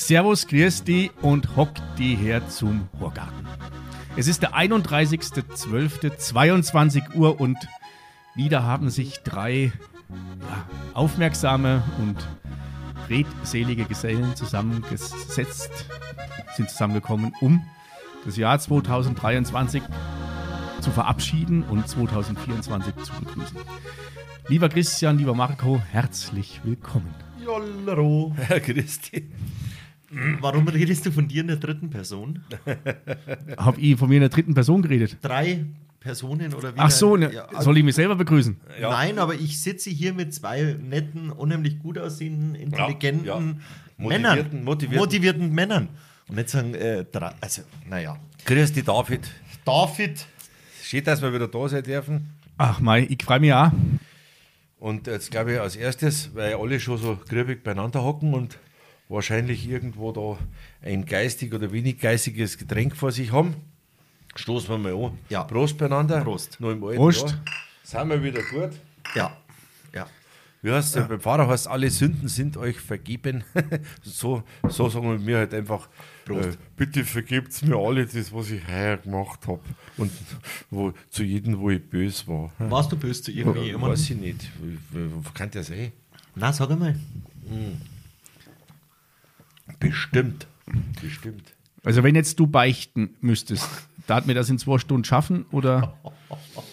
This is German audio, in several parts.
Servus, grüß die und hock die her zum Horgarten. Es ist der 31.12.22 Uhr und wieder haben sich drei ja, aufmerksame und redselige Gesellen zusammengesetzt, sind zusammengekommen, um das Jahr 2023 zu verabschieden und 2024 zu begrüßen. Lieber Christian, lieber Marco, herzlich willkommen. Jollero. Herr Christi. Warum redest du von dir in der dritten Person? Hab ich von mir in der dritten Person geredet? Drei Personen oder wie? Ach so, ne, Ja, also soll ich mich selber begrüßen? Ja. Nein, aber ich sitze hier mit zwei netten, unheimlich gut aussehenden, intelligenten ja. Männern. Motivierten- motivierten- motivierten Männern. Und nicht sagen, äh, drei, also, naja. Christi David. David. Schön, dass wir wieder da sein dürfen. Ach mei, ich freue mich auch. Und jetzt glaube ich als erstes, weil alle schon so grübig beieinander hocken und wahrscheinlich irgendwo da ein geistig oder wenig geistiges Getränk vor sich haben, stoßen wir mal an. Ja. Prost beieinander. Prost. Noch im alten Prost. Jahr. Sind wir wieder gut. Ja. Ja. Wie heißt es? Beim Pfarrer heißt alle Sünden sind euch vergeben. so, so sagen wir mir halt einfach, äh, bitte vergebt mir alle das, was ich heuer gemacht habe. Und wo, zu jedem, wo ich böse war. Warst du böse zu irgendjemandem? Weiß ich Äh. nicht. W- w- Kann das sein? Na, sag einmal. Bestimmt. Bestimmt. Also wenn jetzt du beichten müsstest, darf mir das in zwei Stunden schaffen oder?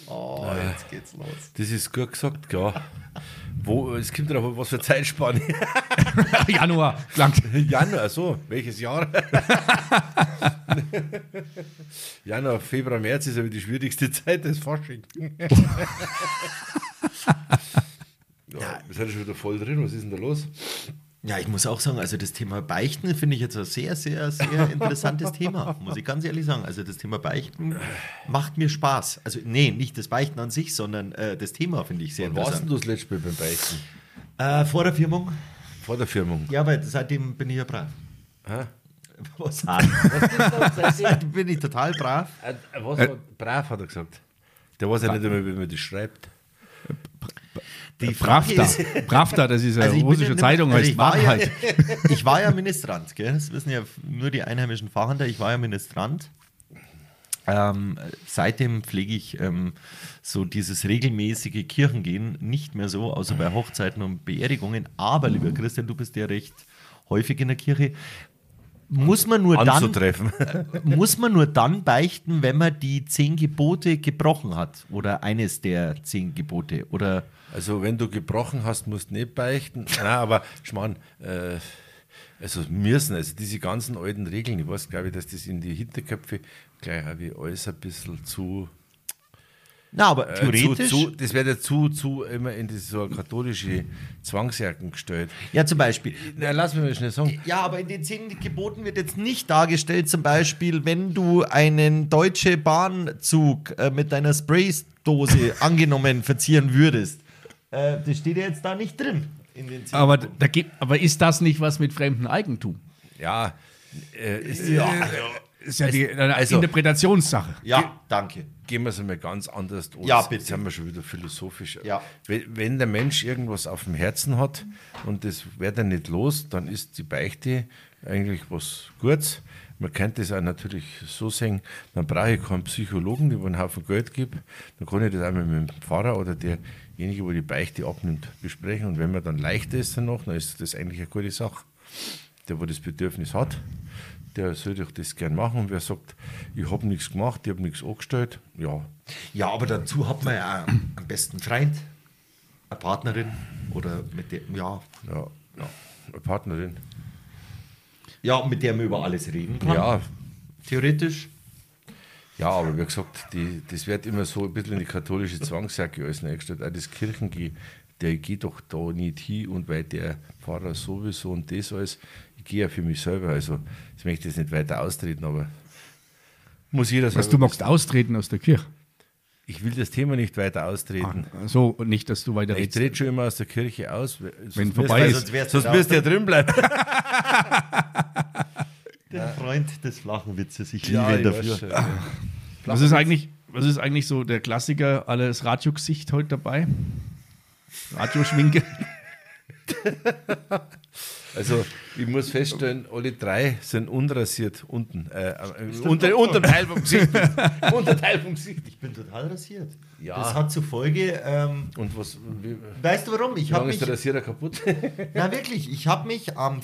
Oh, jetzt geht's los. Das ist gut gesagt, ja. Wo, es kommt darauf an, was für Zeitspanne. Januar, langt. Januar, so. Welches Jahr? Januar, Februar, März ist aber die schwierigste Zeit des Fasching. ja, wir sind schon wieder voll drin. Was ist denn da los? Ja, ich muss auch sagen, also das Thema Beichten finde ich jetzt ein sehr, sehr, sehr interessantes Thema, muss ich ganz ehrlich sagen. Also das Thema Beichten macht mir Spaß. Also nee, nicht das Beichten an sich, sondern äh, das Thema finde ich sehr Warst denn interessant. du das letzte Mal beim Beichten? Äh, vor der Firmung? Vor der Firmung. Ja, weil seitdem bin ich ja brav. Hä? Was? seitdem bin ich total brav. Äh, Was hat, brav hat er gesagt. Der weiß ja nicht einmal, wie man das schreibt. Die Frage Pravda. ist- Pravda, das ist eine ich bin ja Äh, russische nicht- Zeitung, also heißt ich war ja, Wahrheit. ich war ja Ministrant, gell? das wissen ja nur die einheimischen Fahrhändler, ich war ja Ministrant. Ähm, seitdem pflege ich ähm, so dieses regelmäßige Kirchengehen nicht mehr so, außer bei Hochzeiten und Beerdigungen. Aber, lieber Christian, du bist ja recht häufig in der Kirche. Muss man nur dann Anzutreffen. muss man nur dann beichten, wenn man die zehn Gebote gebrochen hat oder eines der zehn Gebote oder Also wenn du gebrochen hast, musst du nicht beichten. Nein, aber ich meine, äh, also müssen, also diese ganzen alten Regeln, ich weiß glaube ich, dass das in die Hinterköpfe gleich auch wie alles ein bisschen zu... na, aber äh, theoretisch. Zu, zu, das wird ja zu, zu immer in diese so katholische Zwangsjacken gestellt. ja, zum Beispiel. Na, lass mich mal schnell sagen. Ja, aber in den zehn Geboten wird jetzt nicht dargestellt, zum Beispiel, wenn du einen Deutsche Bahnzug äh, mit deiner Spraydose angenommen verzieren würdest. Äh, das steht ja jetzt da nicht drin. In den zehn Aber, da gibt, aber ist das nicht was mit fremdem Eigentum? Ja, äh, es, Ja. Ist ja die, eine also- Interpretationssache. ja, danke. gehen wir es einmal ganz anders an. Ja, Jetzt- bitte. Jetzt sind wir schon wieder philosophisch. Ja. Wenn, wenn der Mensch irgendwas auf dem Herzen hat und das wird er nicht los, dann ist die Beichte eigentlich was Gutes. Man könnte das auch natürlich so sehen, dann brauche ich keinen Psychologen, der mir einen Haufen Geld gibt. Dann kann ich das einmal mit dem Pfarrer oder derjenige, wo die Beichte abnimmt, besprechen. Und wenn man dann leichter ist danach, dann ist das eigentlich eine gute Sache der wo das Bedürfnis hat, der soll doch das gern machen. Und wer sagt, ich habe nichts gemacht, ich habe nichts angestellt, ja, Ja, aber dazu hat man ja auch am besten einen Freund, eine Partnerin oder mit der, ja, ja, ja eine Partnerin. ja, mit der man über alles reden kann. Ja, Theoretisch. ja, aber wie gesagt, die, das wird immer so ein bisschen in die katholische Zwangsjacke alles reingestellt. Auch das Kirchengeh, der geht doch da nicht hin und weil der Pfarrer sowieso und das alles, ich gehe ja für mich selber. Also, ich möchte jetzt nicht weiter austreten, aber muss jeder Was selber du magst austreten aus der Kirche. wissen. Ich will das Thema nicht weiter austreten. So, und nicht, dass du weiter Ich redest. trete schon immer aus der Kirche aus. weil- sonst Wenn müsst- vorbei weil ist. Sonst, wärst du sonst müsst ihr drin bleiben. Der Freund des flachen Witzes, ich liebe ihn ich dafür. weiß schon, ja. Was ist, eigentlich, was ist eigentlich so der Klassiker, alles Radiogesicht heute dabei? Radioschminke. Also ich muss feststellen, alle drei sind unrasiert unten. Äh, äh, unter, Unterteil vom Gesicht. Unterteil vom Gesicht. Ich bin total rasiert. Ja. Das hat zur Folge, ähm, Und was, wie, weißt du warum? Ich wie habe lange mich ist der Rasierer kaputt? Na wirklich, ich habe mich am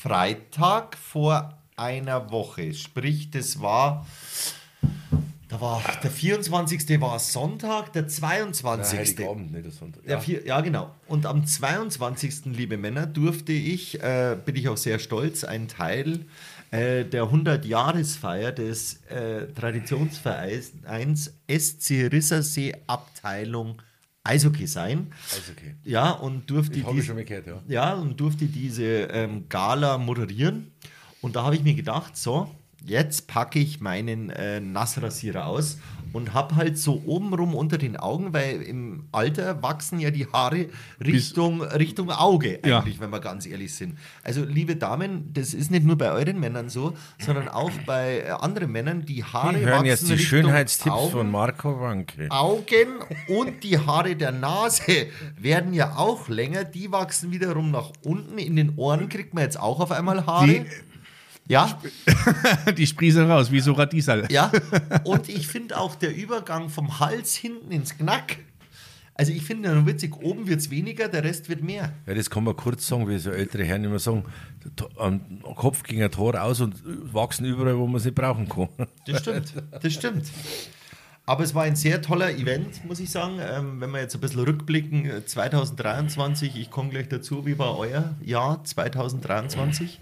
Freitag vor einer Woche, sprich, das war, da war der 24. war Sonntag, der 22. Heiligabend, nicht der Sonntag. Der vier, ja, genau. Und am 22. liebe Männer, durfte ich, äh, bin ich auch sehr stolz, ein Teil äh, der 100-Jahresfeier des äh, Traditionsvereins SC Rissersee Abteilung Eishockey sein. Eishockey. Ja, und durfte Ich habe dies- schon mal gehört, ja. ja, und durfte diese ähm, Gala moderieren. Und da habe ich mir gedacht, so, jetzt packe ich meinen äh, Nassrasierer aus und habe halt so obenrum unter den Augen, weil im Alter wachsen ja die Haare Richtung, Richtung Auge, Ja. eigentlich, wenn wir ganz ehrlich sind. Also, liebe Damen, das ist nicht nur bei euren Männern so, sondern auch bei äh, anderen Männern, die Haare Wir hören jetzt die Richtung Schönheitstipps Augen. Ah. von Marco Wanke. Augen und die Haare der Nase werden ja auch länger. Die wachsen wiederum nach unten. In den Ohren kriegt man jetzt auch auf einmal Haare. Die- ja, Die sprießen raus, wie so Radieserl. ja. Und ich finde auch der Übergang vom Hals hinten ins Knack. Also ich finde ja nur witzig, oben wird es weniger, der Rest wird mehr. Ja, das kann man kurz sagen, wie so ältere Herren immer sagen, der To- am Kopf ging ein Tor aus und wachsen überall, wo man sie brauchen kann. Das stimmt, das stimmt. Aber es war ein sehr toller Event, muss ich sagen. Ähm, wenn wir jetzt ein bisschen rückblicken, äh, 2023, ich komme gleich dazu, wie war euer Jahr 2023?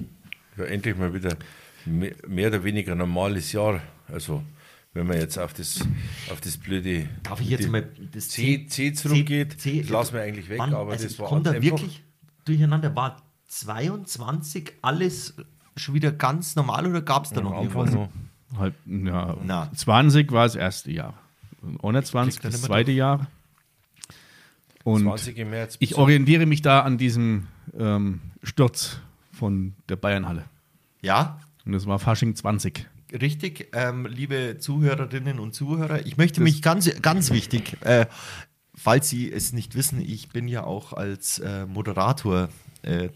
Ja, endlich mal wieder me- mehr oder weniger normales Jahr. Also, wenn man jetzt auf das, auf das blöde Darf ich jetzt mal das C, C zurückgeht, das lassen wir eigentlich weg, Mann, aber also das ich war komm da einfach- wirklich durcheinander. War 22 alles schon wieder ganz normal oder gab es da am noch Anfang irgendwas? noch. Halb, Halt, ja, Na. 20 war das erste Jahr. Und 120 da das nicht mehr zweite Jahr. Und 20 im März. ich orientiere mich da an diesem ähm, Sturz von der Bayernhalle. Ja, Und das war Fasching 20. richtig, ähm, liebe Zuhörerinnen und Zuhörer. Ich möchte mich ganz, ganz wichtig, äh, falls Sie es nicht wissen, ich bin ja auch als äh, Moderator äh,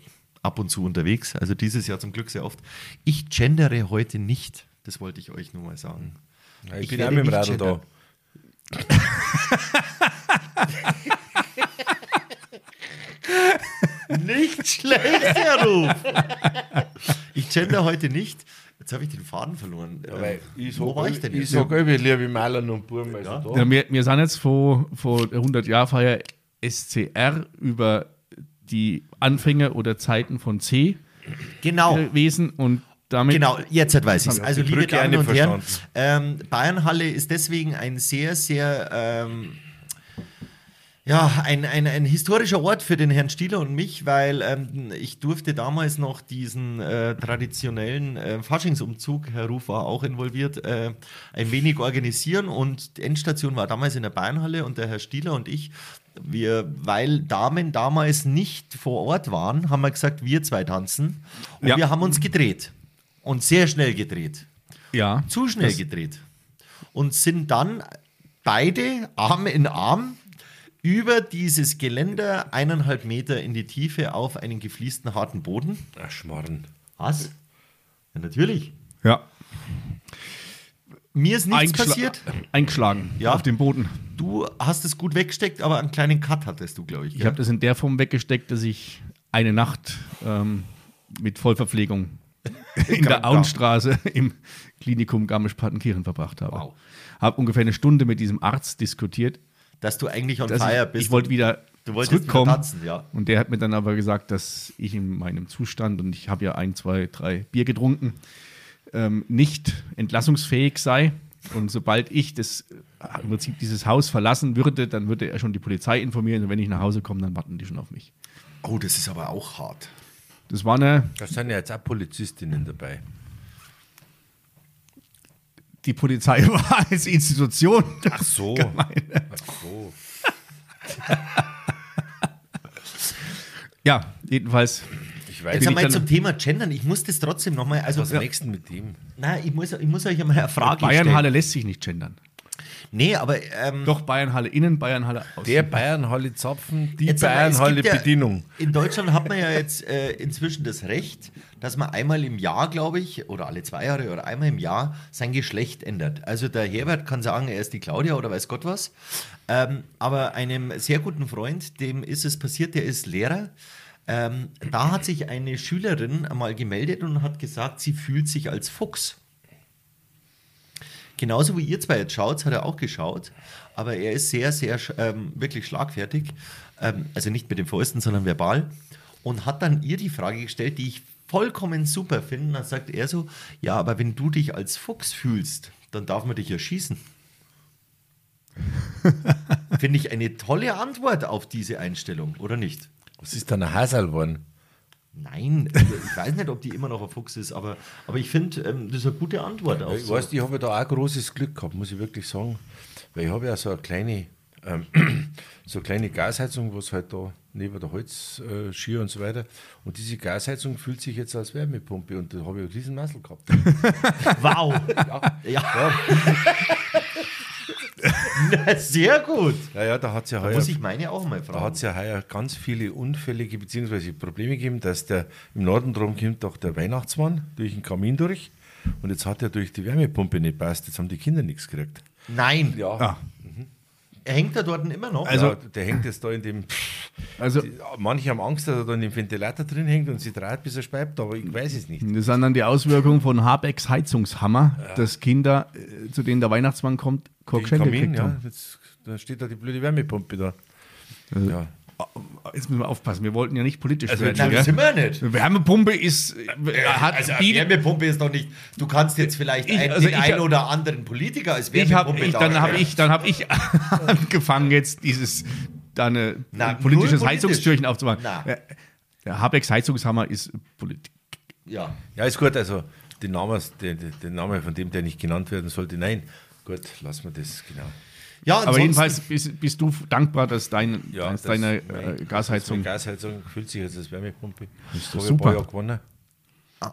ab und zu unterwegs, also dieses Jahr zum Glück sehr oft. Ich gendere heute nicht, das wollte ich euch nur mal sagen. Ja, ich, ich bin eh werde auch mit dem nicht Radl da. gendern. Nicht schlecht, Herr Ruf. Ich gender heute nicht. Jetzt habe ich den Faden verloren. Ähm, Weil ich wo sag, war ich denn ich jetzt? sag, ich liebe Malern und Burm. Also Oh. da. Ja, wir, wir sind jetzt vor, vor der 100-Jahr-Feier SCR über die Anfänge oder Zeiten von C genau, gewesen und damit genau, jetzt weiß ich es. Also, die liebe Brücke Damen und Herren, einverstanden. ähm, Bayernhalle ist deswegen ein sehr, sehr. Ähm, ja, ein, ein, ein historischer Ort für den Herrn Stieler und mich, weil ähm, ich durfte damals noch diesen äh, traditionellen äh, Faschingsumzug, Herr Ruf war auch involviert, äh, ein wenig organisieren und die Endstation war damals in der Bayernhalle und der Herr Stieler und ich, wir, weil Damen damals nicht vor Ort waren, haben wir gesagt, wir zwei tanzen und Ja. wir haben uns gedreht und sehr schnell gedreht ja, zu schnell gedreht. Und sind dann beide Arm in Arm über dieses Geländer eineinhalb Meter in die Tiefe auf einen gefliesten harten Boden. Ach, Schmarrn. Was? Ja, natürlich. ja, Mir ist nichts eingeschla- passiert. eingeschlagen Ja. auf dem Boden. Du hast es gut weggesteckt, aber einen kleinen Cut hattest du, glaube ich. Ich habe das in der Form weggesteckt, dass ich eine Nacht ähm, mit Vollverpflegung in der Krankenhaus. Auenstraße im Klinikum Garmisch-Partenkirchen verbracht habe. Wow. Habe ungefähr eine Stunde mit diesem Arzt diskutiert. dass du eigentlich on dass fire ich bist. ich wollte wieder Du wolltest wieder zurückkommen. tanzen, ja. Und der hat mir dann aber gesagt, dass ich in meinem Zustand, und ich habe ja ein, zwei, drei Bier getrunken, ähm, nicht entlassungsfähig sei. Und sobald ich das, äh, im Prinzip dieses Haus verlassen würde, dann würde er schon die Polizei informieren. Und wenn ich nach Hause komme, dann warten die schon auf mich. oh, das ist aber auch hart. Das war eine, Da sind ja jetzt auch Polizistinnen dabei. die Polizei war als Institution. Ach so. Ach so. Ja, jedenfalls. Ich Jetzt weiß nicht, einmal dann- zum Thema Gendern. Ich muss das trotzdem nochmal, also, was am nächsten mit dem. nein, ich muss, ich muss euch einmal eine Frage stellen. Bayernhalle lässt sich nicht gendern. Nee, aber ähm, Doch Bayernhalle innen, Bayernhalle außen. Der Bayernhalle Zapfen, die Jetzt aber, es Bayernhalle gibt ja- Bedienung. in Deutschland hat man ja jetzt äh, inzwischen das Recht, dass man einmal im Jahr, glaube ich, oder alle zwei Jahre oder einmal im Jahr sein Geschlecht ändert. Also der Herbert kann sagen, er ist die Claudia oder weiß Gott was. Ähm, aber einem sehr guten Freund, dem ist es passiert, der ist Lehrer. Ähm, da hat sich eine Schülerin einmal gemeldet und hat gesagt, sie fühlt sich als Fuchs. Genauso wie ihr zwei jetzt schaut, hat er auch geschaut. Aber er ist sehr, sehr sch- ähm, wirklich schlagfertig. Ähm, also nicht mit den Fäusten, sondern verbal. Und hat dann ihr die Frage gestellt, die ich vollkommen super finde. Und Dann sagt er so: Ja, aber wenn du dich als Fuchs fühlst, dann darf man dich erschießen. finde ich eine tolle Antwort auf diese Einstellung, oder nicht? Was ist dann ein Hasel geworden? Nein, also ich weiß nicht, ob die immer noch ein Fuchs ist, aber, aber ich finde, ähm, das ist eine gute Antwort. Auf Ich so. weiß, ich habe da auch großes Glück gehabt, muss ich wirklich sagen. Weil ich habe ja so eine kleine, ähm, so eine kleine Gasheizung, was halt da neben der Holzschier und so weiter. Und diese Gasheizung fühlt sich jetzt als Wärmepumpe und da habe ich einen riesen Massel gehabt. Wow! Ja, Ja. Na, sehr gut. ja, ja da hat es ja heuer, Muss ich meine auch mal da fragen. hat's ja heuer ganz viele Unfälle ge- beziehungsweise Probleme gegeben, dass der im Norden drum kommt doch der Weihnachtsmann durch den Kamin durch. Und jetzt hat er durch die Wärmepumpe nicht passt. Jetzt haben die Kinder nichts gekriegt. Nein, Ah, hängt er dort immer noch? Also, ja, der hängt jetzt da in dem. also, Die- Manche haben Angst, dass er da in dem Ventilator drin hängt und sie dreht, bis er speibt, aber ich weiß es nicht. das sind dann die Auswirkungen von Habecks Heizungshammer, dass Kinder, äh, zu denen der Weihnachtsmann kommt, keine Den Geschenke Kamin, gekriegt ja, haben. jetzt, da steht da die blöde Wärmepumpe da. Ja. Ah, Jetzt müssen wir aufpassen, wir wollten ja nicht politisch Also, werden. Nein, das sind Gell? wir ja nicht. Wärmepumpe ist, äh, hat Also eine bietet- Wärmepumpe ist doch nicht. Du kannst jetzt vielleicht Ich- ein- also den ich- einen oder anderen Politiker als ich hab, Wärmepumpe ich, dann habe darstellen. ich, dann hab ich angefangen, jetzt dieses dann, äh, Na, ein politisches null politisch. Heizungstürchen aufzumachen. Na. Äh, Der Habecks Heizungshammer ist Politik. Ja. ja, ist gut, also den Namen, den, den- den Namen von dem, der nicht genannt werden sollte, nein. Gut, lassen wir das, genau. ja Aber ansonsten- jedenfalls bist, bist du dankbar, dass, dein, Ja, dass das- deine mein- äh, Die Gasheizung. Gasheizung fühlt sich jetzt als Wärmepumpe. Ist doch Habe ich super. ein paar Jahre gewonnen.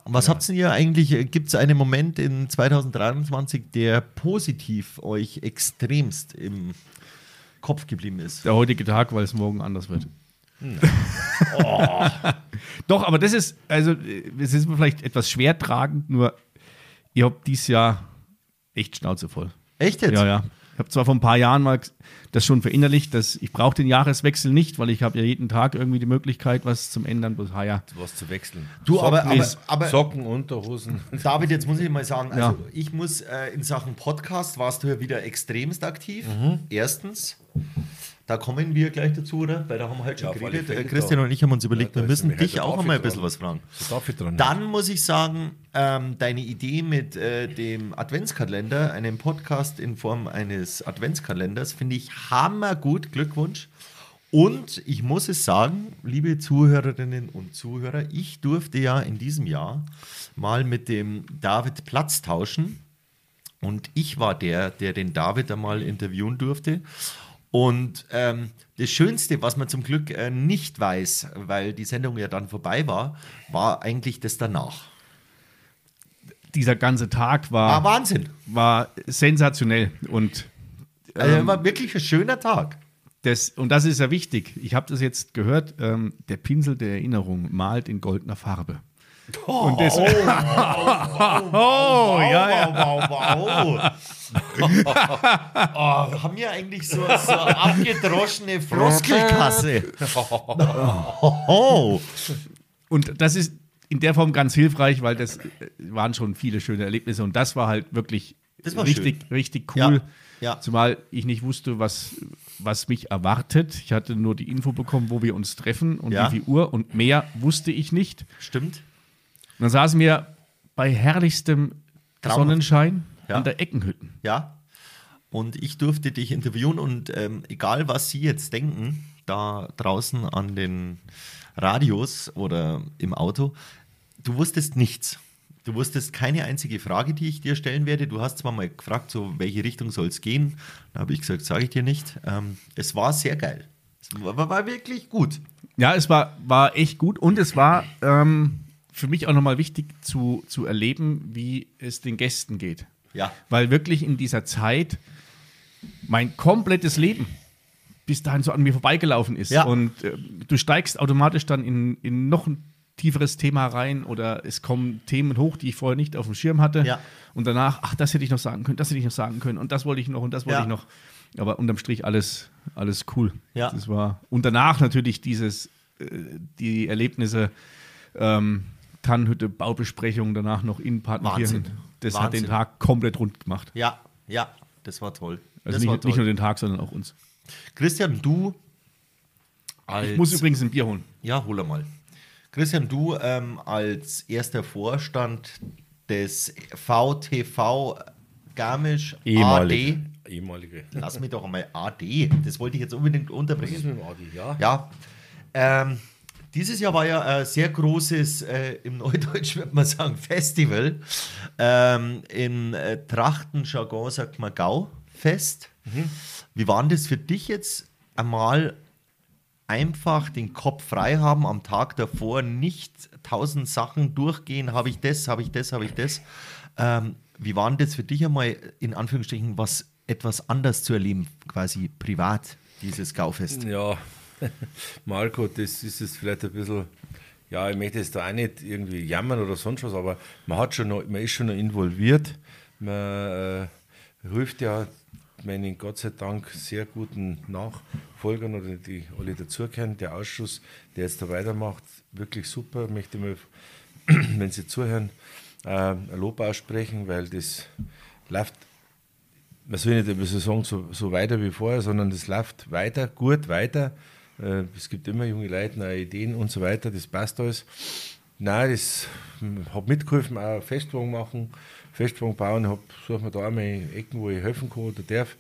Was habt ihr eigentlich? Gibt es einen Moment in 2023, der positiv euch extremst im Kopf geblieben ist? der heutige Tag, weil es morgen anders wird. Oh. Doch, aber das ist, also, äh, es ist mir vielleicht etwas schwer tragend, nur ihr habt dieses Jahr echt Schnauze voll. Echt jetzt? Ja, ja. Ich habe zwar vor ein paar Jahren mal das schon verinnerlicht, dass ich brauche den Jahreswechsel nicht, weil ich habe ja jeden Tag irgendwie die Möglichkeit, was zum Ändern. Bloß, ah ja. Was zu wechseln. Du, aber, aber, ist- aber Socken, Unterhosen. David, jetzt muss ich mal sagen, also Ja. ich muss äh, in Sachen Podcast warst du ja wieder extremst aktiv. Erstens, da kommen wir gleich dazu, oder? Weil da haben wir halt schon Ja, auf alle geredet. Fälle Äh, Christian da. und ich haben uns überlegt, Ja, da wir ist müssen nämlich halt dich der auch David einmal ein bisschen dran. was fragen. Darf ich dran? Dann muss ich sagen, ähm, deine Idee mit äh, dem Adventskalender, einem Podcast in Form eines Adventskalenders, finde ich hammergut. Glückwunsch. Und ich muss es sagen, liebe Zuhörerinnen und Zuhörer, ich durfte ja in diesem Jahr mal mit dem David Platz tauschen. Und ich war der, der den David einmal interviewen durfte. Und ähm, das Schönste, was man zum Glück äh, nicht weiß, weil die Sendung ja dann vorbei war, war eigentlich das danach. Dieser ganze Tag War war, Wahnsinn. war sensationell und Also Ähm. war wirklich ein schöner Tag. Das, und das ist ja wichtig. Ich habe das jetzt gehört. Ähm, der Pinsel der Erinnerung malt in goldener Farbe. Oh. Und das, Wow, Oh, ja, wow, wow, wow. oh, haben Ah, wir eigentlich so, so eine abgedroschene Froskelkasse? oh. und das ist in der Form ganz hilfreich, weil das äh, waren schon viele schöne Erlebnisse. Und das war halt wirklich Das war richtig, richtig cool. Ja, ja. Zumal ich nicht wusste, was, was mich erwartet. Ich hatte nur die Info bekommen, wo wir uns treffen und Ja. wie viel Uhr. Und mehr wusste ich nicht. Stimmt. Und dann saßen wir bei herrlichstem Traumhaft. Sonnenschein Ja. an der Eckenhütten. Ja. Und ich durfte dich interviewen und ähm, egal, was Sie jetzt denken, da draußen an den Radios oder im Auto, du wusstest nichts. Du wusstest keine einzige Frage, die ich dir stellen werde. Du hast zwar mal gefragt, so welche Richtung soll es gehen. Da habe ich gesagt, sage ich dir nicht. Ähm, es war sehr geil. Es war, war wirklich gut. Ja, es war, war echt gut und es war ähm, für mich auch nochmal wichtig zu, zu erleben, wie es den Gästen geht. Ja. Weil wirklich in dieser Zeit mein komplettes Leben bis dahin so an mir vorbeigelaufen ist. Ja. Und äh, du steigst automatisch dann in, in noch ein tieferes Thema rein oder es kommen Themen hoch, die ich vorher nicht auf dem Schirm hatte. Ja. Und danach, ach, das hätte ich noch sagen können, das hätte ich noch sagen können und das wollte ich noch und das wollte Ja. ich noch. Aber unterm Strich alles, alles cool. Ja. Das war, und danach natürlich dieses, äh, die Erlebnisse, ähm, Tannenhütte, Baubesprechung, danach noch in Partenkirchen. Wahnsinn. Das hat Wahnsinn. den Tag komplett rund gemacht. Ja, ja, das war toll. Also das war nicht, toll. nicht nur den Tag, sondern auch uns. Christian, du als Ich muss übrigens ein Bier holen. Ja, hol er mal. Christian, du ähm, als erster Vorstand des VTV Garmisch Ehemalig. AD. Ehemalige. Lass mich doch einmal AD. Das wollte ich jetzt unbedingt Was ist unterbringen. mit dem Adi? Ja. Ja. Ähm, dieses Jahr war ja ein sehr großes, äh, im Neudeutsch würde man sagen, Festival. Ähm, in äh, Trachtenjargon sagt man Gau-Fest. Wie war denn das für dich jetzt einmal einfach den Kopf frei haben am Tag davor, nicht tausend Sachen durchgehen, habe ich das, habe ich das, habe ich das. Ähm, wie war denn das für dich einmal in Anführungsstrichen was etwas anders zu erleben, quasi privat, dieses Gaufest? Ja, Marco, das ist jetzt vielleicht ein bisschen, ja, ich möchte jetzt da auch nicht irgendwie jammern oder sonst was, aber man hat schon noch, man ist schon noch involviert. Man äh, hilft ja meinen Gott sei Dank sehr guten Nachfolgern oder die alle dazukennen. Der Ausschuss, der jetzt da weitermacht, wirklich super. Möchte mal, wenn Sie zuhören, äh, ein Lob aussprechen, weil das läuft man soll nicht über Saison so, so weiter wie vorher, sondern das läuft weiter, gut weiter. Äh, es gibt immer junge Leute, neue Ideen und so weiter, das passt alles. Nein, das habe mitgeholfen, auch Festwagen machen, Festwagen bauen, hab, suche mir da einmal Ecken, wo ich helfen kann oder darf.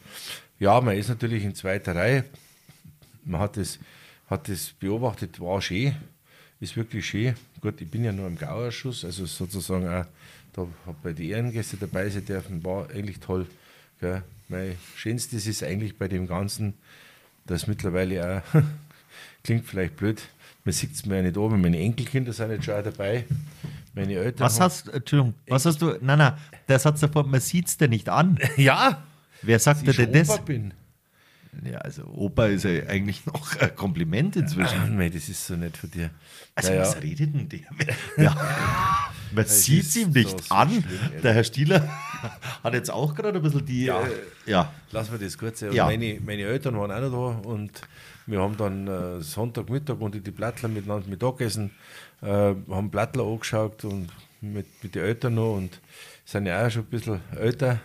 Ja, man ist natürlich in zweiter Reihe, man hat das, hat das beobachtet, war schön, ist wirklich schön. Gut, ich bin ja nur im Gauausschuss, also sozusagen auch, da habe bei den Ehrengästen dabei sein dürfen, war eigentlich toll. Gell? Mein Schönstes ist eigentlich bei dem Ganzen, dass mittlerweile auch, klingt vielleicht blöd, man sieht es mir ja nicht oben, meine Enkelkinder sind jetzt schon auch dabei, meine Eltern. Was haben- hast, äh, Entschuldigung, was hast du, nein, nein, der Satz davor, man sieht es dir nicht an. Ja, Wer sagt dir ich denn Opa das? bin. Ja, also Opa ist ja eigentlich noch ein Kompliment inzwischen. Mei, das ist so nett von dir. Also Naja. was redet denn der? Ja. Man sieht es ist ihm so- nicht so an. schlimm, ehrlich. der Herr Stieler hat jetzt auch gerade ein bisschen die, Ja. ja, äh, ja Lassen wir das kurz. sein. Und Ja. Meine, meine Eltern waren auch noch da und wir haben dann äh, Sonntagmittag unter die Plattler miteinander Mittagessen, äh, haben Plattler angeschaut und mit, mit den Eltern noch und sind ja auch schon ein bisschen älter.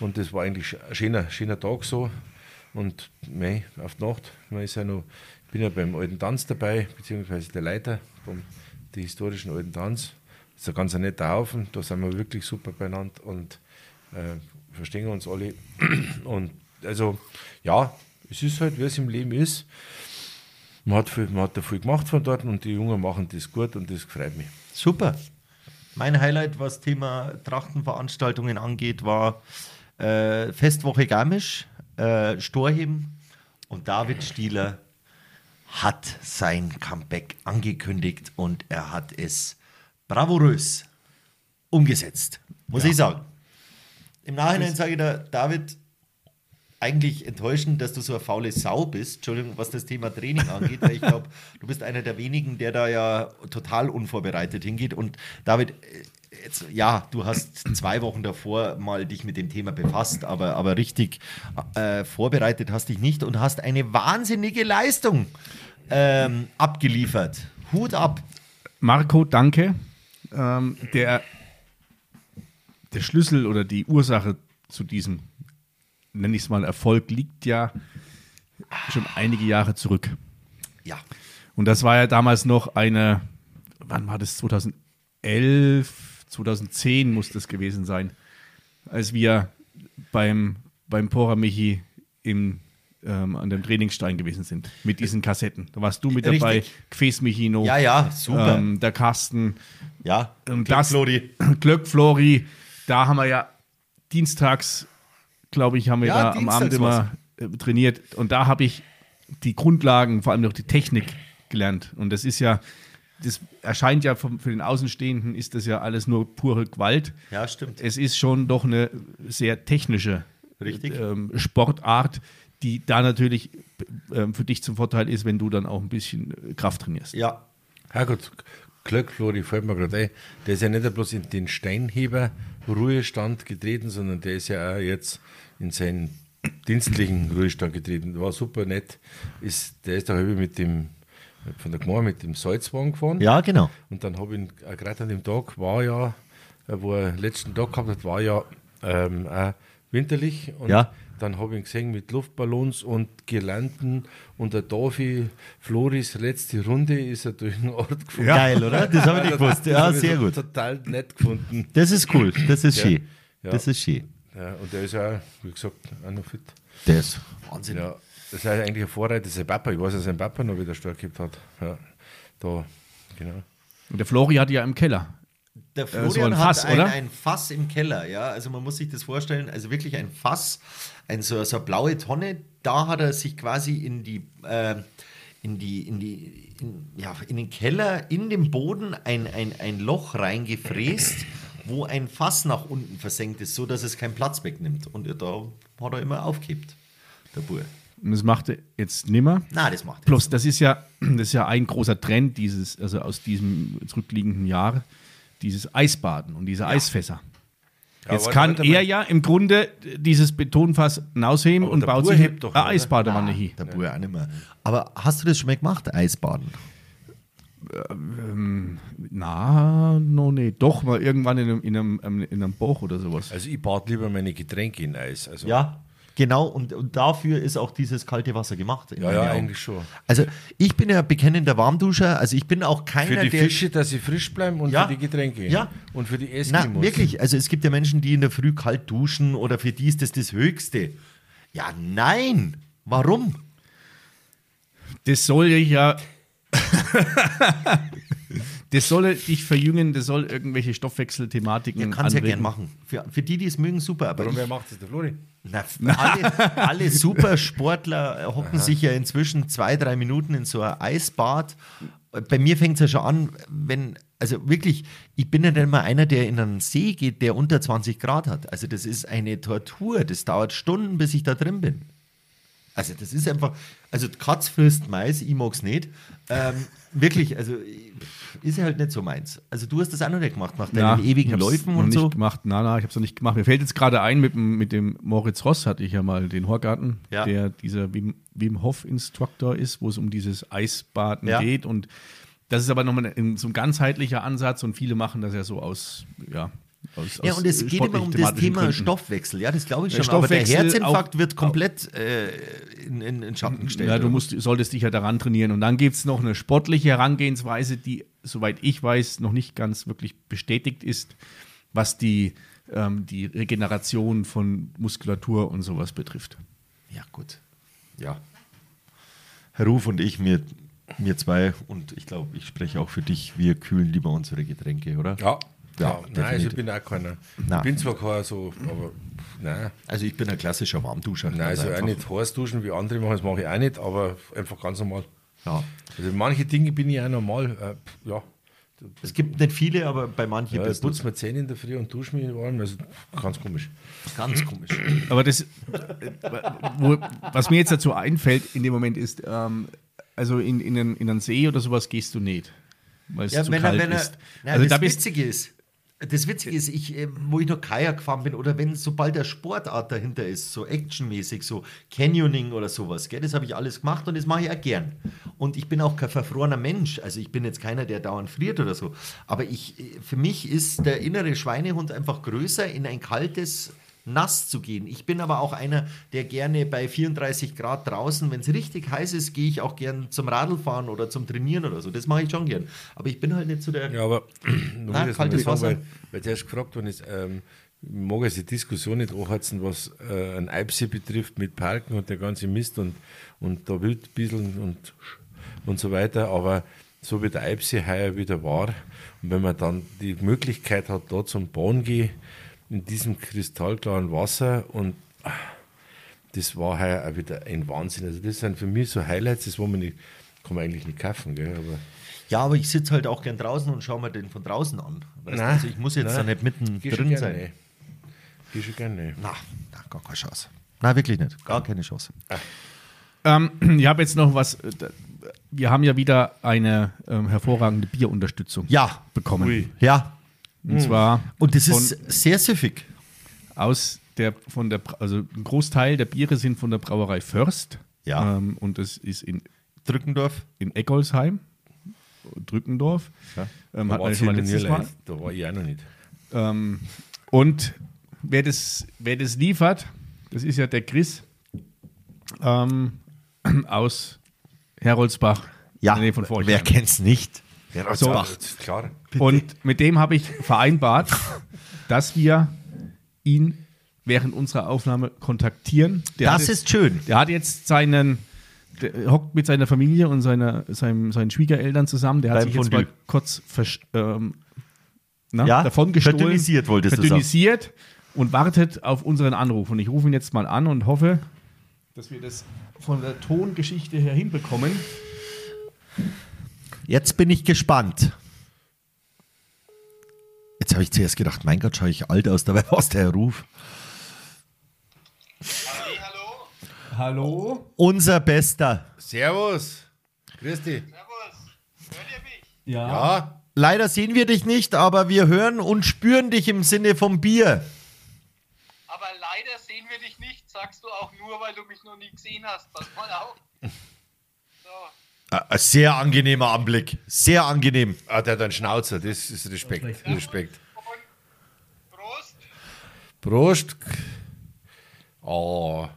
Und das war eigentlich ein schöner, schöner Tag so. Und mei, auf die Nacht, man ist ja noch, ich bin ja beim alten Tanz dabei, beziehungsweise der Leiter vom die historischen alten Tanz. Das ist ein ganz netter Haufen, da sind wir wirklich super beieinander und äh, verstehen uns alle. Und also, ja, es ist halt, wie es im Leben ist. Man hat, viel, man hat da viel gemacht von dort und die Jungen machen das gut und das freut mich. super. Mein Highlight, was Thema Trachtenveranstaltungen angeht, war äh, Festwoche Garmisch, äh, Storheben und David Stieler hat sein Comeback angekündigt und er hat es bravourös umgesetzt, muss ich sagen. Im Nachhinein sage ich da, David, eigentlich enttäuschend, dass du so eine faule Sau bist, Entschuldigung, was das Thema Training angeht, weil ich glaube, du bist einer der wenigen, der da ja total unvorbereitet hingeht. Und David, äh, jetzt, ja, du hast zwei Wochen davor mal dich mit dem Thema befasst, aber, aber richtig äh, vorbereitet hast dich nicht und hast eine wahnsinnige Leistung ähm, abgeliefert. Hut ab. Marco, danke. Ähm, der, der Schlüssel oder die Ursache zu diesem, nenne ich es mal, Erfolg liegt ja schon einige Jahre zurück. Ja, Und das war ja damals noch eine, wann war das? 2011, 2010 muss das gewesen sein, als wir beim, beim Pora Michi im, ähm, an dem Trainingsstein gewesen sind mit diesen Kassetten. Da warst du mit dabei, Richtig. Ques Michino, ja, ja, super. ähm, der Carsten. ja, Und Glück, das- Flori. Glück, Flori. Da haben wir ja dienstags, glaube ich, haben wir Ja, da am Abend dienstags immer äh, trainiert. Und da habe ich die Grundlagen, vor allem noch die Technik gelernt. Und das ist ja, das erscheint ja vom, für den Außenstehenden, ist das ja alles nur pure Gewalt. Ja, stimmt. Es ist schon doch eine sehr technische Richtig. ähm, Sportart, die da natürlich ähm, für dich zum Vorteil ist, wenn du dann auch ein bisschen Kraft trainierst. Ja, Herrgott, Glück, Flori, fällt mir gerade ein. Der ist ja nicht bloß in den Steinheber-Ruhestand getreten, sondern der ist ja auch jetzt in seinen dienstlichen Ruhestand getreten. War super nett. Ist, der ist da halb mit dem, von der Gemeinde mit dem Salzwagen gefahren. ja genau. Und dann habe ich ihn, äh, gerade an dem Tag war ja, äh, wo er den letzten Tag gehabt hat, war ja ähm, auch winterlich. Und Ja. dann habe ich ihn gesehen mit Luftballons und Girlanden und der Davi Floris letzte Runde ist er durch den Ort gefahren. Geil, oder? Das habe ich nicht gewusst. Das Ja, hab ich sehr so gut. Total nett gefunden. Das ist cool. Das ist schön. Ja. Das ist schön. Ja, und der ist ja, wie gesagt, auch noch fit. Das. Wahnsinn. Ja, das ist eigentlich ein Vorreiter, sein Papa. Ich weiß, dass sein Papa noch wieder stark gehabt hat. Ja, da, genau. Und der Flori hatte ja im Keller. Der ein Florian Fass, hat ein, oder? ein Fass im Keller, ja. Also man muss sich das vorstellen, also wirklich ein Fass, ein, so, so eine blaue Tonne. Da hat er sich quasi in die, äh, in die, in die, in, ja, in den Keller, in den Boden ein, ein, ein Loch reingefräst, wo ein Fass nach unten versenkt ist, so dass es keinen Platz wegnimmt. Und da hat er immer aufgehebt, der Bur. Und das macht er jetzt nimmer. Na, das macht er. Plus, das ist ja, das ist ja ein großer Trend dieses, also aus diesem zurückliegenden Jahr, dieses Eisbaden und diese Eisfässer. Ja, Jetzt warte, kann warte er mal. ja im Grunde dieses Betonfass hinausheben Aber und der baut Bur sich eine hebt doch, oder? Eisbadewanne hin. Der Bur auch nicht mehr. Aber hast du das schon mal gemacht, Eisbaden? Na, noch nicht. Doch, mal irgendwann in einem, in einem, ähm, in einem Bauch oder sowas. Also ich bad lieber meine Getränke in Eis. Also, Ja, genau. Und, und dafür ist auch dieses kalte Wasser gemacht. in Ja, meinen ja, Augen. eigentlich schon. Also ich bin ja bekennender Warmduscher. Also ich bin auch keiner, Für die der... Fische, dass sie frisch bleiben und Ja. für die Getränke. Ja. Und für die Na, Eskimos. wirklich. Also es gibt ja Menschen, die in der Früh kalt duschen oder für die ist das das Höchste. Ja, nein. Warum? Das soll dich ja. das soll dich verjüngen, das soll irgendwelche Stoffwechselthematiken. Ihr kann es ja gern machen. Für, für die, die es mögen, super. Aber Warum, ich, wer macht das? Der Flori? na, alle, alle Supersportler äh, hocken sich ja inzwischen zwei, drei Minuten in so ein Eisbad. Bei mir fängt es ja schon an, wenn, also wirklich, ich bin ja dann mal einer, der in einen See geht, der unter 20 Grad hat. Also das ist eine Tortur. Das dauert Stunden, bis ich da drin bin. Also das ist einfach, also die Katz frisst Mais, ich mag's nicht. Ähm, wirklich, also pff, ist ja halt nicht so meins. Also du hast das auch noch nicht gemacht, nach Ja, deinen ewigen ich hab's Läufen noch und nicht so. Gemacht. Na, na, ich habe es noch nicht gemacht. Mir fällt jetzt gerade ein, mit, dem- mit dem Moritz Ross hatte ich ja mal den Horgarten, Ja. der dieser Wim, Wim Hof-Instructor ist, wo es um dieses Eisbaden Ja. geht. Und das ist aber nochmal ein, so ein ganzheitlicher Ansatz und viele machen das ja so aus, ja, aus, Ja, aus äh, und es geht immer um das sportlich-thematischen Thema Gründen. Stoffwechsel. Ja, das glaube ich Der schon. Aber der Stoffwechsel Herzinfarkt auch- wird komplett äh, in, in, in Schatten gestellt. Ja, du oder? musst, solltest dich ja daran trainieren. Und dann gibt es noch eine sportliche Herangehensweise, die, soweit ich weiß, noch nicht ganz wirklich bestätigt ist, was die, ähm, die Regeneration von Muskulatur und sowas betrifft. ja, gut. Ja. Herr Ruf und ich, wir, wir zwei, und ich glaube, ich spreche auch für dich, wir kühlen lieber unsere Getränke, oder? Ja. Ja, ja. Nein, also definitiv. ich bin auch keiner. Nein. Ich bin zwar keiner so, aber nein. Also ich bin ein klassischer Warmduscher. Nein, also auch einfach. nicht heiß duschen, wie andere machen, das mache ich auch nicht, aber einfach ganz normal. Ja. Also manche Dinge bin ich auch normal. Äh, pff, ja. Es gibt nicht viele, aber bei manchen ja ich bist du putze mir Zähne in der Früh und dusche mich warm. Also ganz komisch. ganz komisch. Aber das, wo, was mir jetzt dazu einfällt in dem Moment ist, ähm, also in, in, einen, in einen See oder sowas gehst du nicht, weil es zu kalt ist. Na, also das da bist Witzige ist, das Witzige ist, ich, äh, wo ich noch Kajak gefahren bin oder wenn sobald der Sportart dahinter ist, so actionmäßig, so Canyoning oder sowas, gell, das habe ich alles gemacht und das mache ich auch gern. Und ich bin auch kein verfrorener Mensch, also ich bin jetzt keiner, der dauernd friert oder so. Aber ich, äh, für mich ist der innere Schweinehund einfach größer, in ein kaltes nass zu gehen. Ich bin aber auch einer, der gerne bei 34 Grad draußen, wenn es richtig heiß ist, gehe ich auch gern zum Radlfahren oder zum Trainieren oder so. Das mache ich schon gern. Aber ich bin halt nicht so der. Ja, aber nur Nein, kaltes das kaltes sagen, Wasser. Weil, weil zuerst gefragt worden ist, ähm, ich mag also die Diskussion nicht anheizen, was äh, ein Eibsee betrifft mit Parken und der ganze Mist und, und da Wildbieseln und, und so weiter, aber so wie der Eibsee heuer wieder war und wenn man dann die Möglichkeit hat, da zum Bahn gehen, in diesem kristallklaren Wasser und ah, das war heuer auch wieder ein Wahnsinn. Also das sind für mich so Highlights, das wo man nicht, kann man eigentlich nicht kaufen, gell? aber... Ja, aber ich sitze halt auch gern draußen und schaue mir den von draußen an. Weißt du, Na, also ich muss jetzt na, da nicht mitten geh schon drin gerne, sein. ey. Gehst du gerne? Na, na, gar keine Chance. Na, wirklich nicht. Gar keine Chance. Ähm, ich habe jetzt noch was. äh, da- Wir haben ja wieder eine ähm, hervorragende Bierunterstützung Ja, bekommen. Ui. ja. Und zwar Mhm. Und das ist sehr süffig. aus der von der Bra- also ein Großteil der Biere sind von der Brauerei Först. Ja. Ähm, und das ist in, Drückendorf. in Eggolsheim, Drückendorf. Ähm, Da hatten wir war's schon mal hier noch nie letztes Mal. live. Da war ich auch noch nicht. Ähm, und wer das, wer das liefert, das ist ja der Chris ähm, aus Heroldsbach. Ja, in der Nähe von Forchheim. wer kennt's nicht? Heroldsbach. Das ist Klar. Und mit dem habe ich vereinbart, dass wir ihn während unserer Aufnahme kontaktieren. Der hat Das jetzt- ist schön. Der hat jetzt seinen, der hockt mit seiner Familie und seiner, seinem, seinen Schwiegereltern zusammen. Der hat Beim sich jetzt Fondue. mal kurz versch, ähm, na, Ja, davon gestohlen. verdünnisiert wolltest du sagen. Verdünnisiert und wartet auf unseren Anruf. Und ich rufe ihn jetzt mal an und hoffe, dass wir das von der Tongeschichte her hinbekommen. Jetzt bin ich gespannt. Jetzt habe ich zuerst gedacht, mein Gott, schaue ich alt aus, dabei war es der Ruf. Hallo, Hallo? Unser Bester. Servus. Grüß dich. Servus. Hört ihr mich? Ja. Ja, Leider sehen wir dich nicht, aber wir hören und spüren dich im Sinne vom Bier. Aber leider sehen wir dich nicht, sagst du auch nur, weil du mich noch nie gesehen hast. Pass mal auf. So, Ah, Ein sehr angenehmer Anblick. Sehr angenehm. ah, der hat einen Schnauzer. Das ist Respekt. Respekt. und Prost. Prost. Oh.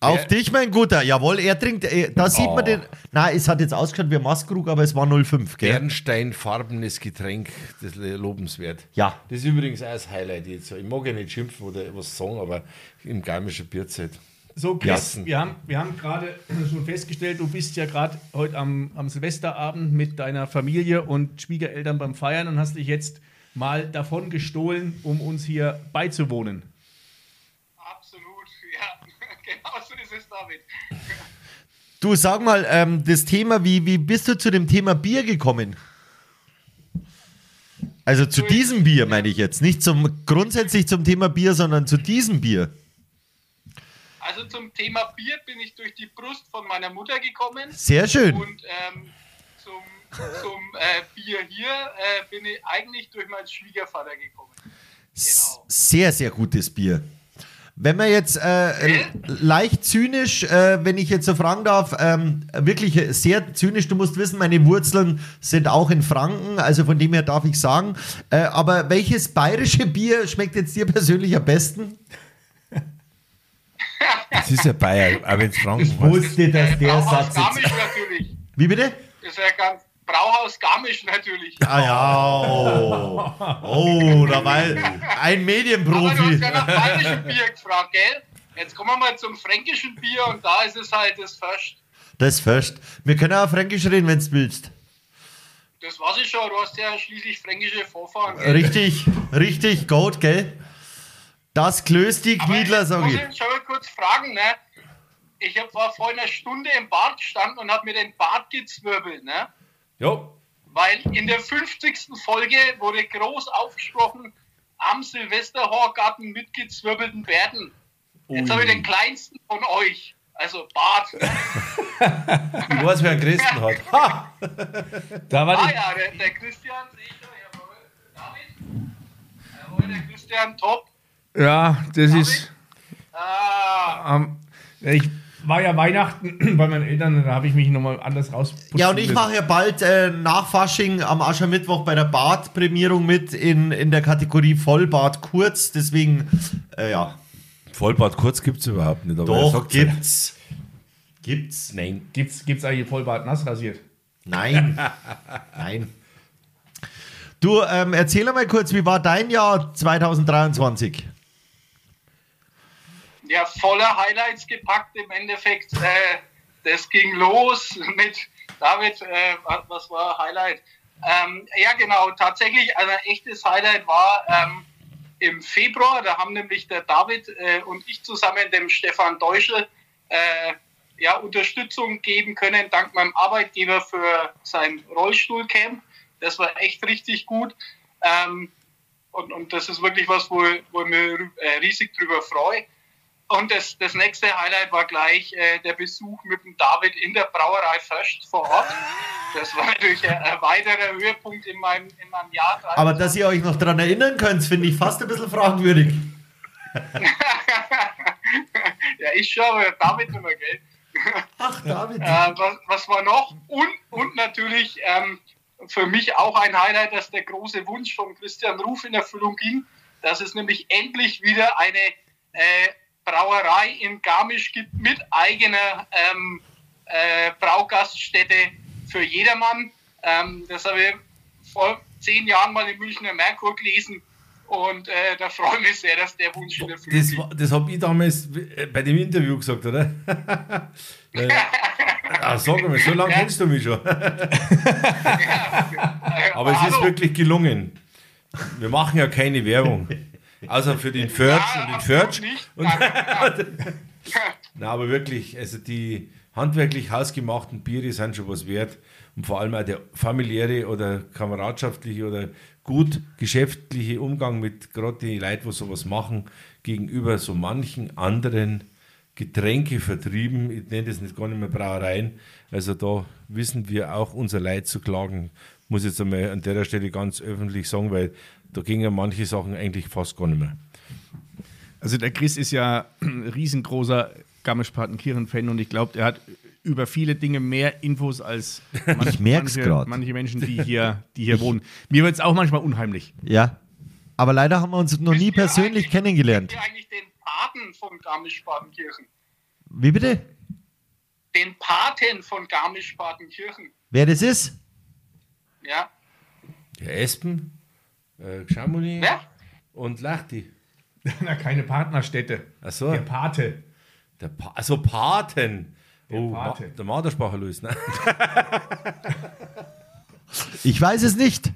Auf Ja. dich, mein Guter. Jawohl, er trinkt. äh, Da sieht Oh. man den. Nein, es hat jetzt ausgeschaut wie Maskrug, aber es war 05, gell? Bernsteinfarbenes Getränk, das le- lobenswert. Ja. Das ist übrigens auch das Highlight jetzt. Ich mag ja nicht schimpfen oder was sagen, aber im Garmischen Bierzeit. So, Chris, Jassen. wir haben, wir haben gerade schon festgestellt, du bist ja gerade heute am, am Silvesterabend mit deiner Familie und Schwiegereltern beim Feiern und hast dich jetzt mal davon gestohlen, um uns hier beizuwohnen. Absolut, ja. Genau so ist es damit. Du sag mal, ähm, das Thema, wie, wie bist du zu dem Thema Bier gekommen? Also zu diesem Bier meine ich jetzt. Nicht zum grundsätzlich zum Thema Bier, sondern zu diesem Bier. Also zum Thema Bier bin ich durch die Brust von meiner Mutter gekommen. Sehr schön. Und ähm, zum, zum äh, Bier hier äh, bin ich eigentlich durch meinen Schwiegervater gekommen. S- genau. Sehr, sehr gutes Bier. Wenn man jetzt äh, äh, leicht zynisch, äh, wenn ich jetzt so fragen darf, ähm, wirklich äh, sehr zynisch, du musst wissen, meine Wurzeln sind auch in Franken, also von dem her darf ich sagen. Äh, aber welches bayerische Bier schmeckt jetzt dir persönlich am besten? Das ist ja Bayern, aber wenn Franken Wusste, dass Äh, Brauhaus Garmisch natürlich. Wie bitte? Ist ja ganz. Brauhaus Garmisch natürlich. Ah ja, oh, oh da war ein Aber du hast Medienprofi. ja nach bayerischem Bier gefragt, gell? Jetzt kommen wir mal zum fränkischen Bier und da ist es halt das Först. Das first. Wir können auch Fränkisch reden, wenn du willst. Das weiß ich schon, du hast ja schließlich fränkische Vorfahren. Gell? Richtig, richtig, gut, gell? Das Klösti Aber Kniedler, jetzt sag muss ich. ich schon mal kurz fragen, ne? Ich hab, war vor einer Stunde im Bad gestanden und habe mir den Bart gezwirbelt, ne? Ja, Weil in der 50. Folge wurde groß aufgesprochen, am Silvesterhorgarten mit gezwirbelten Bärten. Jetzt habe ich den kleinsten von euch. Also Bart. Ne? ich weiß, wer einen Christen hat. Ha! Da war Ah die, ja, der, der Christian, sehe ich schon, jawohl. David? Jawohl, der Christian, top. ja, das ist. Ah, Ähm, ich war ja Weihnachten bei meinen Eltern, da habe ich mich nochmal anders raus. Ja, und ich mache ja bald äh, nach Fasching am Aschermittwoch bei der Bartprämierung mit in, in der Kategorie Vollbart kurz. Deswegen, äh, ja, Vollbart kurz gibt es überhaupt nicht. Aber er doch, sagt's ja. gibt's. Gibt's? Nein. Gibt's, gibt's eigentlich Vollbart nass rasiert? Nein, nein. Du, ähm, erzähl mal kurz, wie war dein Jahr 2023? ja, voller Highlights gepackt im Endeffekt. Äh, das ging los mit David, äh, was- was war Highlight? Ähm, ja, genau, tatsächlich ein echtes Highlight war ähm, im Februar, da haben nämlich der David äh, und ich zusammen dem Stefan Deuschel äh, ja, Unterstützung geben können, dank meinem Arbeitgeber für sein Rollstuhlcamp. Das war echt richtig gut. Ähm, Und, und das ist wirklich was, wo, wo ich mich äh, riesig drüber freue. Und das, das nächste Highlight war gleich äh, der Besuch mit dem David in der Brauerei Först vor Ort. Das war natürlich ein, ein weiterer Höhepunkt in meinem, in meinem Jahr. Aber dass ihr euch noch daran erinnern könnt, finde ich fast ein bisschen fragwürdig. ja, ich schon, aber David immer, gell? Ach, David. Äh, was, was war noch? Und, und natürlich ähm, für mich auch ein Highlight, dass der große Wunsch von Christian Ruf in Erfüllung ging, dass es nämlich endlich wieder eine äh, Brauerei in Garmisch gibt mit eigener ähm, äh, Braugaststätte für jedermann. Ähm, das habe ich vor zehn Jahren mal im Münchner Merkur gelesen. Und äh, da freue ich mich sehr, dass der Wunsch in Erfüllung Das, ging. war- das habe ich damals äh, bei dem Interview gesagt, oder? Weil- ah, sag mal, so lange kennst du mich schon. Aber es ist Äh, Hallo. wirklich gelungen. Wir machen ja keine Werbung. Außer für den Förtsch Ja, und den absolut Förtsch. nicht. Und Danke. Na, aber wirklich, also die handwerklich hausgemachten Biere sind schon was wert. Und vor allem auch der familiäre oder kameradschaftliche oder gut geschäftliche Umgang mit gerade den Leuten, die sowas machen, gegenüber so manchen anderen Getränkevertrieben. Ich nenne das nicht gar nicht mehr Brauereien. Also da wissen wir auch unser Leid zu klagen. Muss jetzt einmal an der Stelle ganz öffentlich sagen, weil da gingen manche Sachen eigentlich fast gar nicht mehr. Also der Chris ist ja ein riesengroßer Garmisch-Partenkirchen-Fan und ich glaube, er hat über viele Dinge mehr Infos als man, Ich merk's manche, grad. manche Menschen, die hier, die hier wohnen. Mir wird es auch manchmal unheimlich. Ja. Aber leider haben wir uns noch nie Wisst ihr eigentlich- persönlich kennengelernt. Wisst ihr eigentlich den Paten von Garmisch-Partenkirchen? Wie bitte? Den Paten von Garmisch-Partenkirchen, Wer das ist? ja? Der Espen, äh, Chamonix Wer? und Lachti. Na, keine Partnerstädte. Achso, Der Pate. der pa also Paten. oh, Pate. Ma der Marderspacher löst. Ne? Ich weiß es nicht.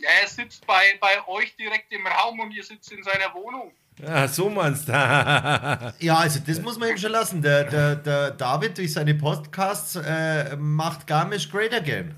Ja, er sitzt bei, bei euch direkt im Raum und ihr sitzt in seiner Wohnung. Ah, so meinst du. Ja, also das muss man ihm schon lassen. Der, der, der David durch seine Podcasts äh, macht Garmisch great again.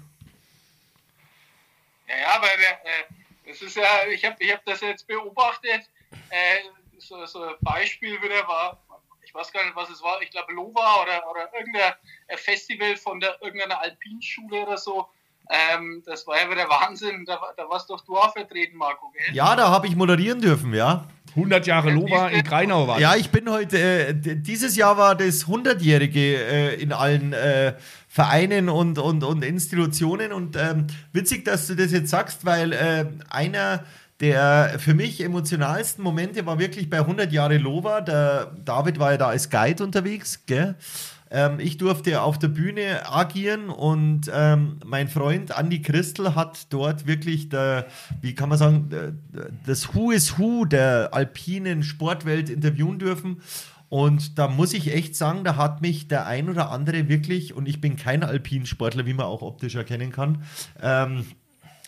Ja, ja, aber der, äh, das ist ja, ich habe ich hab das jetzt beobachtet. Äh, so, so ein Beispiel wieder war, ich weiß gar nicht, was es war, ich glaube Lova oder, oder irgendein äh, Festival von der, irgendeiner Alpinschule oder so. Ähm, das war ja wieder Wahnsinn. Da, war- da warst doch du auch vertreten, Marco, gell? Ja, da habe ich moderieren dürfen, ja. 100 Jahre Lova in Greinau war. Ja, ich bin heute, äh, d- dieses Jahr war das 100-jährige äh, in allen äh, Vereinen und, und, und Institutionen und ähm, witzig, dass du das jetzt sagst, weil äh, einer der für mich emotionalsten Momente war wirklich bei 100 Jahre Lova. Der David war ja da als Guide unterwegs, gell? Ähm, ich durfte auf der Bühne agieren und ähm, mein Freund Andy Christel hat dort wirklich, der, wie kann man sagen, der- der- das Who is Who der alpinen Sportwelt interviewen dürfen. Und da muss ich echt sagen, da hat mich der ein oder andere wirklich, und ich bin kein Alpinsportler, wie man auch optisch erkennen kann, ähm,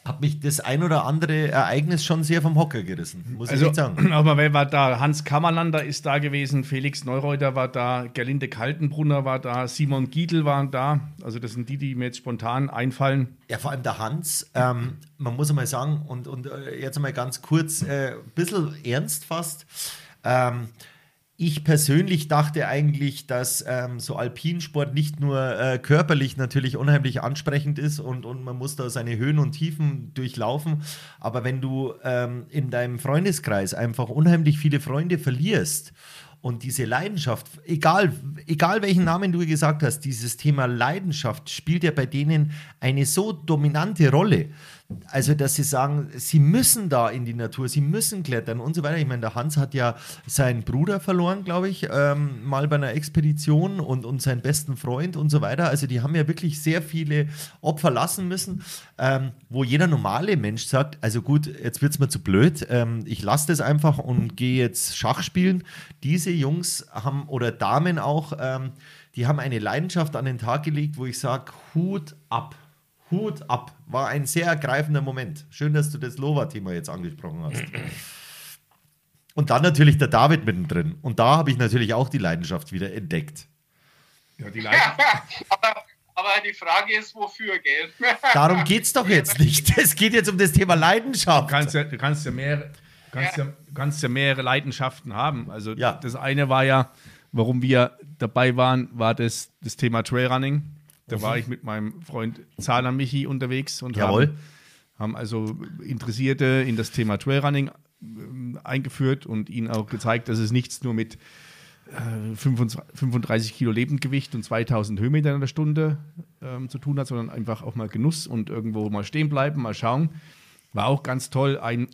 hat mich das ein oder andere Ereignis schon sehr vom Hocker gerissen, muss ich Also, echt sagen. aber wer war da? Hans Kammerlander ist da gewesen, Felix Neureuter war da, Gerlinde Kaltenbrunner war da, Simon Giedel waren da. Also das sind die, die mir jetzt spontan einfallen. Ja, vor allem der Hans, ähm, man muss einmal sagen, und, und äh, jetzt einmal ganz kurz, äh, ein bisschen ernst fast. Ähm, ich persönlich dachte eigentlich, dass ähm, so Alpinsport nicht nur äh, körperlich natürlich unheimlich ansprechend ist und, und man muss da seine Höhen und Tiefen durchlaufen. Aber wenn du ähm, in deinem Freundeskreis einfach unheimlich viele Freunde verlierst und diese Leidenschaft, egal, egal welchen Namen du gesagt hast, dieses Thema Leidenschaft spielt ja bei denen eine so dominante Rolle. Also, dass sie sagen, sie müssen da in die Natur, sie müssen klettern und so weiter. Ich meine, der Hans hat ja seinen Bruder verloren, glaube ich, ähm, mal bei einer Expedition und, und seinen besten Freund und so weiter. Also, die haben ja wirklich sehr viele Opfer lassen müssen, ähm, wo jeder normale Mensch sagt: Also, gut, jetzt wird es mir zu blöd, ähm, ich lasse das einfach und gehe jetzt Schach spielen. Diese Jungs haben oder Damen auch, ähm, die haben eine Leidenschaft an den Tag gelegt, wo ich sage: Hut ab. Hut ab. War ein sehr ergreifender Moment. Schön, dass du das Lova-Thema jetzt angesprochen hast. Und dann natürlich der David mittendrin. Und da habe ich natürlich auch die Leidenschaft wieder entdeckt. Ja, die Leid aber, Aber die Frage ist, wofür, gell? Darum geht es doch jetzt nicht. Es geht jetzt um das Thema Leidenschaft. Du kannst ja, du kannst ja mehrere, du kannst ja, du kannst ja mehrere Leidenschaften haben. Also Ja. das eine war ja, warum wir dabei waren, war das, das Thema Trailrunning. Da war ich mit meinem Freund Zahler Michi unterwegs und Jawohl. haben, haben also Interessierte in das Thema Trailrunning ähm, eingeführt und ihnen auch gezeigt, dass es nichts nur mit 25 35 Kilo Lebendgewicht und 2000 Höhenmetern in der Stunde ähm, zu tun hat, sondern einfach auch mal Genuss und irgendwo mal stehen bleiben, mal schauen. War auch ganz toll ein,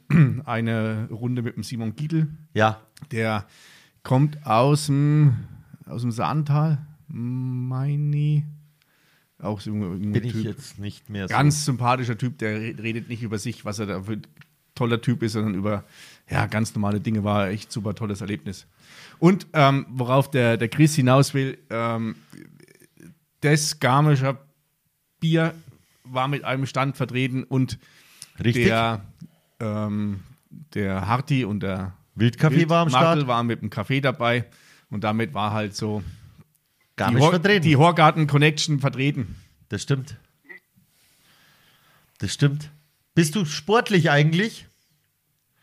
eine Runde mit dem Simon Giedel, Ja, der kommt aus dem, aus dem Saantal, meine auch so ein bin ich jetzt nicht mehr so. ganz sympathischer Typ, der re- redet nicht über sich, was er da für ein toller Typ ist, sondern über ja, ganz normale Dinge. War echt super tolles Erlebnis. Und ähm, worauf der, der Chris hinaus will, ähm, das Garmischer Bier war mit einem Stand vertreten und richtig. der, ähm, der Harti und der Wildkaffee war am Martel Start. waren mit dem Kaffee dabei und damit war halt so Gar die, nicht Hor- vertreten. die Horgarten Connection vertreten. Das stimmt. Das stimmt. Bist du sportlich eigentlich?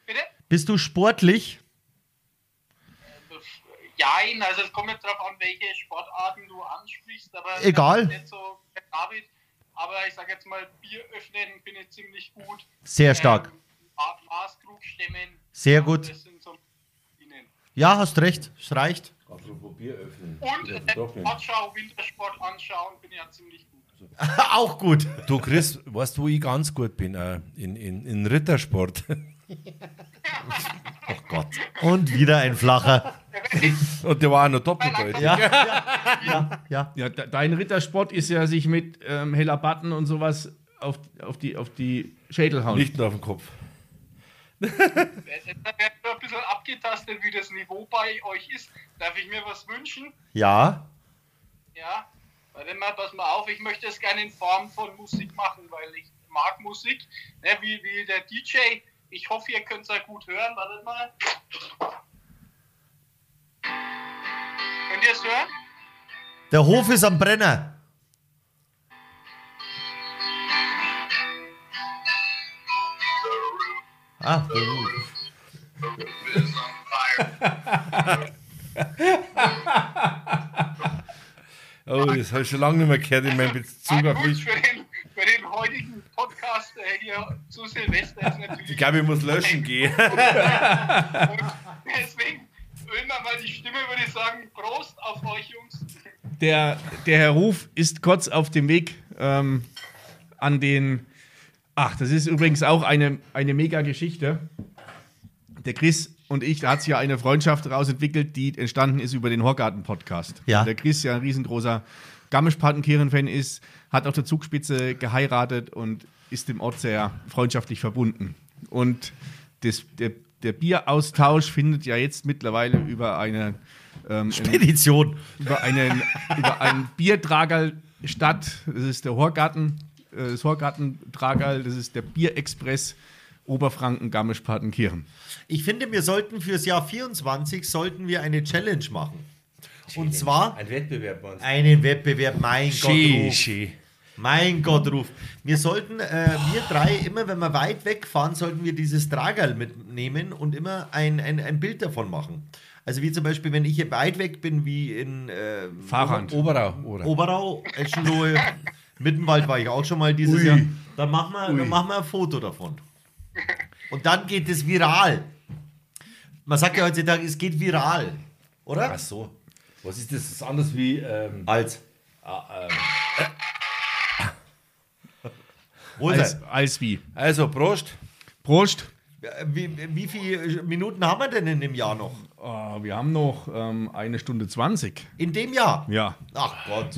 Bitte? Bist du sportlich? Jein, also es kommt jetzt darauf an, welche Sportarten du ansprichst, aber Egal. Nicht so der David, aber ich sage jetzt mal, Bier öffnen bin ich ziemlich gut. Sehr stark. Ähm, Ma- Maßkrug stemmen. Sehr Ja, gut. Das sind so Innen. Ja, hast recht. Es reicht. Apropos Bier öffnen. Und Ja, äh, doch nicht. Sportschau, Wintersport anschauen, bin ich ja ziemlich gut. Auch gut. Du, Chris, weißt du, wo ich ganz gut bin? Äh, In, in, in Rittersport. Oh Gott. Und wieder ein flacher. Und der war auch noch doppeldeutig. Ja, ja, ja, ja. Ja, de dein Rittersport ist ja sich mit ähm, heller Button und sowas auf, auf, die, auf die Schädel hauen. Nicht nur auf den Kopf. Jetzt wird nur ein bisschen abgetastet, wie das Niveau bei euch ist. Darf ich mir was wünschen? ja. Ja, weil wenn man, pass mal auf, ich möchte es gerne in Form von Musik machen, weil ich mag Musik, ne, wie, wie der DJ. Ich hoffe, ihr könnt es ja gut hören. Wartet mal. Könnt ihr es hören? Ah, Der Hof ist am Brenner. Ah, der Hof. Oh, das habe ich schon lange nicht mehr gehört in meinem Bezug Ein auf Wunsch mich. für den, für den heutigen Podcast äh, hier zu Silvester ist natürlich. Ich glaube, ich muss löschen gehen. Deswegen ölen wir mal die Stimme, würde ich sagen. Prost auf euch, Jungs. Der, der Herr Ruf ist kurz auf dem Weg ähm, an den. Ach, das ist übrigens auch eine, eine mega Geschichte. Der Chris und ich, da hat sich ja eine Freundschaft daraus entwickelt, die entstanden ist über den Horgarten-Podcast. Ja. Und Der Chris ja ein riesengroßer Garmisch-Partenkirchen-Fan ist, hat auf der Zugspitze geheiratet und ist dem Ort sehr freundschaftlich verbunden. Und das, der, der Bieraustausch findet ja jetzt mittlerweile über eine ähm, Petition. über einen, über einen Biertragerl statt. Das ist der Horgarten, äh, das Horgartentragerl, das ist der Bierexpress Oberfranken Garmisch-Partenkirchen. Ich finde, wir sollten fürs Jahr 24 sollten wir eine Challenge machen. Und zwar Ein Wettbewerb war einen Wettbewerb. Mein Gott, Ruf. schön. Mein Gott, Ruf. Wir sollten, äh, wir drei, immer wenn wir weit wegfahren, sollten wir dieses Tragerl mitnehmen und immer ein, ein, ein Bild davon machen. Also wie zum Beispiel, wenn ich hier weit weg bin, wie in äh, Fahrrad. Oberau, oder? Oberau, Eschenlohe, Mittenwald war ich auch schon mal dieses Ui. Jahr. Dann machen, wir, Ui. dann machen wir ein Foto davon. Und dann geht es viral. Man sagt ja heutzutage, es geht viral. Oder? Ach so. Was ist das? Das ist anders wie. Ähm, Als. ah, ähm, Wo ist er? Als, als wie. also, Prost. Prost. Wie, wie viele Minuten haben wir denn in dem Jahr noch? Oh, wir haben noch ähm, eine Stunde 20. In dem Jahr? Ja. Ach Gott.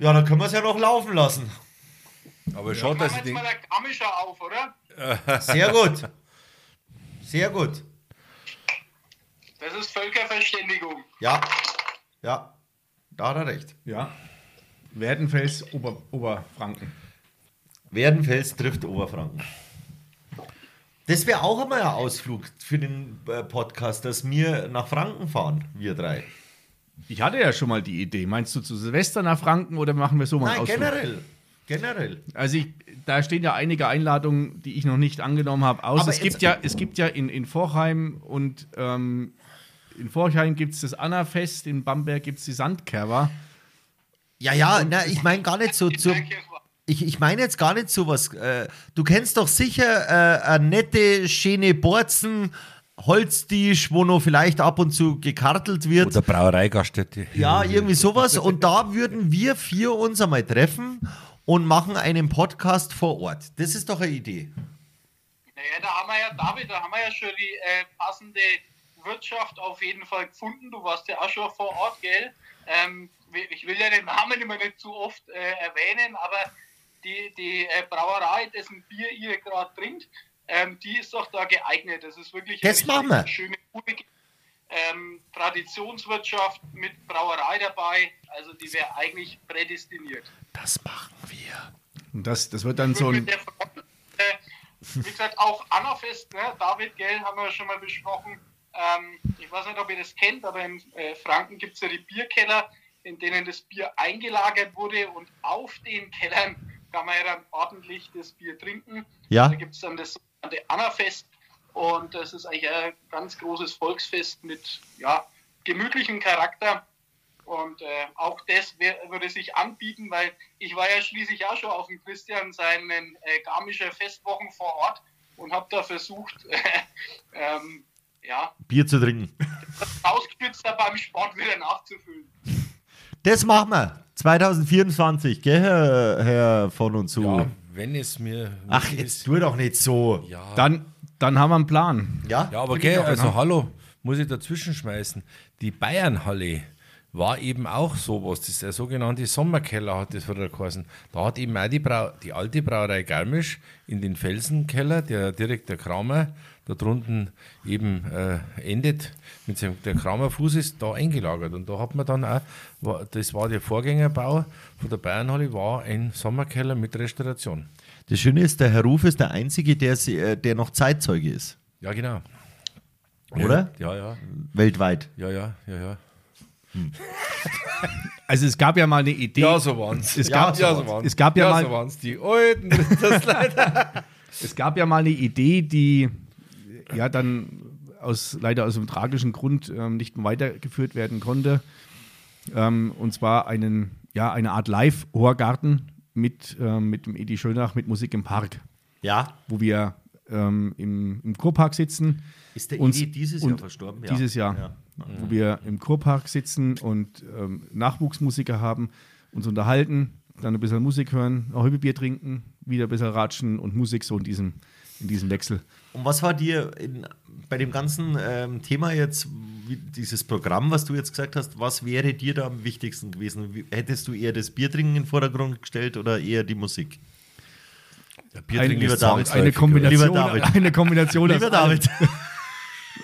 Ja, dann können wir es ja noch laufen lassen. Aber schaut, Machen dass wir jetzt ich den. mal der Garmischer auf, oder? Sehr gut. Sehr gut. Das ist Völkerverständigung. Ja. Ja. Da hat er recht. Ja. Werdenfels Ober Oberfranken. Werdenfels trifft Oberfranken. Das wäre auch einmal ein Ausflug für den äh, Podcast, dass wir nach Franken fahren, wir drei. Ich hatte ja schon mal die Idee. Meinst du zu Silvester nach Franken oder machen wir so mal einen Nein, Ausflug? generell. Generell. Also ich, da stehen ja einige Einladungen, die ich noch nicht angenommen habe, aus. Aber Es gibt jetzt- ja, es gibt ja in, in Vorheim und ähm, in Vorheim gibt es das Annafest, in Bamberg gibt es die Sandkerber. Ja, ja, na, ich meine gar nicht so zu. Kirchweih. Ich, ich meine jetzt gar nicht sowas. Äh, du kennst doch sicher äh, eine nette, schöne Borzen, Holztisch, wo noch vielleicht ab und zu gekartelt wird. Oder Brauereigaststätte. Ja, irgendwie sowas. Und da würden wir vier uns einmal treffen und machen einen Podcast vor Ort. Das ist doch eine Idee. Naja, da haben wir ja, David, da haben wir ja schon die äh, passende Wirtschaft auf jeden Fall gefunden. Du warst ja auch schon vor Ort, gell? Ähm, wi- ich will ja den Namen immer nicht zu oft äh, erwähnen, aber die, die äh, Brauerei, dessen Bier ihr gerade trinkt, ähm, die ist doch da geeignet. Das ist wirklich Das richtig machen wir. schöne ruhige, ähm, Traditionswirtschaft mit Brauerei dabei. Also die wäre eigentlich prädestiniert. Das machen wir. Und das, das wird dann Gut, so ein. mit der Front, äh, wie gesagt, auch Annafest, ne? David Gell haben wir schon mal besprochen. Ähm, ich weiß nicht, ob ihr das kennt, aber in äh, Franken gibt es ja die Bierkeller, in denen das Bier eingelagert wurde und auf den Kellern kann man ja dann ordentlich das Bier trinken. Ja. Da gibt es dann das sogenannte Annafest und das ist eigentlich ein ganz großes Volksfest mit ja, gemütlichem Charakter. Und äh, auch das wär, würde sich anbieten, weil ich war ja schließlich auch schon auf dem Christian seinen äh, Garmischer Festwochen vor Ort und habe da versucht, äh, ähm, ja, Bier zu trinken. ausgespitzt beim Sport wieder nachzufüllen. Das machen wir. 2024, gell, Herr, Herr von und zu. Ja, wenn es mir. Ach, jetzt tu doch nicht so. Ja. Dann, dann haben wir einen Plan. Ja, aber gell, also hallo, muss ich dazwischen schmeißen. Die Bayernhalle war eben auch sowas. Das ist der sogenannte Sommerkeller, hat das früher geheißen. Da hat eben auch die, Brau die alte Brauerei Garmisch in den Felsenkeller, der direkt der Kramer, da drunten eben äh, endet, mit seinem, der Kramerfuß ist da eingelagert. Und da hat man dann auch, war- das war der Vorgängerbau von der Bayernhalle, war ein Sommerkeller mit Restauration. Das Schöne ist, der Herr Ruf ist der Einzige, der, sie- äh, der noch Zeitzeuge ist. Ja, genau. Oder? Ja, ja, Weltweit. ja, ja, ja, ja. Also es gab ja mal eine Idee. Ja, so waren's. Es gab- ja, so waren's. es gab ja mal- so waren's. Die alten. Das leider. Es gab ja mal eine Idee, die ja dann aus, leider aus einem tragischen Grund ähm, nicht mehr weitergeführt werden konnte. Ähm, und zwar einen, ja, eine Art Live-Horgarten mit, ähm, mit dem Edi Schönach mit Musik im Park, Ja. wo wir ähm, im, im Kurpark sitzen. Ist der Uns- Edi dieses und Jahr verstorben? Ja. Dieses Jahr, Ja. wo wir im Kurpark sitzen und ähm, Nachwuchsmusiker haben, uns unterhalten, dann ein bisschen Musik hören, ein Heubebier trinken, wieder ein bisschen ratschen und Musik so in diesem, in diesem Wechsel. Und was war dir in, bei dem ganzen ähm, Thema jetzt, wie, dieses Programm, was du jetzt gesagt hast, was wäre dir da am wichtigsten gewesen? Wie, hättest du eher das Biertrinken in den Vordergrund gestellt oder eher die Musik? Biertrinken lieber ist David, zwangsläufig, Eine oder? Kombination, Lieber David. eine Kombination, aus Lieber David.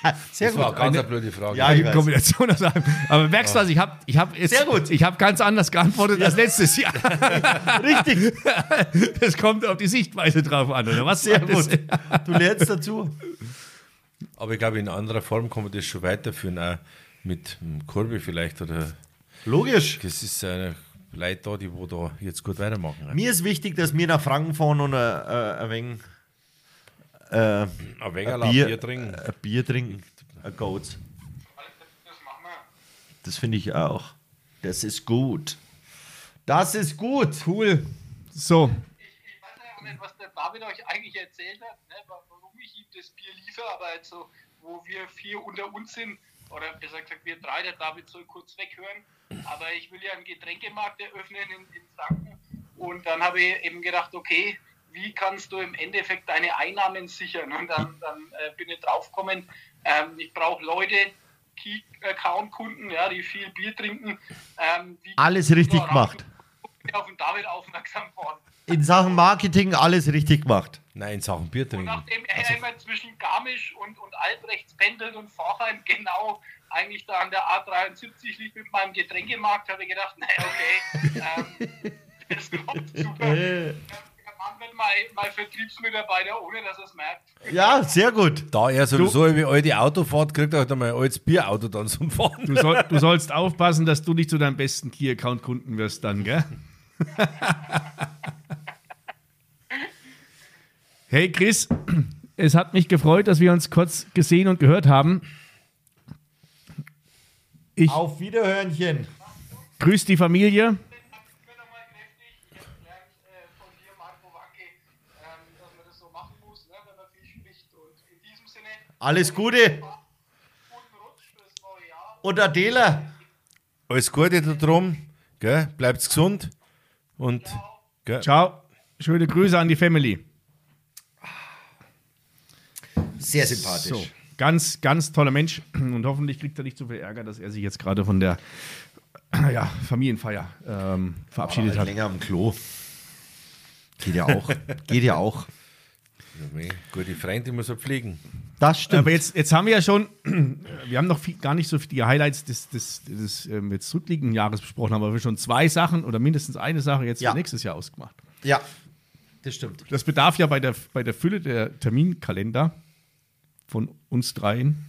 Ah, Sehr Das war eine ganz Eine- eine blöde Frage. Ja, Allem, ich eine weiß. Kombination aus allem. Aber merkst du was, ich habe ich hab jetzt- Sehr gut. ich hab ganz anders geantwortet als letztes Jahr. Richtig, Das kommt auf die Sichtweise drauf an, oder was? sehr Das- gut. Du lernst dazu. Aber ich glaube, in anderer Form kann man das schon weiterführen. Auch mit dem Kurve vielleicht. Oder Logisch. das ist äh, Leute da, die wo da jetzt gut weitermachen. Mir ist wichtig, dass wir nach Franken fahren und äh, äh, ein wenig äh, Ein Wegerl, Ein Bier- Bier trinken. ein Bier trinken. Ein Goats. Das machen wir. Das finde ich auch. Das ist gut. Das ist gut. Cool. So, Ich, ich weiß ja auch nicht, was der David euch eigentlich erzählt hat, ne? wa- warum ich ihm das Bier liefere, aber also, wo wir vier unter uns sind, oder besser gesagt, wir drei, der David soll kurz weghören, aber ich will ja einen Getränkemarkt eröffnen in, in Franken und dann habe ich eben gedacht, okay, wie kannst du im Endeffekt deine Einnahmen sichern? Und dann, dann äh, bin ich draufgekommen, ähm, ich brauche Leute, äh, Key-Account-Kunden, ja, die viel Bier trinken. Ähm, die Alles richtig Ja, gemacht. bin auf den David aufmerksam worden. In Sachen Marketing alles richtig gemacht. Nein, in Sachen Bier Hm. Und trinken. nachdem er immer zwischen Garmisch und, und Albrechts pendelt und Vorheim genau eigentlich da an der A73 liegt mit meinem Äh. Getränkemarkt, habe ich gedacht, naja, okay, ähm, das kommt super. Dann haben wir wird mein, mein Vertriebsmitarbeiter, ohne dass er es merkt. Ja, sehr gut. Da er sowieso über alte Autofahrt kriegt, er halt einmal ein altes Bierauto dann zum Fahren. Du, soll, du sollst aufpassen, dass du nicht zu deinem besten Key-Account-Kunden wirst dann, gell? hey Chris, es hat mich gefreut, dass wir uns kurz gesehen und gehört haben. Ich Auf Wiederhörnchen. grüße die Familie. Den hab ich mir nochmal kräftig gelernt äh, von dir, Marco Wanke, ähm, dass man das so machen muss, ne, wenn man viel spricht. Und in diesem Sinne, Alles Gute guten Rutsch fürs neue Jahr. und Adela. Alles Gute da drum, gell? Bleibt's gesund und gell? Ciao. Schöne Grüße an die Family. Sehr sympathisch. So, ganz, ganz toller Mensch. Und hoffentlich kriegt er nicht so viel Ärger, dass er sich jetzt gerade von der ja, Familienfeier ähm, verabschiedet Halt hat. länger am Klo. Geht ja auch. Geht ja auch. Gute Freunde muss er pflegen. Das stimmt. Aber jetzt, jetzt haben wir ja schon, wir haben noch viel, gar nicht so die Highlights des, des, des ähm, jetzt zurückliegenden Jahres besprochen, aber wir haben schon zwei Sachen oder mindestens eine Sache jetzt Ja. für nächstes Jahr ausgemacht. Ähm, ja, das stimmt. Das bedarf ja bei der, bei der Fülle der Terminkalender von uns dreien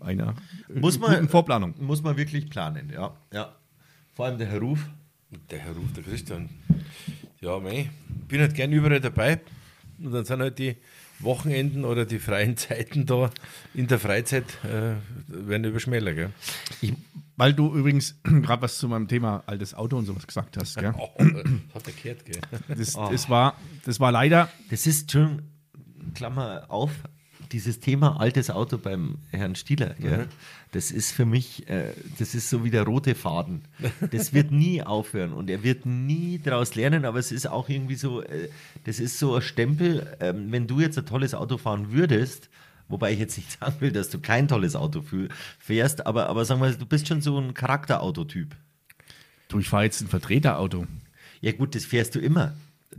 einer äh, Muss guten man- Vorplanung. Muss man wirklich planen, ja. ja. Vor allem der Herr Ruf. Der Herr Ruf, der Christian. Ja, mei. Bin halt gern überall dabei. Und dann sind halt die Wochenenden oder die freien Zeiten da in der Freizeit äh, werden überschmäler, gell? Weil du übrigens gerade was zu meinem Thema altes Auto und sowas gesagt hast. Gell? Oh, äh, hat er gehört, gell? Das, Ah. das, war, das war leider Das ist schon, Klammer auf, dieses Thema altes Auto beim Herrn Stieler. Mhm. Gell? Das ist für mich, äh, das ist so wie der rote Faden. Das wird nie aufhören und er wird nie daraus lernen, aber es ist auch irgendwie so, äh, das ist so ein Stempel. Ähm, wenn du jetzt ein tolles Auto fahren würdest, Wobei ich jetzt nicht sagen will, dass du kein tolles Auto fü- fährst, aber, aber sagen wir, du bist schon so ein Charakterautotyp. Du, ich fahre jetzt ein Vertreterauto. Ja gut, das fährst du immer.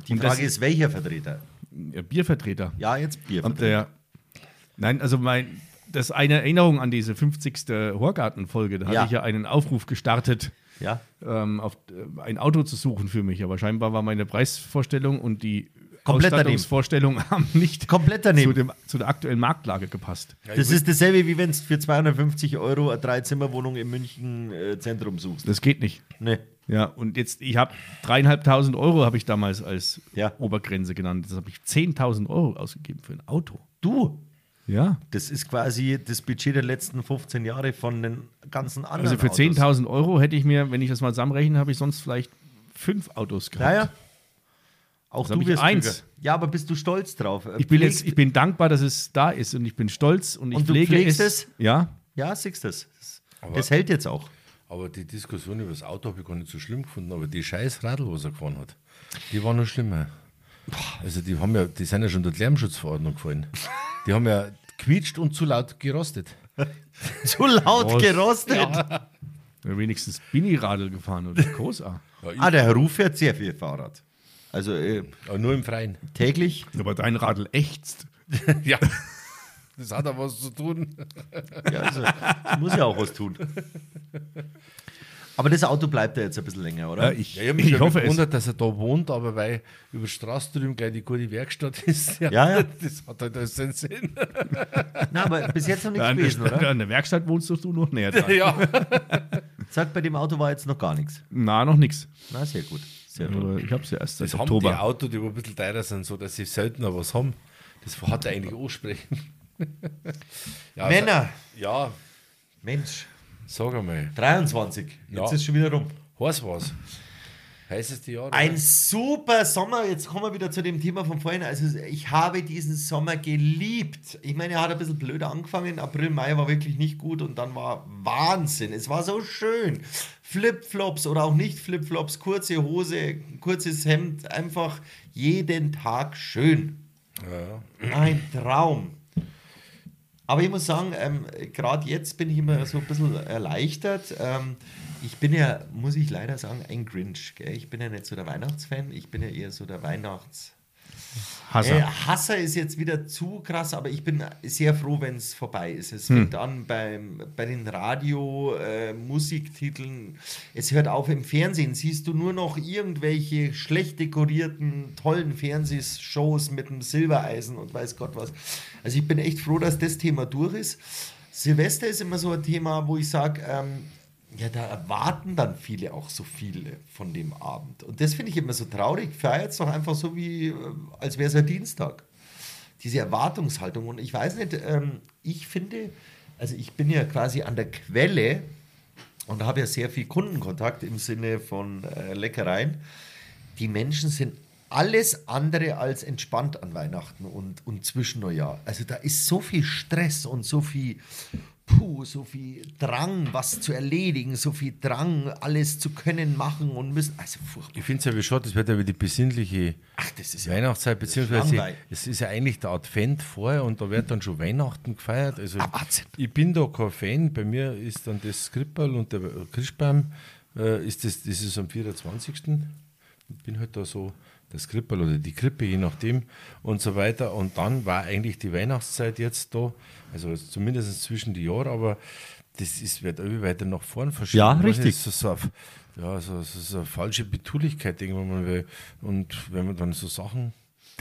Die Und das Frage ist, welcher Vertreter? Ein Biervertreter. Ja, jetzt Und Biervertreter. der, nein, also mein, das ist eine Erinnerung an diese 50. Horgarten-Folge. Da Ja. hatte ich ja einen Aufruf gestartet, Ja. ähm, auf, äh, ein Auto zu suchen für mich. Aber scheinbar war meine Preisvorstellung und die Komplett daneben. Ausstattungsvorstellung haben nicht Komplett zu, daneben. dem, zu der aktuellen Marktlage gepasst. Das ist dasselbe, wie wenn du für 250 Euro eine Dreizimmerwohnung im München äh, Zentrum suchst. Ne. Das geht nicht. Nee. Ja, und jetzt, ich habe dreieinhalbtausend Euro, habe ich damals als Ja. Obergrenze genannt. Jetzt habe ich 10.000 Euro ausgegeben für ein Auto. Du, Ja. das ist quasi das Budget der letzten 15 Jahre von den ganzen anderen Also für Autos. 10.000 Euro hätte ich mir, wenn ich das mal zusammenrechne, habe ich sonst vielleicht fünf Autos gehabt. Naja. Auch Jetzt hab du ich wirst eins. klüger. Ja, aber bist du stolz drauf? Ich bin jetzt, ich bin dankbar, dass es da ist und ich bin stolz und ich Und du pflege pflegst es. es? Ja. Ja, siehst du das. Das, das hält jetzt auch. Aber die Diskussion über das Auto habe ich gar nicht so schlimm gefunden, aber die scheiß Radl, was er gefahren hat, die war noch schlimmer. Also die haben ja, die sind ja schon der Lärmschutzverordnung gefallen. Die haben ja quietscht und zu laut gerostet. Zu laut Was? gerostet. Ja, Wenigstens bin ich Radl gefahren oder Cosa. Ah, der Herr Ruf fährt sehr viel Fahrrad. Also äh, Aber nur im Freien. täglich. Aber dein Radl ächzt. Ja. Das hat auch was zu tun. Ja, also, ich muss ja auch was tun. Aber das Auto bleibt ja jetzt ein bisschen länger, Ja, oder? Äh, ich Ja, ich habe mich ich schon hoffe es. gewundert, dass er da wohnt, aber weil über die Straße drüben gleich die gute Werkstatt ist. Ja, ja. Das hat halt alles seinen Sinn. Na, aber bis jetzt noch nichts An gewesen, der, oder? an der Werkstatt wohnst doch du noch näher dran. Ja. Sagt, bei dem Auto war jetzt noch gar nichts. Na, noch nichts. Na, sehr gut. Sehr gut. Aber Ich habe es ja erst seit Das haben die Oktober. Autos, die wo ein bisschen teurer sind, so dass sie seltener was haben. Das hat er eigentlich ansprechen. Ja, Männer. sa- Ja, Mensch, sag einmal. 23. Jetzt Ja. ist schon wieder rum. Heiß was? Heißes die Jahre. Ein super Sommer. Jetzt kommen wir wieder zu dem Thema von vorhin. Also, ich habe diesen Sommer geliebt. Ich meine, er hat ein bisschen blöder angefangen. April, Mai war wirklich nicht gut und dann war Wahnsinn. Es war so schön. Flipflops oder auch nicht Flipflops, kurze Hose, kurzes Hemd, einfach jeden Tag schön. Ein Traum. Aber ich muss sagen, ähm, gerade jetzt bin ich immer so ein bisschen erleichtert. Ähm, ich bin ja, muss ich leider sagen, ein Grinch. Gell? Ich bin ja nicht so der Weihnachtsfan, ich bin ja eher so der Weihnachts. Hasser. Äh, Hasser ist jetzt wieder zu krass, aber ich bin sehr froh, wenn es vorbei ist. Es fängt an beim, bei den Radio-Musiktiteln. es hört auf im Fernsehen. Siehst du nur noch irgendwelche schlecht dekorierten, tollen Fernsehshows mit dem Silbereisen und weiß Gott was. Also ich bin echt froh, dass das Thema durch ist. Silvester ist immer so ein Thema, wo ich sage, ähm, ja, da erwarten dann viele auch so viele von dem Abend. Und das finde ich immer so traurig. Feiert es doch einfach so, wie äh, als wäre es ein Dienstag. Diese Erwartungshaltung. Und ich weiß nicht, ähm, ich finde, also ich bin ja quasi an der Quelle und habe ja sehr viel Kundenkontakt im Sinne von äh, Leckereien. Die Menschen sind alles andere als entspannt an Weihnachten und, und zwischen Neujahr. Also da ist so viel Stress und so viel Puh, so viel Drang, was zu erledigen, so viel Drang, alles zu können, machen und müssen. Also furchtbar. Ich finde es ja bescheuert, es wird ja wieder die besinnliche Ach, das ist ja Weihnachtszeit, beziehungsweise Schlammweih. es ist ja eigentlich der Advent vorher und da wird dann schon Weihnachten gefeiert. Also Ah, Wahnsinn. ich bin da kein Fan, bei mir ist dann das Skripperl und der Christbaum, äh, ist das, das ist am 24. Ich bin halt da so das Krippel oder die Krippe, je nachdem und so weiter. Und dann war eigentlich die Weihnachtszeit jetzt da, also zumindest zwischen die Jahren, aber das ist, wird irgendwie weiter nach vorn verschoben. Ja, Das richtig. ist so, so, auf- ja, so, so, so eine falsche Betulichkeit irgendwann mal. weil- Und wenn man dann so Sachen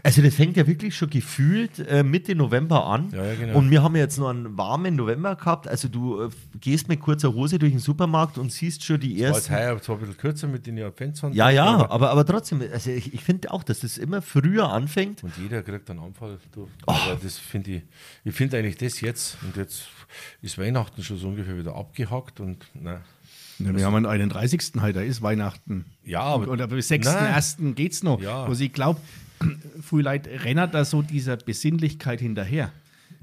Also das fängt ja wirklich schon gefühlt äh, Mitte November an. Ja, ja, genau. Und wir haben ja jetzt noch einen warmen November gehabt. Also du äh, gehst mit kurzer Hose durch den Supermarkt und siehst schon die War es ersten. heuer zwar ein bisschen kürzer mit den Adventshandlungen. Ja, ja, aber, aber trotzdem, also ich, ich finde auch, dass das immer früher anfängt. Und jeder kriegt einen Anfall. Du. Aber das finde ich, ich finde eigentlich das jetzt. Und jetzt ist Weihnachten schon so ungefähr wieder abgehackt und nein. Na, wir haben am 31. halt, da ist Weihnachten. Ja, aber- Oder bis Nein. 6.1. geht's noch. Also Ja. Wo sie glaubt, Frühleid rennt da so dieser Besinnlichkeit hinterher.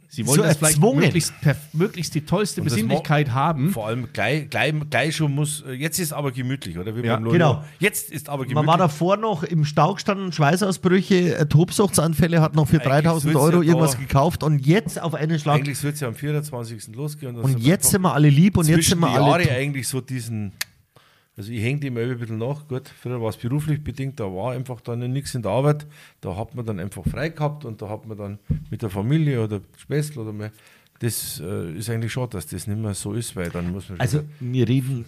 Sie wollen So das vielleicht erzwungen. möglichst, perf- möglichst die tollste das Besinnlichkeit Hm? haben. Vor allem gleich, gleich, gleich schon muss, jetzt ist aber gemütlich, oder? Wie Ja, Lolo. genau. Jetzt ist aber gemütlich. Man war davor noch im Stau gestanden, Schweißausbrüche, äh, Tobsuchtsanfälle, hat noch für Eigentlich 3000 soll's Euro ja da- irgendwas gekauft und jetzt auf einen Schlag. eigentlich soll es ja am 24. losgehen. dann und sind jetzt sind einfach wir alle lieb und jetzt zwischen sind wir die alle. Jahre eigentlich so diesen. Also ich hänge dem irgendwie ein bisschen nach. Gut, früher war es beruflich bedingt, da war einfach dann nichts in der Arbeit. Da hat man dann einfach frei gehabt und da hat man dann mit der Familie oder Spätzle oder mehr. Das äh, ist eigentlich schade, dass das nicht mehr so ist, weil dann muss man schon- Also wir reden,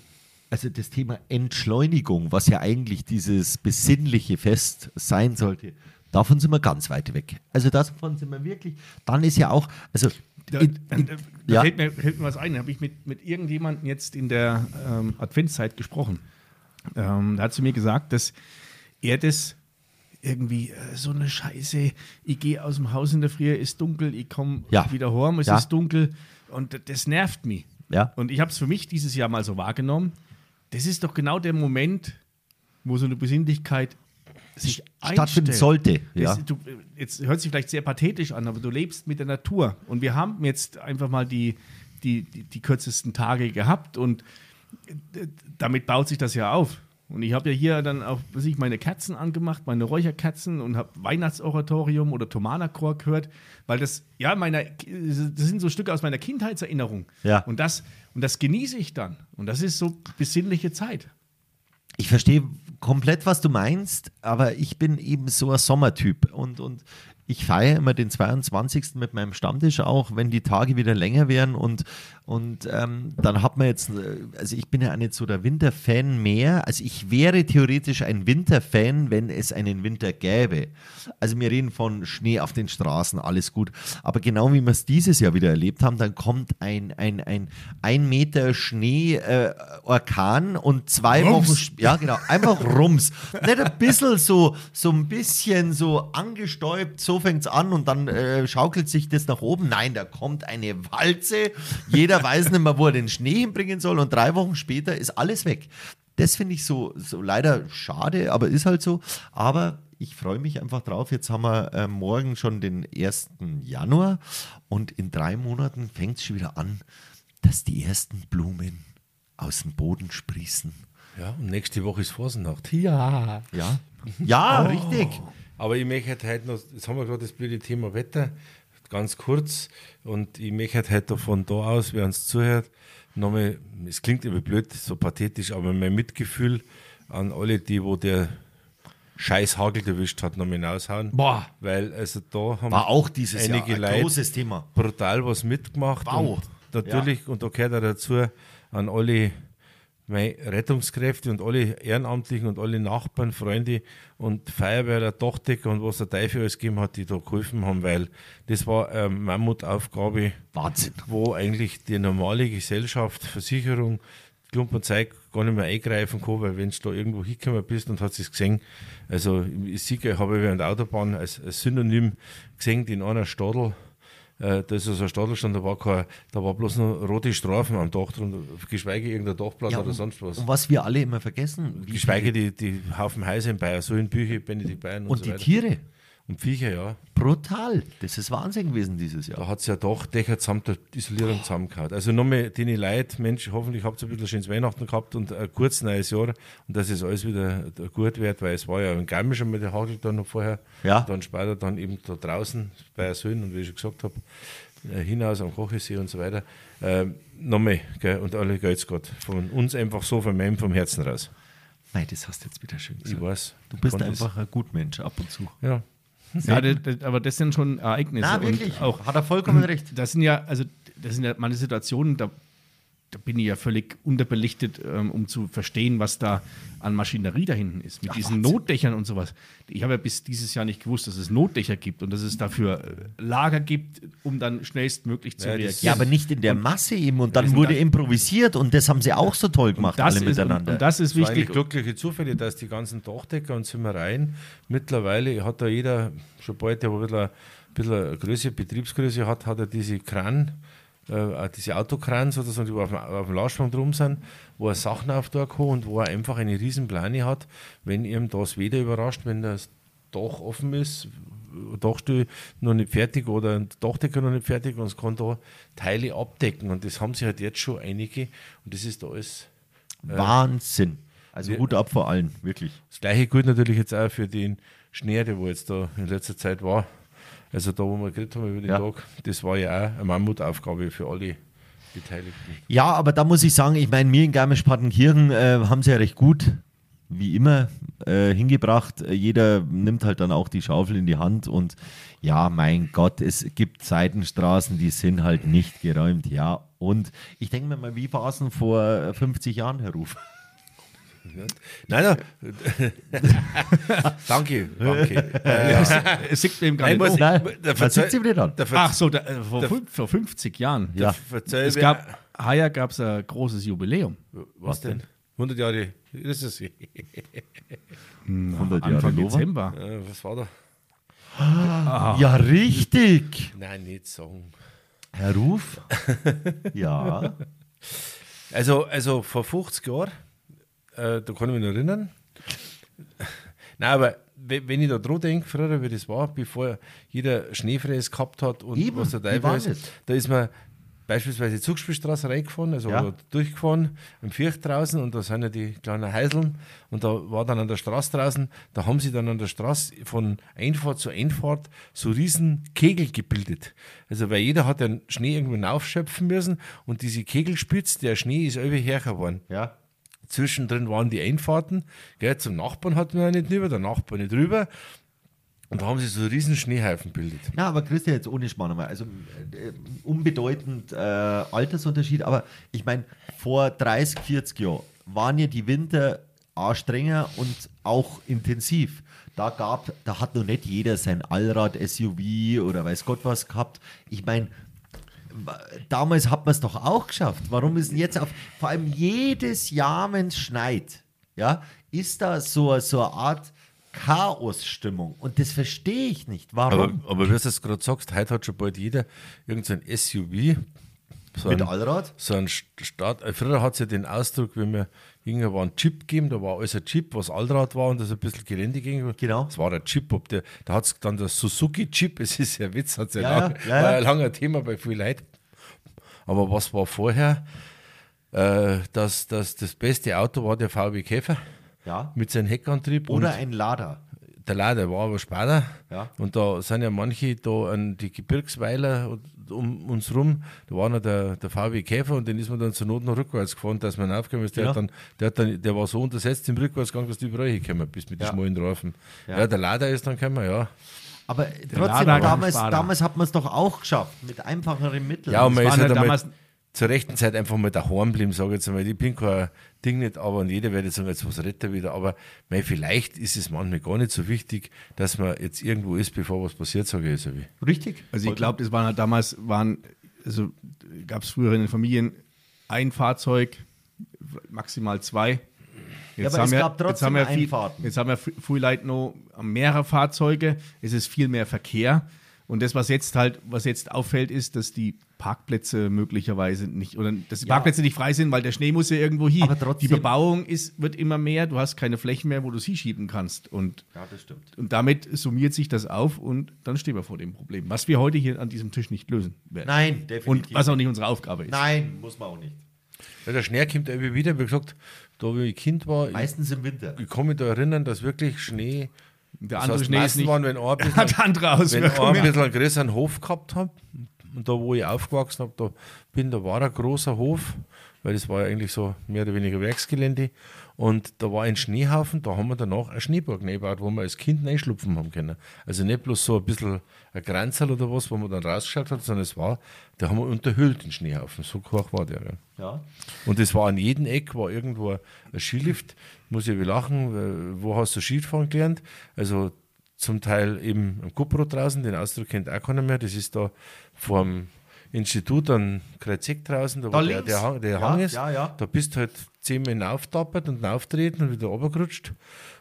also das Thema Entschleunigung, was ja eigentlich dieses besinnliche Fest sein sollte, davon sind wir ganz weit weg. Also davon sind wir wirklich, dann ist ja auch, also Da, in, da, in, da ja, fällt, mir, fällt mir was ein. Da habe ich mit, mit irgendjemandem jetzt in der ähm, Adventszeit gesprochen. Ähm, da hat sie mir gesagt, dass er das irgendwie äh, so eine Scheiße, ich gehe aus dem Haus in der Früh, ist dunkel, ich komme Ja. wieder heim, es Ja. ist dunkel und d- das nervt mich. Ja. Und ich habe es für mich dieses Jahr mal so wahrgenommen. Das ist doch genau der Moment, wo so eine Besinnlichkeit sich stattfinden einstellt. sollte, Das, ja. du, jetzt hört sich vielleicht sehr pathetisch an, aber du lebst mit der Natur. Und wir haben jetzt einfach mal die, die, die, die kürzesten Tage gehabt und äh, damit baut sich das ja auf. Und ich habe ja hier dann auch was weiß ich, meine Kerzen angemacht, meine Räucherkerzen und habe Weihnachtsoratorium oder Thomanerchor gehört, weil das, ja, meiner, das sind so Stücke aus meiner Kindheitserinnerung. Ja. Und das, und das genieße ich dann. Und das ist so besinnliche Zeit. ich verstehe komplett, was du meinst, aber ich bin eben so ein Sommertyp und, und ich feiere immer den 22. mit meinem Stammtisch auch, wenn die Tage wieder länger werden und, und ähm, dann hat man jetzt, äh, also ich bin ja auch nicht so der Winterfan mehr, also ich wäre theoretisch ein Winterfan, wenn es einen Winter gäbe. Also wir reden von Schnee auf den Straßen, alles gut, aber genau wie wir es dieses Jahr wieder erlebt haben, dann kommt ein, ein, ein, ein Meter Schnee-Orkan und zwei Wochen, sp- ja genau, einfach Rums. Nicht ein bisschen so, so ein bisschen so angestäubt, so fängt es an und dann äh, schaukelt sich das nach oben. Nein, da kommt eine Walze, jeder weiß nicht mehr, wo er den Schnee hinbringen soll und drei Wochen später ist alles weg. Das finde ich so, so leider schade, aber ist halt so. Aber ich freue mich einfach drauf. Jetzt haben wir äh, morgen schon den 1. Januar und in drei Monaten fängt es schon wieder an, dass die ersten Blumen aus dem Boden sprießen. ja, und nächste Woche ist Vorsennacht. Ja. Ja, ja richtig. Aber ich möchte halt heute noch, jetzt haben wir gerade das blöde Thema Wetter, ganz kurz. Und ich möchte halt heute von da aus, wer uns zuhört, nochmal, es klingt immer blöd, so pathetisch, aber mein Mitgefühl an alle, die, wo der scheiß Hagel erwischt hat, noch mal hinaushauen. Boah. Weil also da haben War auch dieses Jahr einige ein Leute großes Thema. brutal was mitgemacht. Wow. Und natürlich, und da gehört auch dazu an alle meine Rettungskräfte und alle Ehrenamtlichen und alle Nachbarn, Freunde und Feuerwehr, Dachdecker und was der Teufel alles gegeben hat, die da geholfen haben, weil das war eine Mammutaufgabe Wahnsinn. wo eigentlich die normale Gesellschaft, Versicherung, Klump und Zeig gar nicht mehr eingreifen kann, weil wenn du da irgendwo hingekommen bist und hast es gesehen, also ich Sieger habe ich während der Autobahn als, als Synonym gesehen, die in einer Stadel, äh, da ist also ein Stadelstand, da war kein, da war bloß nur rote Strafen am Dach drin, geschweige irgendein Dachplatz Ja, oder und- sonst was. Und was wir alle immer vergessen, wie Geschweige die, die Haufen Häuser in Bayern, so in Büche, Benedikt Bayern und, und so die weiter. Tiere. Und Viecher, ja. Brutal. Das ist Wahnsinn gewesen dieses Jahr. Da hat es ja doch Dächer zusammen, der Isolierung zusammengehauen. Also nochmal denen leid, Mensch, hoffentlich habt ihr ein bisschen schönes Weihnachten gehabt und ein kurzes neues Jahr und dass es alles wieder gut wird, weil es war ja in Garmisch schon mal der Hagel da noch vorher. Ja. Dann später dann eben da draußen bei Söhnen und wie ich schon gesagt habe, äh, hinaus am Kochesee und so weiter. Ähm, nochmal, gell, und alle geht's Gott. Von uns einfach so, von meinem, vom Herzen raus. Nein, das hast du jetzt wieder schön gesagt. Ich weiß. Du bist Konnt es- einfach ein Gutmensch ab und zu. Ja. Ja, das, das, aber das sind schon Ereignisse. Na, und wirklich. Auch, Hat er vollkommen recht. das sind ja, also, das sind ja meine Situationen, da, da bin ich ja völlig unterbelichtet, ähm, um zu verstehen, was da an Maschinerie da hinten ist. Mit diesen Notdächern und sowas. Ich habe ja bis dieses Jahr nicht gewusst, dass es Notdächer gibt und dass es dafür äh, Lager gibt, um dann schnellstmöglich zu Ja, das- reagieren. Ja, aber nicht in der Masse eben. Und dann sind wurde da- improvisiert und das haben sie auch so toll gemacht, das alle ist, und, miteinander. und das ist Das waren wichtig. eigentlich glückliche Zufälle, dass die ganzen Dachdecker und Zimmereien mittlerweile hat da jeder, schon bald, der ein bisschen, ein bisschen eine Größe, Betriebsgröße hat, hat er diese Kran, äh, auch diese Autokran sozusagen, die auf dem, auf dem Laufsprung drum sind, wo er Sachen auftun kann und wo er einfach eine riesen Plane hat, wenn ihm das weder überrascht, wenn das Dach offen ist, Dachstuhl noch nicht fertig oder ein Dachdecker noch nicht fertig und es kann da Teile abdecken und das haben sie halt jetzt schon einige und das ist da alles Wahnsinn. Also Hut ab vor allen, wirklich. Das gleiche gilt natürlich jetzt auch für den Schnee, der wo jetzt da in letzter Zeit war. Also da, wo wir geredet haben über den Ja. Tag, das war ja auch eine Mammutaufgabe für alle Beteiligten. Ja, aber da muss ich sagen, ich meine, mir in Garmisch-Partenkirchen äh, haben sie ja recht gut, wie immer, äh, hingebracht. Äh, Jeder nimmt halt dann auch die Schaufel in die Hand und ja, mein Gott, es gibt Seitenstraßen, die sind halt nicht geräumt, ja. Und ich denke mir mal, wie war es denn vor äh, 50 Jahren, Herr Ruf? Nein, nein. danke, danke. Es sieht mir eben gar Nein, nicht muss auf. ich- Nein, was der Verzeih- sind Sie wieder dran? der Verzeih- Ach so, da, äh, vor, fünf, vor 50 Jahren. Ja. Verzeih- Es gab, heuer gab es ein großes Jubiläum. was denn? 100 Jahre, das ist es. Äh, 100 Anfang Nova? Dezember. Äh, was war da? Ja, richtig. Nein, nicht sagen. Herr Ruf? Ja. Also, also vor 50 Jahren, äh, da kann ich mich noch erinnern. Nein, aber we- wenn ich da dran denke, früher, wie das war, bevor jeder Schneefräs gehabt hat und Eben, was der wie war Teufel das? ist, da ist man beispielsweise die Zugspielstraße reingefahren, also Ja. oder durchgefahren, im Vierch draußen und da sind ja die kleinen Heiseln und da war dann an der Straße draußen, da haben sie dann an der Straße von Einfahrt zu Einfahrt so riesen Kegel gebildet. Also weil jeder hat den Schnee irgendwo aufschöpfen müssen und diese Kegelspitze, der Schnee ist irgendwie hercher geworden. ja. Zwischendrin waren die Einfahrten. Gell, zum Nachbarn hat man ja nicht rüber, der Nachbar nicht rüber. Und da haben sie so riesen Schneehaufen gebildet. Na, aber Christian, jetzt ohne Spann mal. Also äh, unbedeutend äh, Altersunterschied, aber ich meine, vor 30, 40 Jahren waren ja die Winter auch strenger und auch intensiv. Da gab, da hat noch nicht jeder sein Allrad-SUV oder weiß Gott was gehabt. Ich meine, wa- damals hat man es doch auch geschafft. Warum ist denn jetzt auf, vor allem jedes Jahr, wenn es schneit, ja, ist da so, so eine Art Chaosstimmung. Und das verstehe ich nicht. Warum? Aber, aber wie du es gerade sagst, heute hat schon bald jeder irgendein SUV. So Mit ein- Allrad? so ein St- Start. äh, Früher hat es ja den Ausdruck, wenn wir irgendwann war ein Chip gegeben, da war alles ein Chip, was Allrad war und das ein bisschen Gelände ging. Genau. Das war der Chip, ob der, da hat es dann der Suzuki-Chip, es ist ja Witz, hat ja, Ja, lang, ja, ja. war ja lange ein Thema bei vielen Leuten. Aber was war vorher? Äh, dass, dass das beste Auto war der VW Käfer Ja. mit seinem Heckantrieb. Oder und ein Lader. Talar, der war aber Spader. Ja. Und da sind ja manche da an die Gebirgsweiler und- um uns rum. Da war noch der, der VW Käfer und den ist man dann zur Not noch rückwärts gefahren, dass man aufgekommen ist. Der, Ja. hat dann, der, hat dann, der war so untersetzt im Rückwärtsgang, dass du überall gekommen bist mit den Ja. schmalen Reifen. Ja. Ja. der Lader ist dann gekommen, ja. Aber trotzdem, Lader damals, Sparer. damals hat man es doch auch geschafft, mit einfacheren Mitteln. Ja, und man waren ist halt halt damals damals- zur rechten Zeit einfach mal daheim geblieben, sage ich jetzt einmal. Ich bin kein Ding nicht, aber und jeder wird jetzt sagen, jetzt was rettet er wieder. Aber mei, vielleicht ist es manchmal gar nicht so wichtig, dass man jetzt irgendwo ist, bevor was passiert, sage ich jetzt einmal. Richtig. Also ich glaube, das waren halt damals, waren, also gab es früher in den Familien ein Fahrzeug, maximal zwei. Jetzt aber es wir- gab trotzdem jetzt haben wir viel, Einfahrten. Jetzt haben wir fr- früher halt noch mehrere Fahrzeuge, es ist viel mehr Verkehr. Und das, was jetzt halt, was jetzt auffällt, ist, dass die Parkplätze möglicherweise nicht, oder dass die Ja. Parkplätze nicht frei sind, weil der Schnee muss ja irgendwo hin. Aber trotzdem- die Bebauung ist, wird immer mehr, du hast keine Flächen mehr, wo du sie schieben kannst. Und Ja, das stimmt. und damit summiert sich das auf und dann stehen wir vor dem Problem, was wir heute hier an diesem Tisch nicht lösen werden. Nein, definitiv. Und was auch nicht unsere Aufgabe ist. Nein, muss man auch nicht. Ja, der Schnee kommt irgendwie wieder, wie gesagt, da wo ich Kind war, ich, Meistens im Winter. ich kann mich da erinnern, dass wirklich Schnee, Der das andere heißt, Schnee ist Massen nicht, waren, wenn ein bisschen hat andere wenn ich ein Auswirkungen. bisschen einen größeren Hof gehabt habe, und da wo ich aufgewachsen habe, da bin, da war ein großer Hof, weil das war ja eigentlich so mehr oder weniger Werksgelände. Und da war ein Schneehaufen, da haben wir danach eine Schneeburg gebaut, wo wir als Kind reinschlupfen haben können. Also nicht bloß so ein bisschen ein Granzerl oder was, wo man dann rausgeschaut hat, sondern es war, da haben wir unterhüllt den Schneehaufen. So hoch war der. Ja. Ja. Und es war an jedem Eck, war irgendwo ein Skilift. Muss ich wieder lachen, weil wo hast du Skifahren gelernt? Also zum Teil eben am Kupro draußen, den Ausdruck kennt auch keiner mehr. Das ist da vorm Institut an Kreuzegg draußen, da, wo der, links. der, Hang, der Ja, Hang ist. ja, ja. Da bist du halt zehnmal hinauftappert und hinauftreten und wieder runtergerutscht.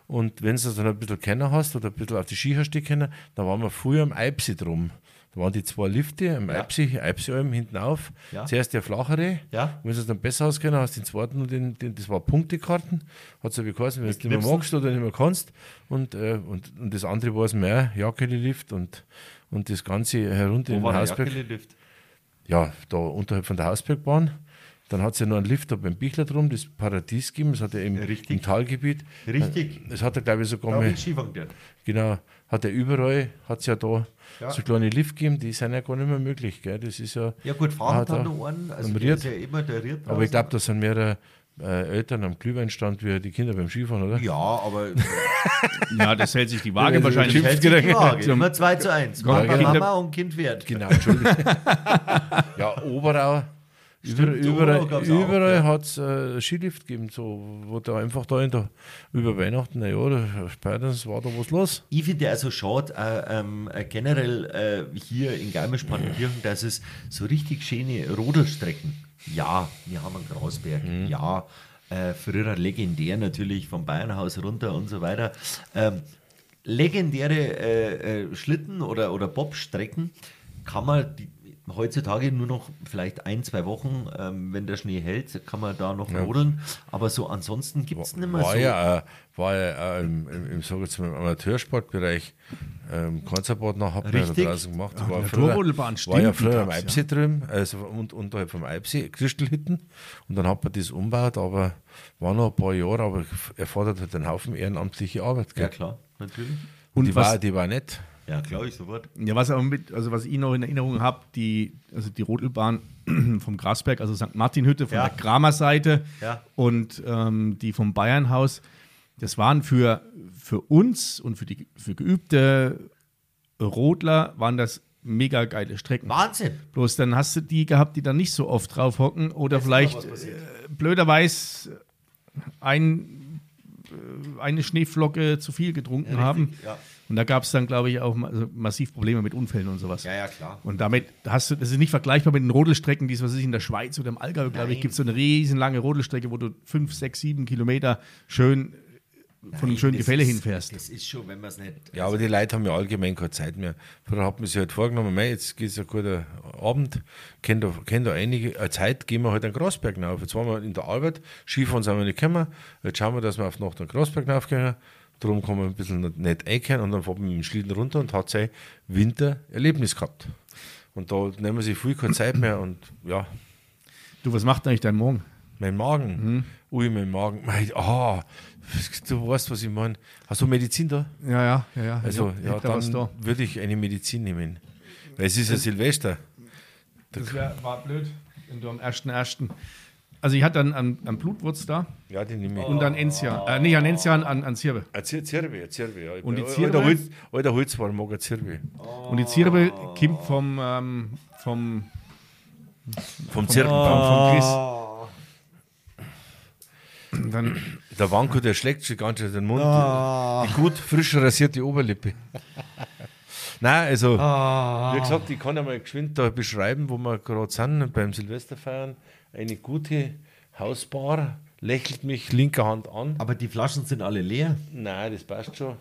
Und wenn du dann ein bisschen keiner hast oder ein bisschen auf die Ski hast die können, dann waren wir früher am Eibsi drum. Da waren die zwei Lifte am Ja. Eibsi, Eibsi-Alm hinten auf. Ja. Zuerst der flachere, Ja. wenn du es dann besser auskennen, hast du den zweiten und den, den, das war Punktekarten. Hat so wie geheißen, wenn du es nicht mehr knipsen. magst oder nicht mehr kannst. Und, äh, und, und das andere war es mehr, Jackeli-Lift und, und das Ganze herunter in den Hausberg. Lift? Ja, da unterhalb von der Hausbergbahn. Dann hat es ja noch einen Lift da beim Bichler drum, das Paradies gegeben, das hat er im, Richtig. im Talgebiet. Richtig. Das hat er, glaube ich, sogar Da mal bin ich Skifahren gelernt. Genau, hat er überall, hat es ja da Ja. so kleine Lift gegeben, die sind ja gar nicht mehr möglich. Gell? Das ist ja. Ja gut, fahren hat er kann nur einen. Also am der Ried. ist ja immer der Ried Aber draußen. ich glaube, da sind mehrere äh, Eltern am Glühweinstand wie die Kinder beim Skifahren, oder? Ja, aber Ja, das hält sich die Waage wahrscheinlich. hält sich die Waage. Immer 2 zu 1. Mama, Kinder- Mama und Kind wert. Genau, Entschuldigung. ja, Oberau. Überall, Stimmt, überall, Oberau gab's auch, überall hat es äh, Skilift gegeben, so, wo da einfach da, in der, über Weihnachten, naja, da, spätestens war da was los. Ich finde ja also schade, äh, ähm, äh, generell äh, hier in Garmisch-Partenkirchen, dass es so richtig schöne Rodelstrecken. Ja, wir haben einen Grausberg. Ja, äh, früher legendär natürlich vom Bayernhaus runter und so weiter. Ähm, legendäre äh, äh, Schlitten- oder, oder Bobstrecken kann man die, heutzutage nur noch vielleicht ein, zwei Wochen, ähm, wenn der Schnee hält, kann man da noch rodeln. Aber so ansonsten gibt es nicht mehr War so. ja, auch- war ja auch im, im, im, sag ich jetzt mal, im Amateursportbereich ähm, Konzertbad noch hat man ja da Richtig. draußen gemacht. Da war, Naturrodelbahn, war ja stimmt, die früher am gab's, Eibsee drüben, also und, unterhalb vom Eibsee, Christelhütten. Und dann hat man das umgebaut, aber war noch ein paar Jahre, aber erfordert halt einen Haufen ehrenamtliche Arbeit. Gell? Ja, klar, natürlich. Und Und die, was- war, die war nett. Ja, glaube ich sofort. Ja, was, aber mit, also was ich noch in Erinnerung habe, die, also die Rodelbahn vom Grasberg, also St. Martin-Hütte von Ja. der Kramer-Seite Ja. und ähm, die vom Bayernhaus, das waren für, für uns und für, die, für geübte Rodler, waren das mega geile Strecken. Wahnsinn. Bloß dann hast du die gehabt, die dann nicht so oft drauf hocken oder vielleicht äh, blöderweise ein, äh, eine Schneeflocke zu viel getrunken haben. Ja. Und da gab es dann, glaube ich, auch ma- also massiv Probleme mit Unfällen und sowas. ja, ja, klar. Und damit hast du, das ist nicht vergleichbar mit den Rodelstrecken, die es, was weiß ich, in der Schweiz oder im Allgäu, glaube ich, Nein. gibt es so eine riesenlange Rodelstrecke, wo du fünf, sechs, sieben Kilometer schön äh, von einem schönen Das Gefälle ist- hinfährst. Das ist schon, wenn man es nicht. Ja, aber die Leute haben ja allgemein keine Zeit mehr. Früher hat man sich halt vorgenommen, mei, jetzt geht es ja guter Abend, kennt da, kennt da einige eine Zeit, gehen wir halt den Grasberg rauf. Jetzt waren wir in der Arbeit, Skifahren sind wir nicht gekommen, jetzt schauen wir, dass wir auf Nacht den Grasberg raufgehen, darum kann man ein bisschen nicht- nicht einkehren und dann fahren wir mit dem Schlitten runter und hat sein Wintererlebnis gehabt. Und da nehmen sie viel keine Zeit mehr und ja, Du, was macht eigentlich dein Morgen? mein Magen. Ui, mein Magen. Mein, ah, Du weißt, was ich meine. Hast du Medizin da? Ja, ja, ja. ja. Also, Ich hab- ja, hab da was dann da. Äh. würde ich eine Medizin nehmen. Weil es ist ja Silvester. Das wär, war blöd, wenn du am 1.1. Also ich hatte einen, einen, einen Blutwurz da Ja, die nehme ich. und dann Enzian. Äh, nicht an Enzian, an, an Zirbe. Eine Zir Zirbe, eine Zirbe. Ja. Und die Zirbe? Alter, Holz, alter Holzwaren mag eine Zirbe. Und die Zirbe kommt vom, ähm, vom, Vom Zirbenbaum. vom, vom Chris. Ah. Dann, Der Wanko, der schlägt schon ganz schön den Mund. Ah. Die gut frisch rasierte Oberlippe. Nein, also, Ah. wie gesagt, ich kann einmal geschwind da beschreiben, wo wir gerade sind, beim Silvesterfeiern. Eine gute Hausbar lächelt mich linker Hand an. Aber die Flaschen sind alle leer. Nein, das passt schon.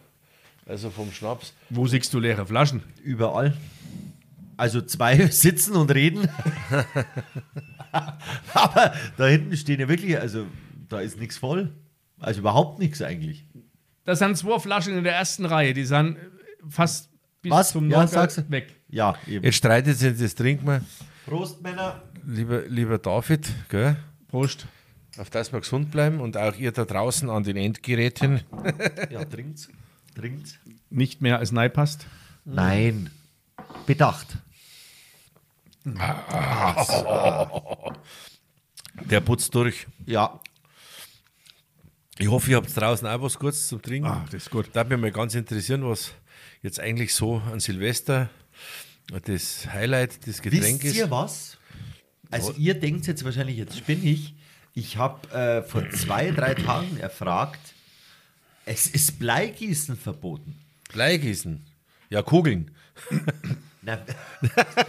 Also vom Schnaps. wo siehst du leere Flaschen? Überall. Also zwei sitzen und reden. Aber da hinten stehen ja wirklich, also da ist nichts voll. Also überhaupt nichts eigentlich. Da sind zwei Flaschen in der ersten Reihe, die sind fast bis Was? zum Ja, Nocker sag's. weg. Ja, eben. Äh. Jetzt streitet sich das Trinkmal. Prost, Männer. Lieber, lieber David, gell? Prost. auf dass wir gesund bleiben und auch ihr da draußen an den Endgeräten. Ja, trinkt's. Trinkt's. Nicht mehr als Nei passt. Nein. Bedacht. Der putzt durch. Ja. Ich hoffe, ihr habt draußen auch was kurz zum Trinken. Ah, das ist gut. Da würde mich mal ganz interessieren, was jetzt eigentlich so an Silvester das Highlight des Getränk Wisst ihr ist. was? Also ihr denkt jetzt wahrscheinlich, jetzt spinne ich. Ich habe äh, vor zwei, drei Tagen erfragt, es ist Bleigießen verboten. Bleigießen. Ja, Kugeln. Na,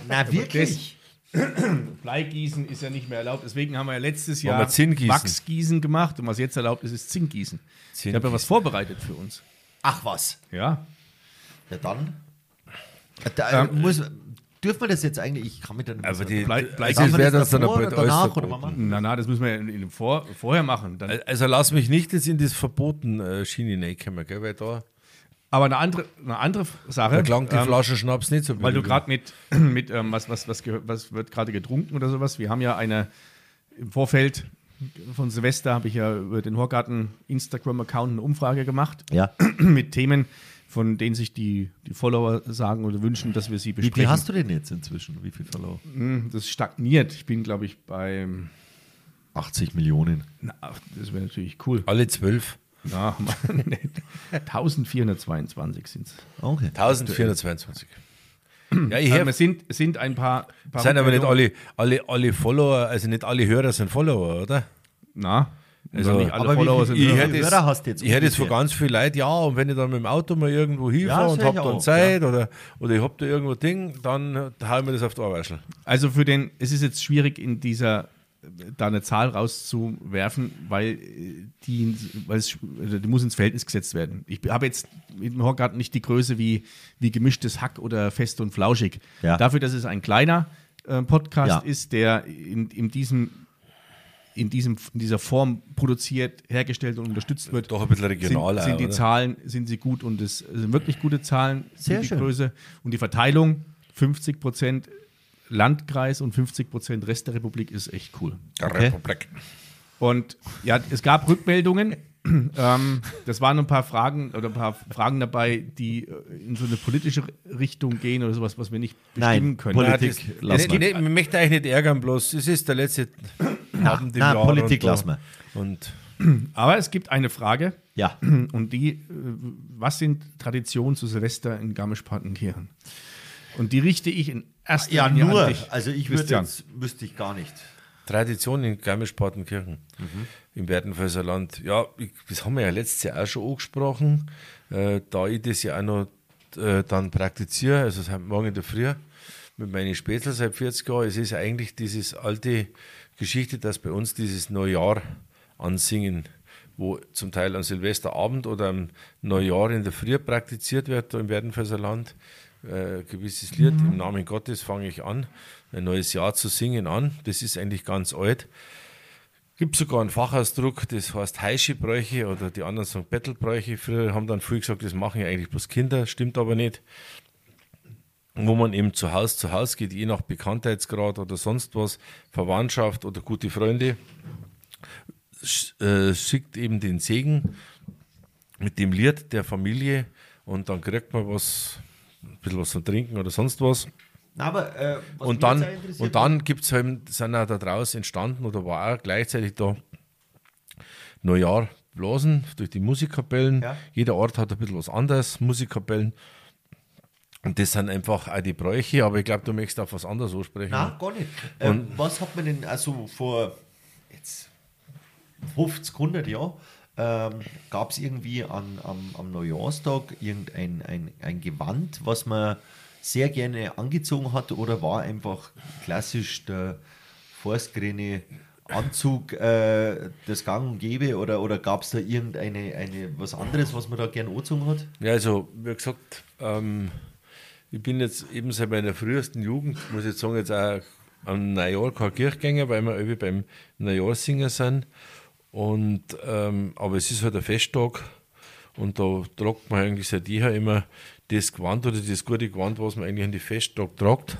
na wirklich? Bleigießen ist ja nicht mehr erlaubt. Deswegen haben wir ja letztes Jahr wir Zinngießen? Wachsgießen gemacht und was jetzt erlaubt ist, ist Zinkgießen. Ich habe ja was vorbereitet für uns. Ach was. Ja. Ja dann. Da, Ähm, muss, dürfen wir das jetzt eigentlich? Ich kann mich dann. Aber Also die, Also Blei- Sagen Bleigießen- das wir wäre das dann davor aber oder danach, alles oder verboten. Mama? Na, na, das müssen wir in, in dem Vor vorher machen. Dann, Also lass mich nicht jetzt in das verboten äh, Schiene reinkommen, gell? weil da, aber eine andere, eine andere Sache. da klang die ähm, Flasche Schnaps nicht so Weil du befriedigend. gerade mit, mit ähm, was, was, was, gehört- was wird gerade getrunken oder sowas. Wir haben ja eine im Vorfeld von Silvester habe ich ja über den Horgarten Instagram-Account eine Umfrage gemacht Ja. mit Themen, von denen sich die, die Follower sagen oder wünschen, dass wir sie Wie besprechen. viel hast du denn jetzt inzwischen? Wie viel Follower? Das stagniert. Ich bin, glaube ich, bei. 80 Millionen. Na, ach, das wäre natürlich cool. alle zwölf. Na, Mann, nee. 1422 sind es. Okay. 1422. Ja, ich Ja, hör, wir sind, sind ein paar. paar sind aber nicht Rückmeldungen. alle, alle, alle Follower, also nicht alle Hörer sind Follower, oder? Na, also Also, nicht alle aber wie Follower viel- sind. Ich Hörer. hätte Hörer hast es, du jetzt ich hätte es von ungefähr. ganz vielen Leuten, ja, und wenn ich dann mit dem Auto mal irgendwo hinfahre Ja, das und hör hab ich dann auch, Zeit oder, oder ich hab da irgendwo Ding, dann hauen wir das auf die Ohrwaschel. Also für den, es ist jetzt schwierig, in dieser da eine Zahl rauszuwerfen, weil äh, die, weil es, also die muss ins Verhältnis gesetzt werden. Ich habe jetzt im Horgarten nicht die Größe wie, wie gemischtes Hack oder fest und flauschig. Ja. Dafür, dass es ein kleiner äh, Podcast Ja. ist, der in, in diesem in, diesem, in dieser Form produziert, hergestellt und unterstützt wird. Äh, Doch ein bisschen regionaler, Sind, sind die oder? Zahlen, sind sie gut und es sind wirklich gute Zahlen. Sehr für die schön. Größe. Und die Verteilung, 50 Prozent Landkreis und 50 Prozent Rest der Republik ist echt cool. Okay. Republik. Und ja, es gab Rückmeldungen. ähm, das waren ein paar Fragen oder ein paar Fragen dabei, die äh, in so eine politische Richtung gehen oder sowas, was wir nicht bestimmen Nein, können. Poli- Nein, Politik das- lassen nee, wir. nee, Ich möchte euch nicht ärgern, bloß es ist der letzte Abend im na, Jahr. Politik und da- lassen wir. Und Aber es gibt eine Frage Ja. und die, äh, was sind Traditionen zu Silvester in Garmisch-Partenkirchen? Und die richte ich in erster Ja, Linie nur. an dich. Also ich würde Christian. jetzt, wüsste ich gar nicht. Tradition in Garmisch-Partenkirchen im Werdenfelser Land. Ja, ich, das haben wir ja letztes Jahr auch schon angesprochen, äh, da ich das ja auch noch äh, dann praktiziere, also seit morgen in der Früh mit meinen Spätzl seit 40 Jahren. Es ist eigentlich dieses alte Geschichte, dass bei uns dieses Neujahr ansingen, wo zum Teil am Silvesterabend oder am Neujahr in der Früh praktiziert wird, da im Werdenfelser Land. Äh, gewisses Lied, im Namen Gottes fange ich an, ein neues Jahr zu singen an. Das ist eigentlich ganz alt. Gibt sogar einen Fachausdruck, das heißt Heischebräuche oder die anderen sagen Bettelbräuche. Früher haben dann viel gesagt, das machen ja eigentlich bloß Kinder, stimmt aber nicht. Wo man eben zu Haus zu Haus geht, je nach Bekanntheitsgrad oder sonst was, Verwandtschaft oder gute Freunde, sch- äh, schickt eben den Segen mit dem Lied der Familie und dann kriegt man was, ein bisschen was zu trinken oder sonst was. Na, aber, äh, was mich Und dann, jetzt auch interessiert, und dann gibt's halt, sind auch da draus entstanden oder war auch gleichzeitig da Neujahr Blasen durch die Musikkapellen. Ja. Jeder Ort hat ein bisschen was anderes, Musikkapellen. Und das sind einfach auch die Bräuche, aber ich glaube, du möchtest auf was anderes ansprechen. Na, gar nicht. Ähm, was hat man denn also vor jetzt 50, 100 Jahren? Ähm, Gab es irgendwie an, am, am Neujahrstag irgendein ein, ein Gewand, was man sehr gerne angezogen hat oder war einfach klassisch der forstgrüne Anzug äh, das Gang und Gäbe oder, oder gab es da irgendeine eine, was anderes, was man da gerne angezogen hat? Ja, also, wie gesagt, ähm, ich bin jetzt eben seit meiner frühesten Jugend, muss ich jetzt sagen, jetzt auch am Neujahr kein Kirchgänger, weil wir irgendwie beim Neujahrsingen sind. Und, ähm, aber es ist halt ein Festtag und da tragt man eigentlich seit jeher immer das Gewand oder das gute Gewand, was man eigentlich an die Festtag tragt.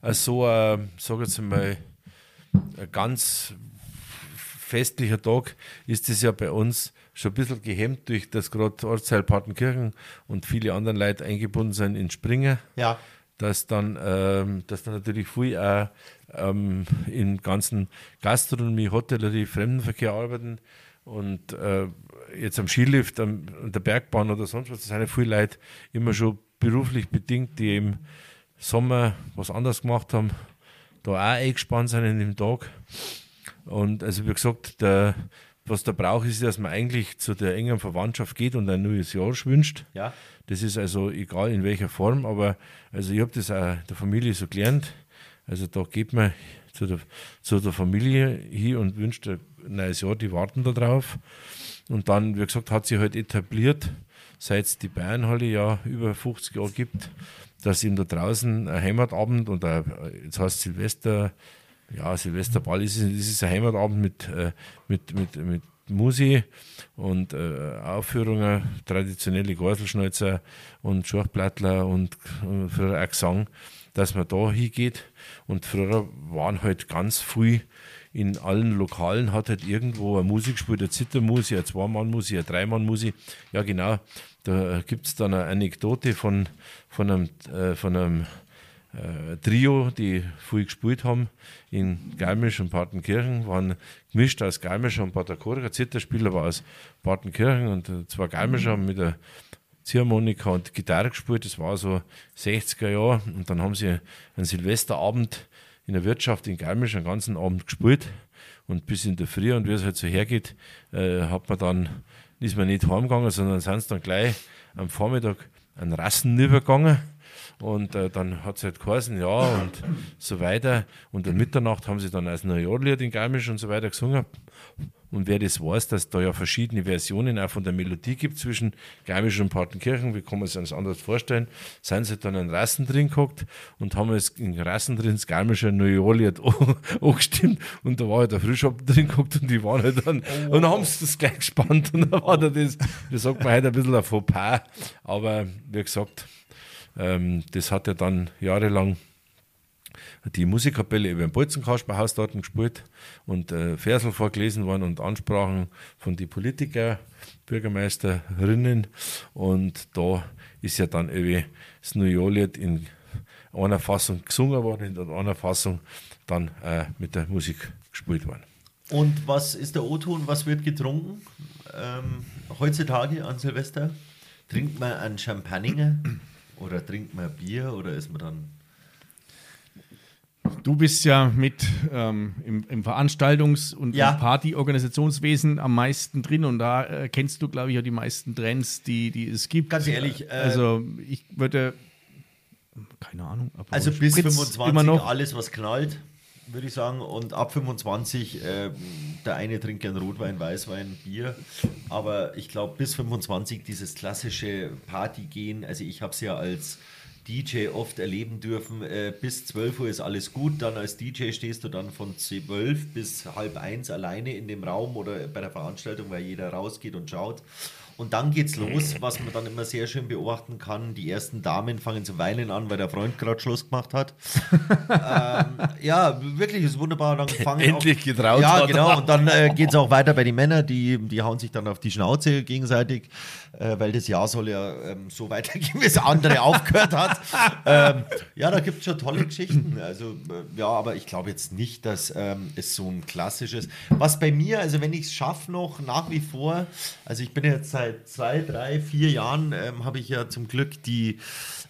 Also, äh, sag jetzt mal, ein ganz festlicher Tag ist es ja bei uns schon ein bisschen gehemmt durch das gerade Ortsteil Partenkirchen und viele anderen Leute eingebunden sind in Springer, Ja. dass dann, ähm, dass dann natürlich viel auch ähm, im ganzen Gastronomie, Hotellerie, Fremdenverkehr arbeiten und äh, jetzt am Skilift, am, an der Bergbahn oder sonst was, das sind ja viele Leute immer schon beruflich bedingt, die im Sommer was anderes gemacht haben, da auch eingespannt sind in dem Tag. Und also wie gesagt, der, was der Brauch ist, dass man eigentlich zu der engen Verwandtschaft geht und ein neues Jahr wünscht. Ja. Das ist also egal in welcher Form, aber also ich habe das auch der Familie so gelernt. Also da geht man zu der, zu der Familie hier und wünscht ein neues Jahr, die warten da drauf. Und dann, wie gesagt, hat sich halt etabliert, seit es die Bayernhalle ja über 50 Jahre gibt, dass eben da draußen ein Heimatabend und ein, jetzt heißt Silvester, ja, Silvesterball ist es, nicht, es ist ein Heimatabend mit, äh, mit, mit, mit Musi und äh, Aufführungen, traditionelle Geiselschneuzer und Schurchplattler und äh, früher auch Gesang, dass man da hingeht. Und früher waren halt ganz früh in allen Lokalen hat halt irgendwo eine Musik gespielt, eine Zittermusi, eine Zweimann-Musi, eine Dreimann-Musi. Ja, genau. Da gibt es dann eine Anekdote von, von einem, äh, von einem äh, Trio, die viel gespielt haben in Garmisch und Partenkirchen, waren gemischt aus Garmisch und Paterkorger. Zitterspieler war aus Partenkirchen und äh, zwei Garmischer haben mit der Ziehharmonika und Gitarre gespielt. Das war so 60er Jahre. Und dann haben sie einen Silvesterabend in der Wirtschaft in Garmisch einen ganzen Abend gespielt. Und bis in der Früh und wie es halt so hergeht, äh, hat man dann, ist man nicht heimgegangen, sondern sind sie dann gleich am Vormittag an Rassen übergegangen. Und äh, dann hat es halt geheißen, ja, und so weiter. Und um Mitternacht haben sie dann als Neujahrlied in Garmisch und so weiter gesungen. Und wer das weiß, dass da ja verschiedene Versionen auch von der Melodie gibt zwischen Garmisch und Partenkirchen, wie kann man sich das anders vorstellen, sind sie dann in Rassen drin gehockt und haben es in Rassen drin das Garmische Neujahrlied an- angestimmt und da war halt der Frühschoppen drin gehockt und die waren halt dann und haben es das gleich gespannt und da war da das, das sagt man heute ein bisschen ein Fauxpas, aber wie gesagt, ähm, das hat ja dann jahrelang die Musikkapelle über im Bolzenkasperhaus dort gespielt und äh, Versel vorgelesen worden und Ansprachen von den Politiker, Bürgermeisterinnen. Und da ist ja dann irgendwie das Neujahrlied in einer Fassung gesungen worden, in einer Fassung dann äh, mit der Musik gespielt worden. Und was ist der O-Ton? Was wird getrunken? Ähm, heutzutage an Silvester? Trinkt man einen Champagner oder trinkt man Bier oder ist man dann. Du bist ja mit ähm, im, im Veranstaltungs- und Ja. im Partyorganisationswesen am meisten drin und da äh, kennst du, glaube ich, auch die meisten Trends, die, die es gibt. Ganz ehrlich, äh, also ich würde, keine Ahnung, Aperol Also bis Spritz 25 immer noch. alles, was knallt, würde ich sagen. Und ab 25, äh, der eine trinkt gern Rotwein, Weißwein, Bier. Aber ich glaube, bis 25 dieses klassische Partygehen, also ich habe es ja als DJ oft erleben dürfen, äh, bis 12 Uhr ist alles gut, dann als DJ stehst du dann von 12 bis halb eins alleine in dem Raum oder bei der Veranstaltung, weil jeder rausgeht und schaut. Und dann geht's los, was man dann immer sehr schön beobachten kann. Die ersten Damen fangen zu weinen an, weil der Freund gerade Schluss gemacht hat. ähm, ja, wirklich, ist wunderbar. Dann fangen Endlich auch, getraut Ja, hat. genau. Und dann äh, geht es auch weiter bei den Männern. Die, die hauen sich dann auf die Schnauze gegenseitig, äh, weil das Jahr soll ja ähm, so weitergehen, wie es andere aufgehört hat. Ähm, ja, da gibt es schon tolle Geschichten. Also, äh, ja, aber ich glaube jetzt nicht, dass ähm, es so ein klassisches. Was bei mir, also wenn ich es schaffe noch nach wie vor, also ich bin jetzt seit zwei, drei, vier Jahren, ähm, habe ich ja zum Glück die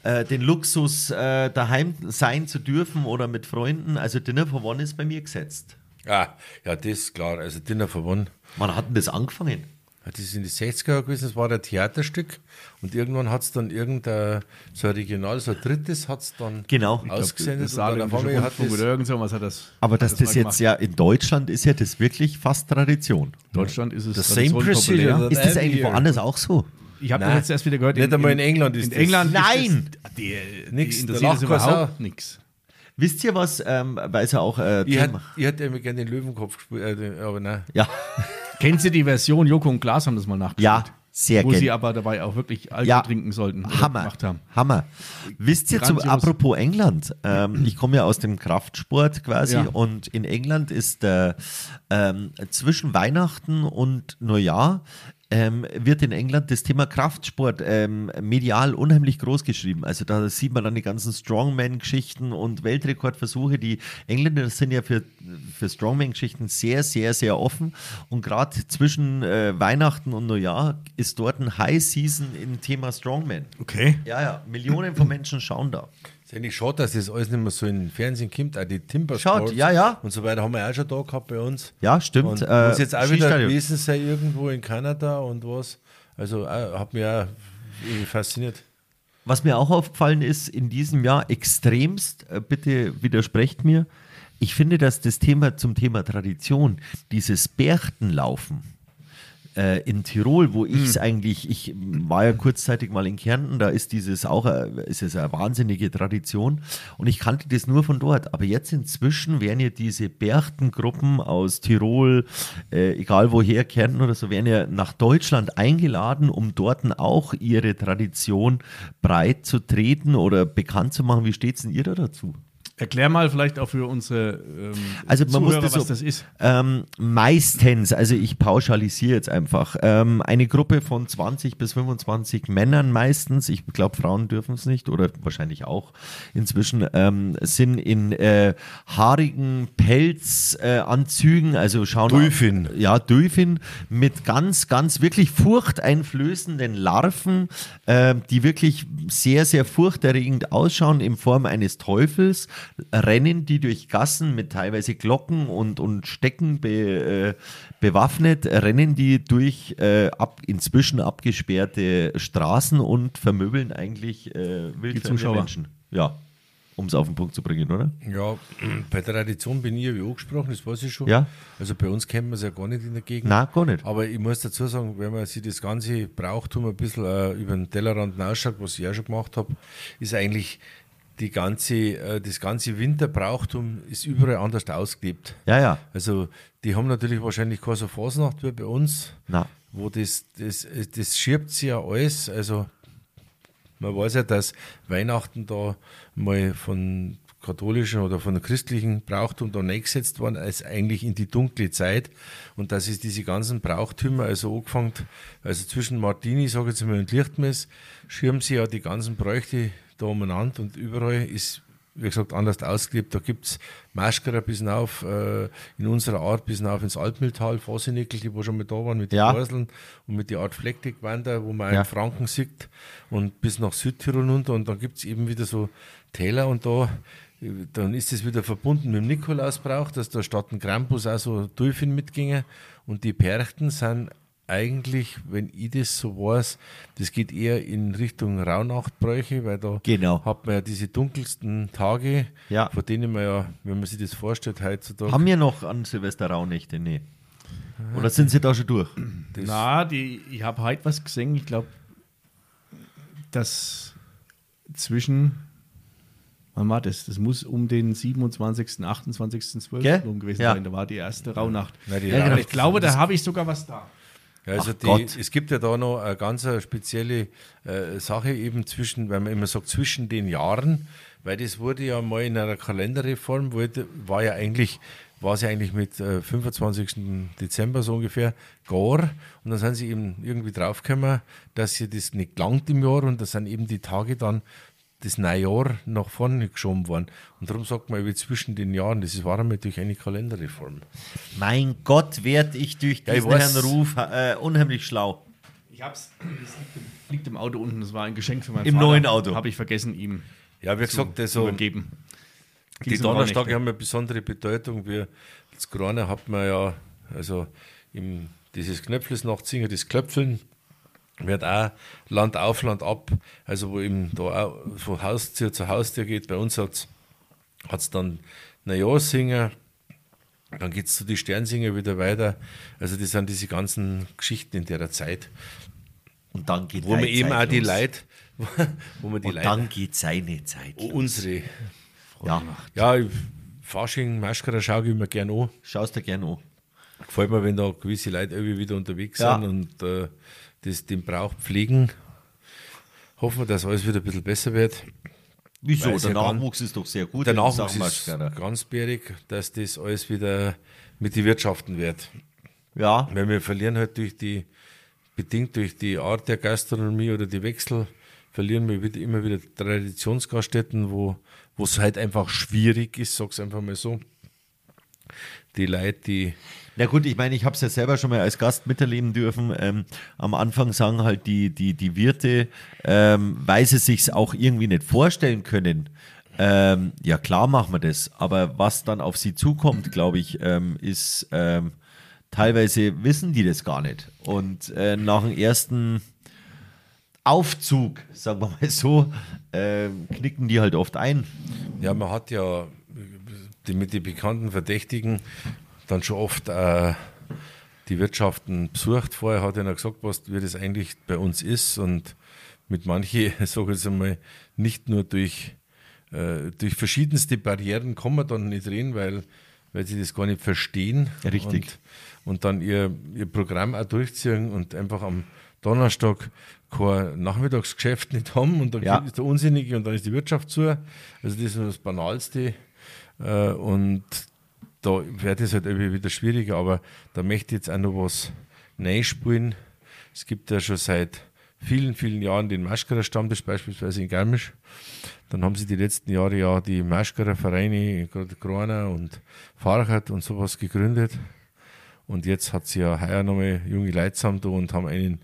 äh, den Luxus, äh, daheim sein zu dürfen oder mit Freunden. Also Dinner for One ist bei mir gesetzt. Ah, ja, das ist klar. Also Dinner verwonnen. Wann hat denn das angefangen? Das ist in die 60er gewesen, das war ein Theaterstück und irgendwann hat es dann irgendein, so ein regional, so ein drittes hat es dann Genau. Ich glaub, ausgesendet. das Saarländische und dann auf einmal Rundfunk hat oder das, irgend sowas hat das. Aber hat dass das, mal gemacht. jetzt ja in Deutschland ist ja das wirklich fast Tradition. In Deutschland ist es The Tradition same procedure. populär. Ist das Every eigentlich year. woanders auch so? Ich habe Nein. jetzt erst wieder gehört. Nicht einmal in England ist in das. England Nein! Ist das, die, Nix, die da interessiert das lacht keiner. überhaupt nichts. Wisst ihr was, ähm, weil es ja auch äh, ich, hätte, Thema- ich hätte immer gerne den Löwenkopf gespielt, äh, den- aber nein. Ja, Kennst du die Version? Joko und Glas haben das mal nachgespielt. ja, sehr Wo sie gerne. aber dabei auch wirklich Alkohol Ja. trinken sollten. oder Hammer, Gemacht haben. Hammer. Wisst ihr, zum, Grandios. apropos England, ähm, ich komme ja aus dem Kraftsport quasi Ja. und in England ist der, ähm, zwischen Weihnachten und Neujahr ähm, wird in England das Thema Kraftsport ähm, medial unheimlich groß geschrieben. Also da sieht man dann die ganzen Strongman-Geschichten und Weltrekordversuche. Die Engländer sind ja für, für Strongman-Geschichten sehr, sehr, sehr offen. Und gerade zwischen äh, Weihnachten und Neujahr ist dort ein High Season im Thema Strongman. Okay. Ja, ja, Millionen von Menschen schauen da. Ist eigentlich schade, dass das alles nicht mehr so in den Fernsehen kommt, auch die Timber Schaut, ja, ja. und so weiter haben wir ja auch schon da gehabt bei uns. Ja, stimmt. Und äh, muss jetzt auch wieder Skistadion. gewesen sein, irgendwo in Kanada und was. Also äh, hat mich auch irgendwie fasziniert. Was mir auch aufgefallen ist in diesem Jahr extremst, äh, bitte widersprecht mir, ich finde, dass das Thema zum Thema Tradition, dieses Berchtenlaufen äh, in Tirol, wo ich es eigentlich, ich war ja kurzzeitig mal in Kärnten, da ist dieses auch, äh, ist es eine wahnsinnige Tradition und ich kannte das nur von dort. Aber jetzt inzwischen werden ja diese Berchtengruppen aus Tirol, äh, egal woher, Kärnten oder so, werden ja nach Deutschland eingeladen, um dort auch ihre Tradition breit zu treten oder bekannt zu machen. Wie steht es denn ihr da dazu? Erklär mal vielleicht auch für unsere ähm, Also man muss Zuhörer, das was so- das ist. Ähm, meistens, also ich pauschalisiere jetzt einfach, ähm, eine Gruppe von 20 bis 25 Männern meistens, ich glaube Frauen dürfen es nicht oder wahrscheinlich auch inzwischen, ähm, sind in äh, haarigen Pelzanzügen, äh, Anzügen, also schauen... Dolphin. Ja, Dolphin mit ganz, ganz wirklich furchteinflößenden Larven, ähm, die wirklich sehr, sehr furchterregend ausschauen in Form eines Teufels, rennen die durch Gassen mit teilweise Glocken und, und Stecken be, äh, bewaffnet, rennen die durch äh, ab, inzwischen abgesperrte Straßen und vermöbeln eigentlich äh, wildfremde Zuschauer. Menschen. Ja, um es auf den Punkt zu bringen, oder? Ja, bei der Tradition bin ich ja wie angesprochen, das weiß ich schon. Ja. Also bei uns kennen wir es ja gar nicht in der Gegend. Na, gar nicht. Aber ich muss dazu sagen, wenn man sich das ganze Brauchtum ein bisschen äh, über den Tellerrand hinausschaut, was ich auch schon gemacht habe, ist eigentlich die ganze, äh, das ganze Winterbrauchtum ist überall anders ausgelebt. Ja, ja. Also die haben natürlich wahrscheinlich keine so Fasnacht wie bei uns, Na. wo das, das, das schirbt sich ja alles. Also man weiß ja, dass Weihnachten da mal von katholischen oder von christlichen Brauchtum da gesetzt worden, als eigentlich in die dunkle Zeit. Und dass es diese ganzen Brauchtümer, also angefangen, also zwischen Martini, sage ich jetzt mal, und Lichtmess, schirmen sie ja die ganzen Bräuchte da umeinander und überall ist, wie gesagt, anders ausgelebt. Da gibt es Maschkara bis auf, äh, in unserer Art bis auf ins Altmühltal, Fasenickel, die wo schon mal da waren mit den Ja. Borseln und mit die Art Fleckdeckwander, wo man auch Ja. in Franken sieht und bis nach Südtirol runter und dann gibt es eben wieder so Täler und da äh, dann ist es wieder verbunden mit dem Nikolausbrauch, dass da statt dem Krampus auch so Dolphin mitginge und die Perchten sind eigentlich, wenn ich das so weiß, das geht eher in Richtung Rauhnachtbräuche, weil da Genau. hat man ja diese dunkelsten Tage, Ja. von denen man ja, wenn man sich das vorstellt heutzutage, Haben wir noch an Silvester Raunächte? Nee. Oder sind sie da schon durch? das Na, die, ich habe heute was gesehen. Ich glaube, dass zwischen. Wann war das? Das muss um den 27., 28., 12. Gell? rum gewesen Ja. sein. Da war die erste Rauhnacht. Na, die ja, genau. Rauhnacht- Ich glaube, da habe ich sogar was da. Ja, also Ach die, Gott. es gibt ja da noch eine ganz eine spezielle äh, Sache eben zwischen, wenn man immer sagt, zwischen den Jahren, weil das wurde ja mal in einer Kalenderreform, wurde, war ja eigentlich, war es ja eigentlich mit äh, 25. Dezember so ungefähr, gar. Und dann sind sie eben irgendwie draufgekommen, dass sie das nicht langt im Jahr und da sind eben die Tage dann das Neujahr nach vorne geschoben worden. Und darum sagt man eben zwischen den Jahren, das war einmal durch eine Kalenderreform. Mein Gott, werd ich durch Ja, ich diesen weiß. Herrn Ruf äh, unheimlich schlau. Ich hab's. Es liegt im, liegt im Auto unten. Das war ein Geschenk für meinen Im Vater. neuen Auto. Habe ich vergessen, ihm Ja, wie gesagt, also das zu so. übergeben. Die Diese Donnerstage Rauhnächte. haben eine besondere Bedeutung. Wir als Kraner hat man ja, also im, dieses Knöpfles nachziehen, das Klöpfeln wird auch Land auf, Land ab, also wo eben da auch von Haustür zu Haustür geht. Bei uns hat es dann Neujahrssinger, dann geht es zu den Sternsinger wieder weiter. Also das sind diese ganzen Geschichten in der Zeit, Und dann geht wo man deine eben Zeit auch die los. Leute, wo man die Und Leute, dann geht seine Zeit. unsere, ja, ja, Fasching, Maschkara schaue ich immer gern an. schaust dir gerne an. gefällt mir, wenn da gewisse Leute irgendwie wieder unterwegs Ja. sind und äh, das, den Brauch pflegen. Hoffen wir, dass alles wieder ein bisschen besser wird. Wieso? Weiß Der ja dann- Nachwuchs ist doch sehr gut. Der wenn du Nachwuchs Sachen machst, ist gell? ganz bärig, dass das alles wieder mit die Wirtschaften wird. Ja, Weil wir verlieren halt durch die, bedingt durch die Art der Gastronomie oder die Wechsel, verlieren wir wieder, immer wieder Traditionsgaststätten, wo wo es halt einfach schwierig ist, sag's einfach mal so. Die Leute, die Na gut, ich meine, ich habe es ja selber schon mal als Gast miterleben dürfen. Ähm, am Anfang sagen halt die, die, die Wirte, ähm, weil sie sich's auch irgendwie nicht vorstellen können. Ähm, ja, klar machen wir das, aber was dann auf sie zukommt, glaube ich, ähm, ist ähm, teilweise wissen die das gar nicht. Und äh, nach dem ersten Aufzug, sagen wir mal so, ähm, knicken die halt oft ein. Ja, man hat ja die, mit den bekannten Verdächtigen dann schon oft äh, die Wirtschaften besucht. Vorher hat einer gesagt, was, wie das eigentlich bei uns ist. Und mit manchen, sage ich jetzt einmal, nicht nur durch, äh, durch verschiedenste Barrieren kann man dann nicht reden, weil, weil sie das gar nicht verstehen. Richtig. Und und dann ihr, ihr Programm auch durchziehen und einfach am Donnerstag kein Nachmittagsgeschäft nicht haben und dann Ja. ist der Unsinnige und dann ist die Wirtschaft zu. Also das ist nur das Banalste äh, und da wird es halt irgendwie wieder schwieriger, aber da möchte ich jetzt auch noch was reinspulen. Es gibt ja schon seit vielen, vielen Jahren den Maschkerer Stammtisch beispielsweise in Garmisch. Dann haben sie die letzten Jahre ja die Maschkerer Vereine, gerade Kroner und Fahrrad und sowas gegründet. Und jetzt hat sie ja heuer nochmal junge Leute zusammen da und haben einen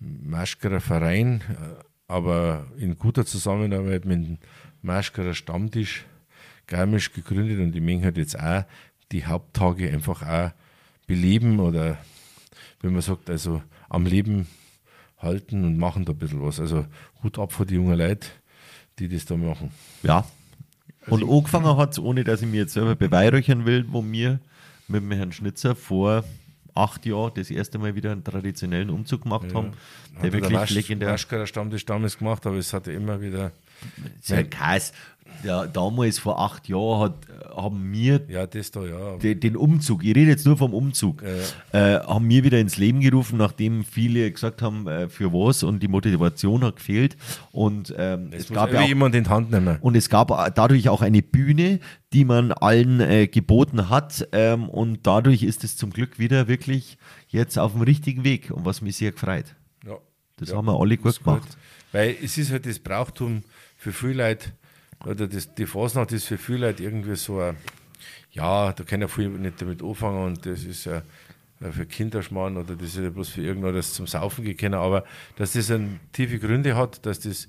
Maschkerer Verein, äh, aber in guter Zusammenarbeit mit dem Maschkerer Stammtisch Garmisch gegründet und die Menge hat jetzt auch die Haupttage einfach auch beleben oder wenn man sagt, also am Leben halten und machen da ein bisschen was. Also Hut ab vor die jungen Leute, die das da machen. Ja. Und angefangen hat es, ohne dass ich mir jetzt selber beweihräuchern will, wo mir mit dem Herrn Schnitzer vor acht Jahren das erste Mal wieder einen traditionellen Umzug gemacht haben. Der wirklich legendär ist. Maschkerer Stammtisch damals gemacht, aber es hatte immer wieder Ja, krass. Ja, damals vor acht Jahren hat, haben wir Ja, das da, ja. de- den Umzug, ich rede jetzt nur vom Umzug, äh, haben wir wieder ins Leben gerufen, nachdem viele gesagt haben, äh, für was und die Motivation hat gefehlt. Und ähm, es Es muss gab ja irgendwie auch jemand in die Hand nehmen. Und es gab dadurch auch eine Bühne, die man allen äh, geboten hat. Ähm, und dadurch ist es zum Glück wieder wirklich jetzt auf dem richtigen Weg. Und was mich sehr gefreut. Ja. Das haben wir alle gut ist gemacht. Weil es ist halt das Brauchtum für viele Leute, oder das, die Fasnacht ist für viele Leute irgendwie so ein, ja, da kann ja viel nicht damit anfangen und das ist ja für Kinderschmarrn oder das ist ja bloß für irgendwas das zum Saufen gekennen, aber dass das einen tiefe Gründe hat, dass das,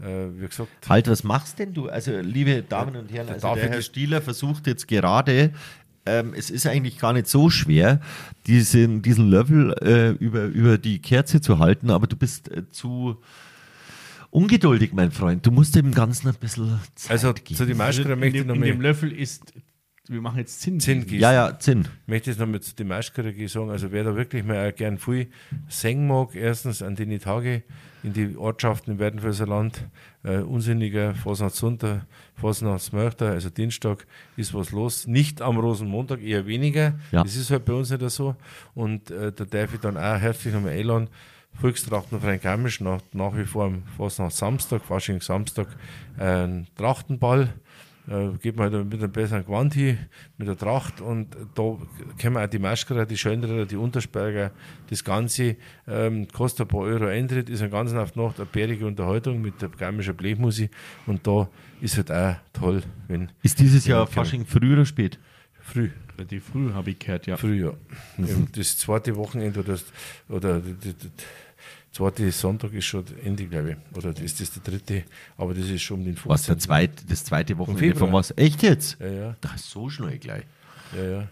äh, wie gesagt, Halt, was machst denn du? Also, liebe Damen und Herren, also darf der ich Herr das- Stieler versucht jetzt gerade, ähm, es ist eigentlich gar nicht so schwer, diesen, diesen Level äh, über, über die Kerze zu halten, aber du bist äh, zu ungeduldig, mein Freund. Du musst dem Ganzen ein bisschen Zeit also geben. zu den Maschkara In möchte ich dem, noch in dem mal, Löffel ist wir machen jetzt Zinn. Zinn gießen. Ja, ja, Zinn. Ich möchte jetzt nochmal zu den Maischkirche sagen, also wer da wirklich mal auch gern viel singen mag, erstens an den Tage in die Ortschaften im Werdenfelser Land, äh, Unsinniger, Fasnachtsunter, Fasnachtsmörchter, also Dienstag ist was los. Nicht am Rosenmontag, eher weniger. Ja. Das ist halt bei uns nicht so. Und äh, da darf ich dann auch herzlich nochmal einladen. Volkstracht und Freien nach, nach wie vor am Fasnacht Samstag, Fasching Samstag, ein Trachtenball. Äh, geht man halt mit einem besseren Gewand hin, mit der Tracht und da können wir auch die Maschkara, die Schönderer, die Untersberger, das Ganze ähm, kostet ein paar Euro Eintritt, ist eine ganze Nacht Nacht eine bärige Unterhaltung mit der garmischen Blechmusik und da ist halt auch toll, wenn Ist dieses Jahr Ja, genau. Fasching früh oder spät? früh Die früh habe ich gehört, ja. Frühjahr. Mhm. Eben Das zweite Wochenende oder, das, oder d- d- d- zweite Sonntag ist schon Ende, glaube ich. Oder ist das der dritte? Aber das ist schon um den Was, 15. der zweite, das zweite Wochenende Februar. von was? Echt jetzt? Ja, ja, Das ist so schnell gleich. ja, ja.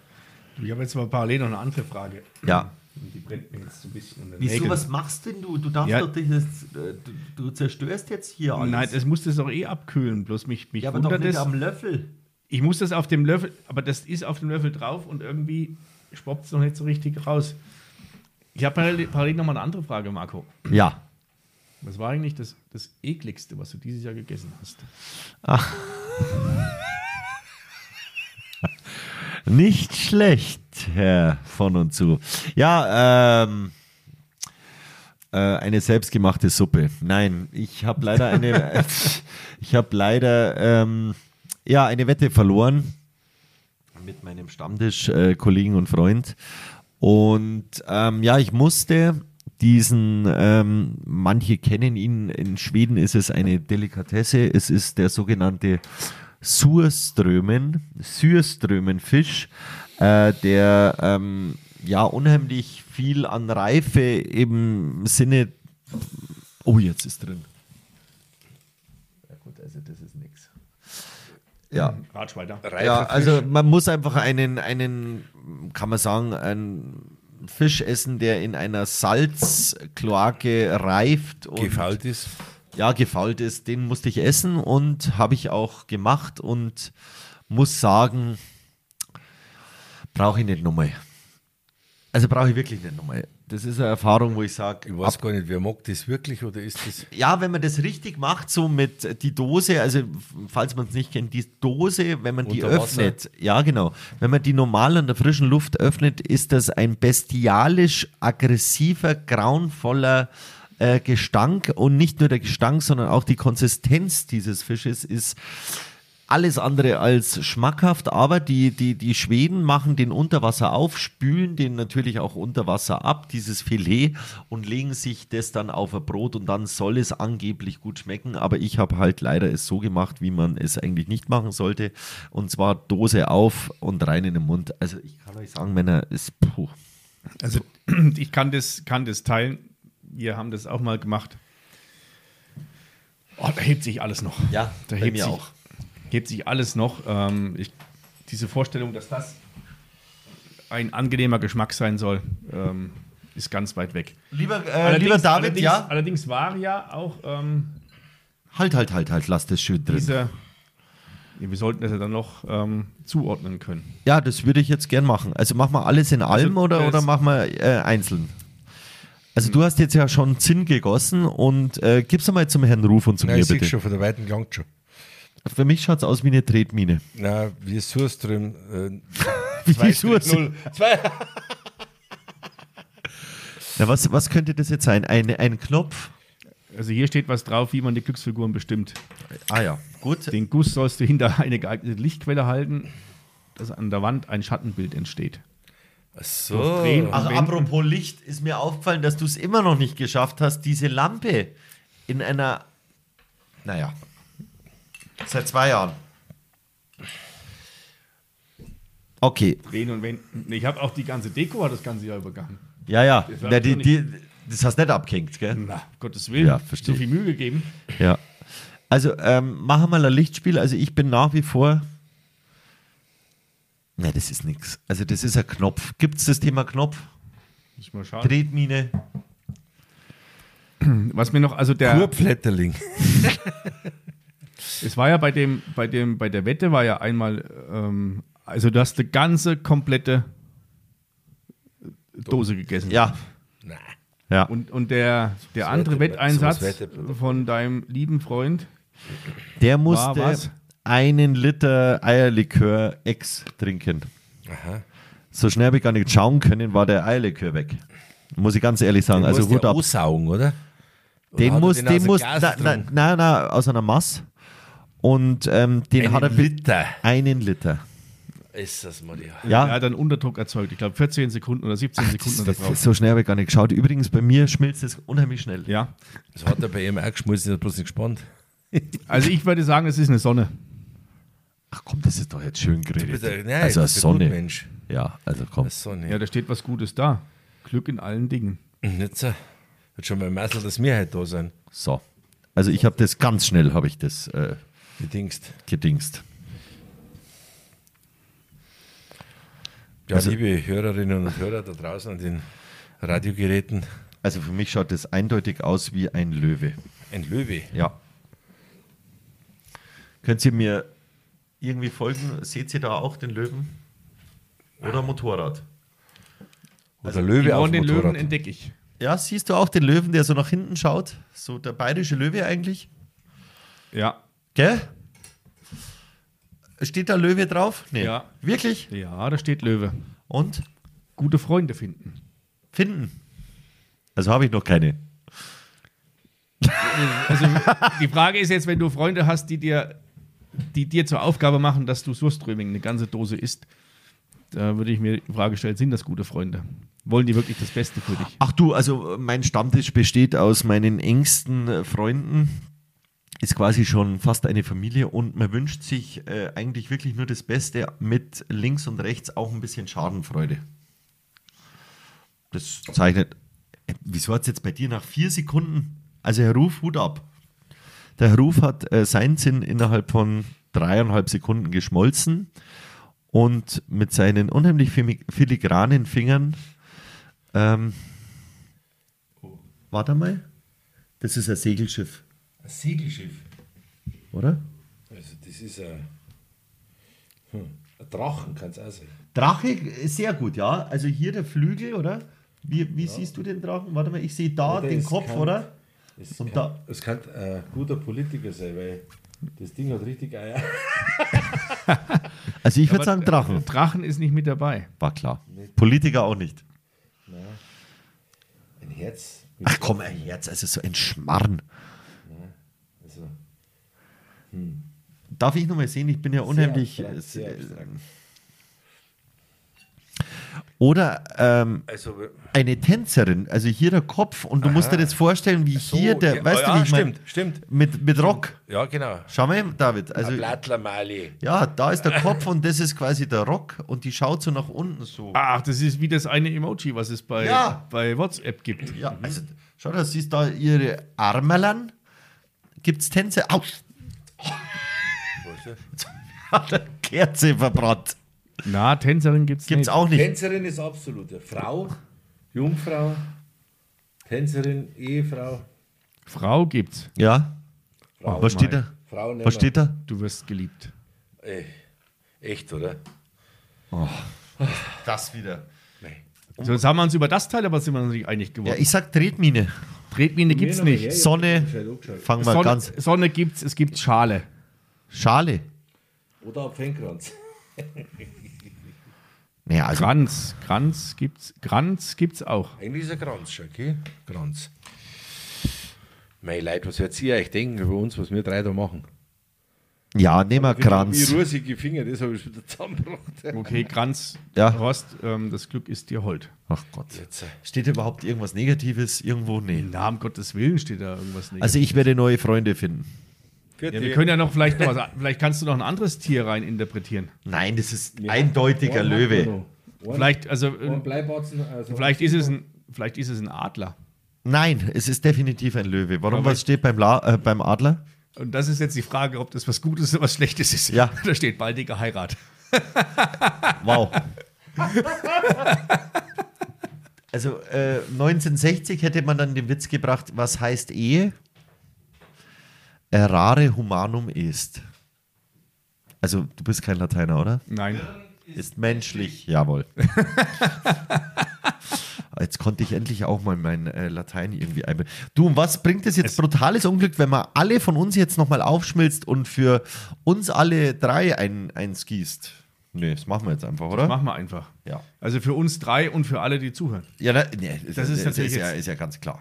Ich habe jetzt mal parallel noch eine andere Frage. Ja. Und die brennt mir jetzt so ein bisschen unter den Wieso, Nägeln. was machst denn du? Du darfst Ja. doch dieses, äh, du, du zerstörst jetzt hier alles. Nein, das muss das auch eh abkühlen. Bloß mich, mich ja, aber doch wundert nicht es. am Löffel. Ich muss das auf dem Löffel, aber das ist auf dem Löffel drauf und irgendwie schwappt es noch nicht so richtig raus. Ich habe parallel, parallel nochmal eine andere Frage, Marco. Ja. Was war eigentlich das, das ekligste, was du dieses Jahr gegessen hast? Nicht schlecht, Herr von und zu. Ja, ähm, äh, eine selbstgemachte Suppe. Nein, ich habe leider eine, ich habe leider, ähm, ja, eine Wette verloren mit meinem Stammtischkollegen äh, Kollegen und Freund. Und ähm, ja, ich musste diesen, ähm, manche kennen ihn, in Schweden ist es eine Delikatesse, es ist der sogenannte Surströmen, Surströmenfisch, äh, der ähm, ja unheimlich viel an Reife im Sinne, oh jetzt ist drin. Ja gut, also das ist nichts. Ja, Ratsch weiter. ja, also man muss einfach einen, einen, kann man sagen, einen Fisch essen, der in einer Salzkloake reift und Gefault ist. ja, gefault ist. Den musste ich essen und habe ich auch gemacht und muss sagen, brauche ich nicht nochmal. Also brauche ich wirklich nicht nochmal. Das ist eine Erfahrung, wo ich sage, Ich weiß gar nicht, wer mag das wirklich oder ist das. ja, wenn man das richtig macht, so mit äh, die Dose, also f- falls man es nicht kennt, die Dose, wenn man die Unter Wasser. öffnet, ja genau, wenn man die normal an der frischen Luft öffnet, ist das ein bestialisch aggressiver, grauenvoller äh, Gestank und nicht nur der Gestank, sondern auch die Konsistenz dieses Fisches ist alles andere als schmackhaft, aber die, die, die Schweden machen den Unterwasser auf, spülen den natürlich auch Unterwasser ab, dieses Filet, und legen sich das dann auf ein Brot und dann soll es angeblich gut schmecken. Aber ich habe halt leider es so gemacht, wie man es eigentlich nicht machen sollte. Und zwar Dose auf und rein in den Mund. Also ich kann euch sagen, Männer, es puh. Also ich kann das, kann das teilen. Wir haben das auch mal gemacht. Oh, da hebt sich alles noch. Ja, da bei hebt mir sich, auch. Hebt sich alles noch. Ähm, ich, diese Vorstellung, dass das ein angenehmer Geschmack sein soll, ähm, ist ganz weit weg. Lieber, äh, lieber David, allerdings, ja? Allerdings war ja auch ähm, Halt, halt, halt, halt, lass das schön drin. dieser. Ja, wir sollten das ja dann noch ähm, zuordnen können. Ja, das würde ich jetzt gern machen. Also mach mal alles in allem oder, das- oder mach mal äh, einzeln. Also du hast jetzt ja schon Zinn gegossen und äh, gib's doch mal zum Herrn Ruf und zu Nein, mir ich sehe bitte. schon, von der Weiten gelangt schon. Für mich schaut's aus wie eine Tretmine. Nein, wie Surström. Wie Äh, die Soße. 2-0. Zwei- Na, was, was könnte das jetzt sein? Ein, ein Knopf? Also hier steht was drauf, wie man die Glücksfiguren bestimmt. Ah ja, gut. Den Guss sollst du hinter eine geeignete Lichtquelle halten, dass an der Wand ein Schattenbild entsteht. Ach Drehen. So. Ach, apropos Licht, ist mir aufgefallen, dass du es immer noch nicht geschafft hast, diese Lampe in einer... Naja, seit zwei Jahren. Okay, Drehen und wenden. Ich habe auch die ganze Deko das ganze Jahr übergangen. Ja, ja. Das Das, war Na, die, schon die, das hast du nicht abgehängt, Mhm. gell? Na, um Gottes Willen. Ja, verstehe So viel Mühe gegeben. Ja. Also, ähm, machen wir mal ein Lichtspiel. Also, ich bin nach wie vor. Ne, das ist nix. Also, das ist ein Knopf. Gibt es das Thema Knopf? Muss ich mal schauen. Tretmine? Was mir noch, also der, Kurpfletterling. es war ja bei dem, bei dem, bei der Wette war ja einmal ähm, Also du hast eine ganze komplette äh, Dose gegessen. Ja. Ja. Und, und der, der andere Wette- Wetteinsatz so was Wette- von deinem lieben Freund, Der War musste was? einen Liter Eierlikör Ex trinken. So schnell habe ich gar nicht schauen können, war der Eierlikör weg. Muss ich ganz ehrlich sagen. also Hut ab. Aussaugen, oder? Den hat er muss, den den, aus dem muss, Glas na, na, getrunken? nein, nein, aus einer Masse. Und ähm, den hat er Einen Liter. einen Liter. Ist das mal ja. Ja, der hat dann Unterdruck erzeugt. Ich glaube 14 Sekunden oder 17 Sekunden das, oder drauf. so schnell habe ich gar nicht geschaut. Übrigens, bei mir schmilzt es unheimlich schnell. Ja. Das hat er bei ihm auch geschmolzen, ist bloß nicht gespannt. Also ich würde sagen, es ist eine Sonne. Ach komm, das ist doch jetzt schön geredet. bist ein- nein, also du eine bist ein guter Sonne. Mensch. Ja, also komm. Das so nicht. Ja, da steht was Gutes da. Glück in allen Dingen. Nicht so. Hat schon mal Meißel, dass wir halt da sind. So. Also ich habe das ganz schnell, habe ich das äh, Bedingst. gedingst. Ja, Also liebe Hörerinnen und Hörer da draußen an den Radiogeräten, Also für mich schaut das eindeutig aus wie ein Löwe. ein Löwe. Ja. Könnt ihr mir irgendwie folgen? Seht ihr da auch den Löwen? Oder Motorrad? Oder Löwe auf Und dem den Löwen Motorrad. entdecke ich. Ja, siehst du auch den Löwen, der so nach hinten schaut? So der bayerische Löwe eigentlich? Ja. Gell? Steht da Löwe drauf? Nee. Ja. Wirklich? Ja, da steht Löwe. Und? Gute Freunde finden. Finden. Also habe ich noch keine. Also die Frage ist jetzt, wenn du Freunde hast, die dir, die dir zur Aufgabe machen, dass du Surströming eine ganze Dose isst, da würde ich mir die Frage stellen, sind das gute Freunde? Wollen die wirklich das Beste für dich? Ach du, also mein Stammtisch besteht aus meinen engsten äh, Freunden. Ist quasi schon fast eine Familie und man wünscht sich äh, eigentlich wirklich nur das Beste mit links und rechts auch ein bisschen Schadenfreude. Das zeichnet. Äh, Wieso hat es jetzt bei dir nach vier Sekunden? Also Herr Ruf, Hut ab. Der Herr Ruf hat äh, seinen Sinn innerhalb von dreieinhalb Sekunden geschmolzen und mit seinen unheimlich fimi- filigranen Fingern ähm, warte mal. Das ist ein Segelschiff, Ein Segelschiff. oder? Also das ist ein, hm, ein Drachen, kann es auch sein. Drache, äh, sehr gut, ja. Also hier der Flügel, oder? Wie, wie siehst du den Drachen? Warte mal, ich sehe da Ja, der den ist Kopf, kalt. oder? Es Und kann, da- es kann ein guter Politiker sein, weil das Ding hat richtig Eier. Also ich würde Aber, sagen Drachen. äh, Drachen ist nicht mit dabei. War klar. Politiker auch nicht. Ein Herz. mit- Ach komm, ein Herz, also so ein Schmarrn. Also, Darf ich nochmal sehen? Ich bin ja unheimlich. abstrakt, äh, sehr äh, abstrakt. Oder ähm, also eine Tänzerin, also hier der Kopf und du musst dir das vorstellen, wie hier der, ja, weißt ja, du, wie ich mein, stimmt, stimmt. Mit, mit Rock. ja genau. Schau mal, David. Also, Ein Blattlermali. ja, da ist der Kopf und das ist quasi der Rock und die schaut so nach unten so. Ach, das ist wie das eine Emoji, was es bei, Ja. bei WhatsApp gibt. Ja, also, schau, das siehst da ihre Arme lang. Gibt's Tänze? Au! Jetzt hat er Kerze verbrannt. Na, Tänzerin gibt es Gibt's nicht. auch nicht. Tänzerin ist absolute Frau, Jungfrau, Tänzerin, Ehefrau. Frau gibt's. Ja. Frau Was steht da? Frau Was steht da? Du wirst geliebt. Ey, echt, oder? Oh. Das wieder. Nein. So, jetzt haben wir uns über das Teil aber sind wir uns nicht einig Ja, geworden. ich sag Tretmine. Tretmine gibt's noch mal nicht. her. Sonne. Fangen wir Sonne, ganz. Sonne gibt's, es gibt Schale. Schale. Oder ein Fängkranz. Naja, also Kranz, Kranz gibt's, Kranz gibt's auch. Eigentlich ist ein Kranz schon, okay? Kranz. Mein Leid, was werdet ihr euch denken über uns, was wir drei da machen? Ja, nehmen wir Kranz. Wie rosige Finger, das habe ich wieder zusammengebracht. Okay, Kranz, Ja. Horst, ähm, das Glück ist dir hold. Ach Gott. Jetzt, äh, Steht überhaupt irgendwas Negatives irgendwo? Nee. Na, um Gottes Willen steht da irgendwas nicht. Also ich werde neue Freunde finden. vierte. ja, wir können ja noch vielleicht noch was, vielleicht kannst du noch ein anderes Tier rein interpretieren. Nein, das ist eindeutiger Einen Löwe. haben wir noch. Einen- Vielleicht, also, äh, einen Bleibatzen, also vielleicht ist es ein, vielleicht ist es ein Adler. Nein, es ist definitiv ein Löwe. Warum Aber- was steht beim, La äh, beim Adler? Und das ist jetzt die Frage, ob das was Gutes oder was Schlechtes ist. Ja. Da steht baldige Heirat. Wow. also äh, 1960 hätte man dann den Witz gebracht, was heißt Ehe? Errare humanum est. Also du bist kein Lateiner, oder? Nein. ist menschlich, jawohl. Jetzt konnte ich endlich auch mal mein äh, Latein irgendwie einbinden. Du, und was bringt es jetzt brutales Unglück, wenn man alle von uns jetzt nochmal aufschmilzt und für uns alle drei ein, einskießt? Nee, das machen wir jetzt einfach, oder? Machen wir einfach. Ja. Also für uns drei und für alle, die zuhören. Ja, da, nee, Das ist natürlich ist ja, jetzt- ist ja ganz klar.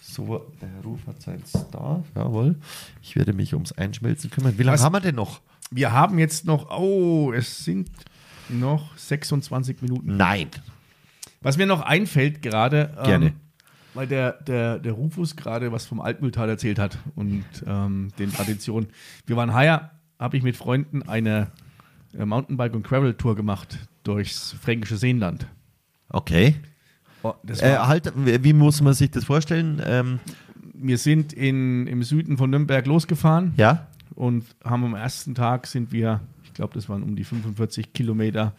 So, der Ruf hat seinen Star. Jawohl. Ich werde mich ums Einschmelzen kümmern. Wie lange Was- haben wir denn noch? Wir haben jetzt noch, oh, es sind noch 26 Minuten. Nein. Was mir noch einfällt gerade, ähm, Gerne. weil der, der, der Rufus gerade was vom Altmühltal erzählt hat und ähm, den Traditionen. Wir waren heuer, habe ich mit Freunden eine äh, Mountainbike- und Gravel-Tour gemacht durchs fränkische Seenland. Okay. Oh, das Äh, war, halt, wie wie muss man sich das vorstellen? Ähm, wir sind in, im Süden von Nürnberg losgefahren ja? und haben am ersten Tag sind wir, ich glaube, das waren um die 45 Kilometer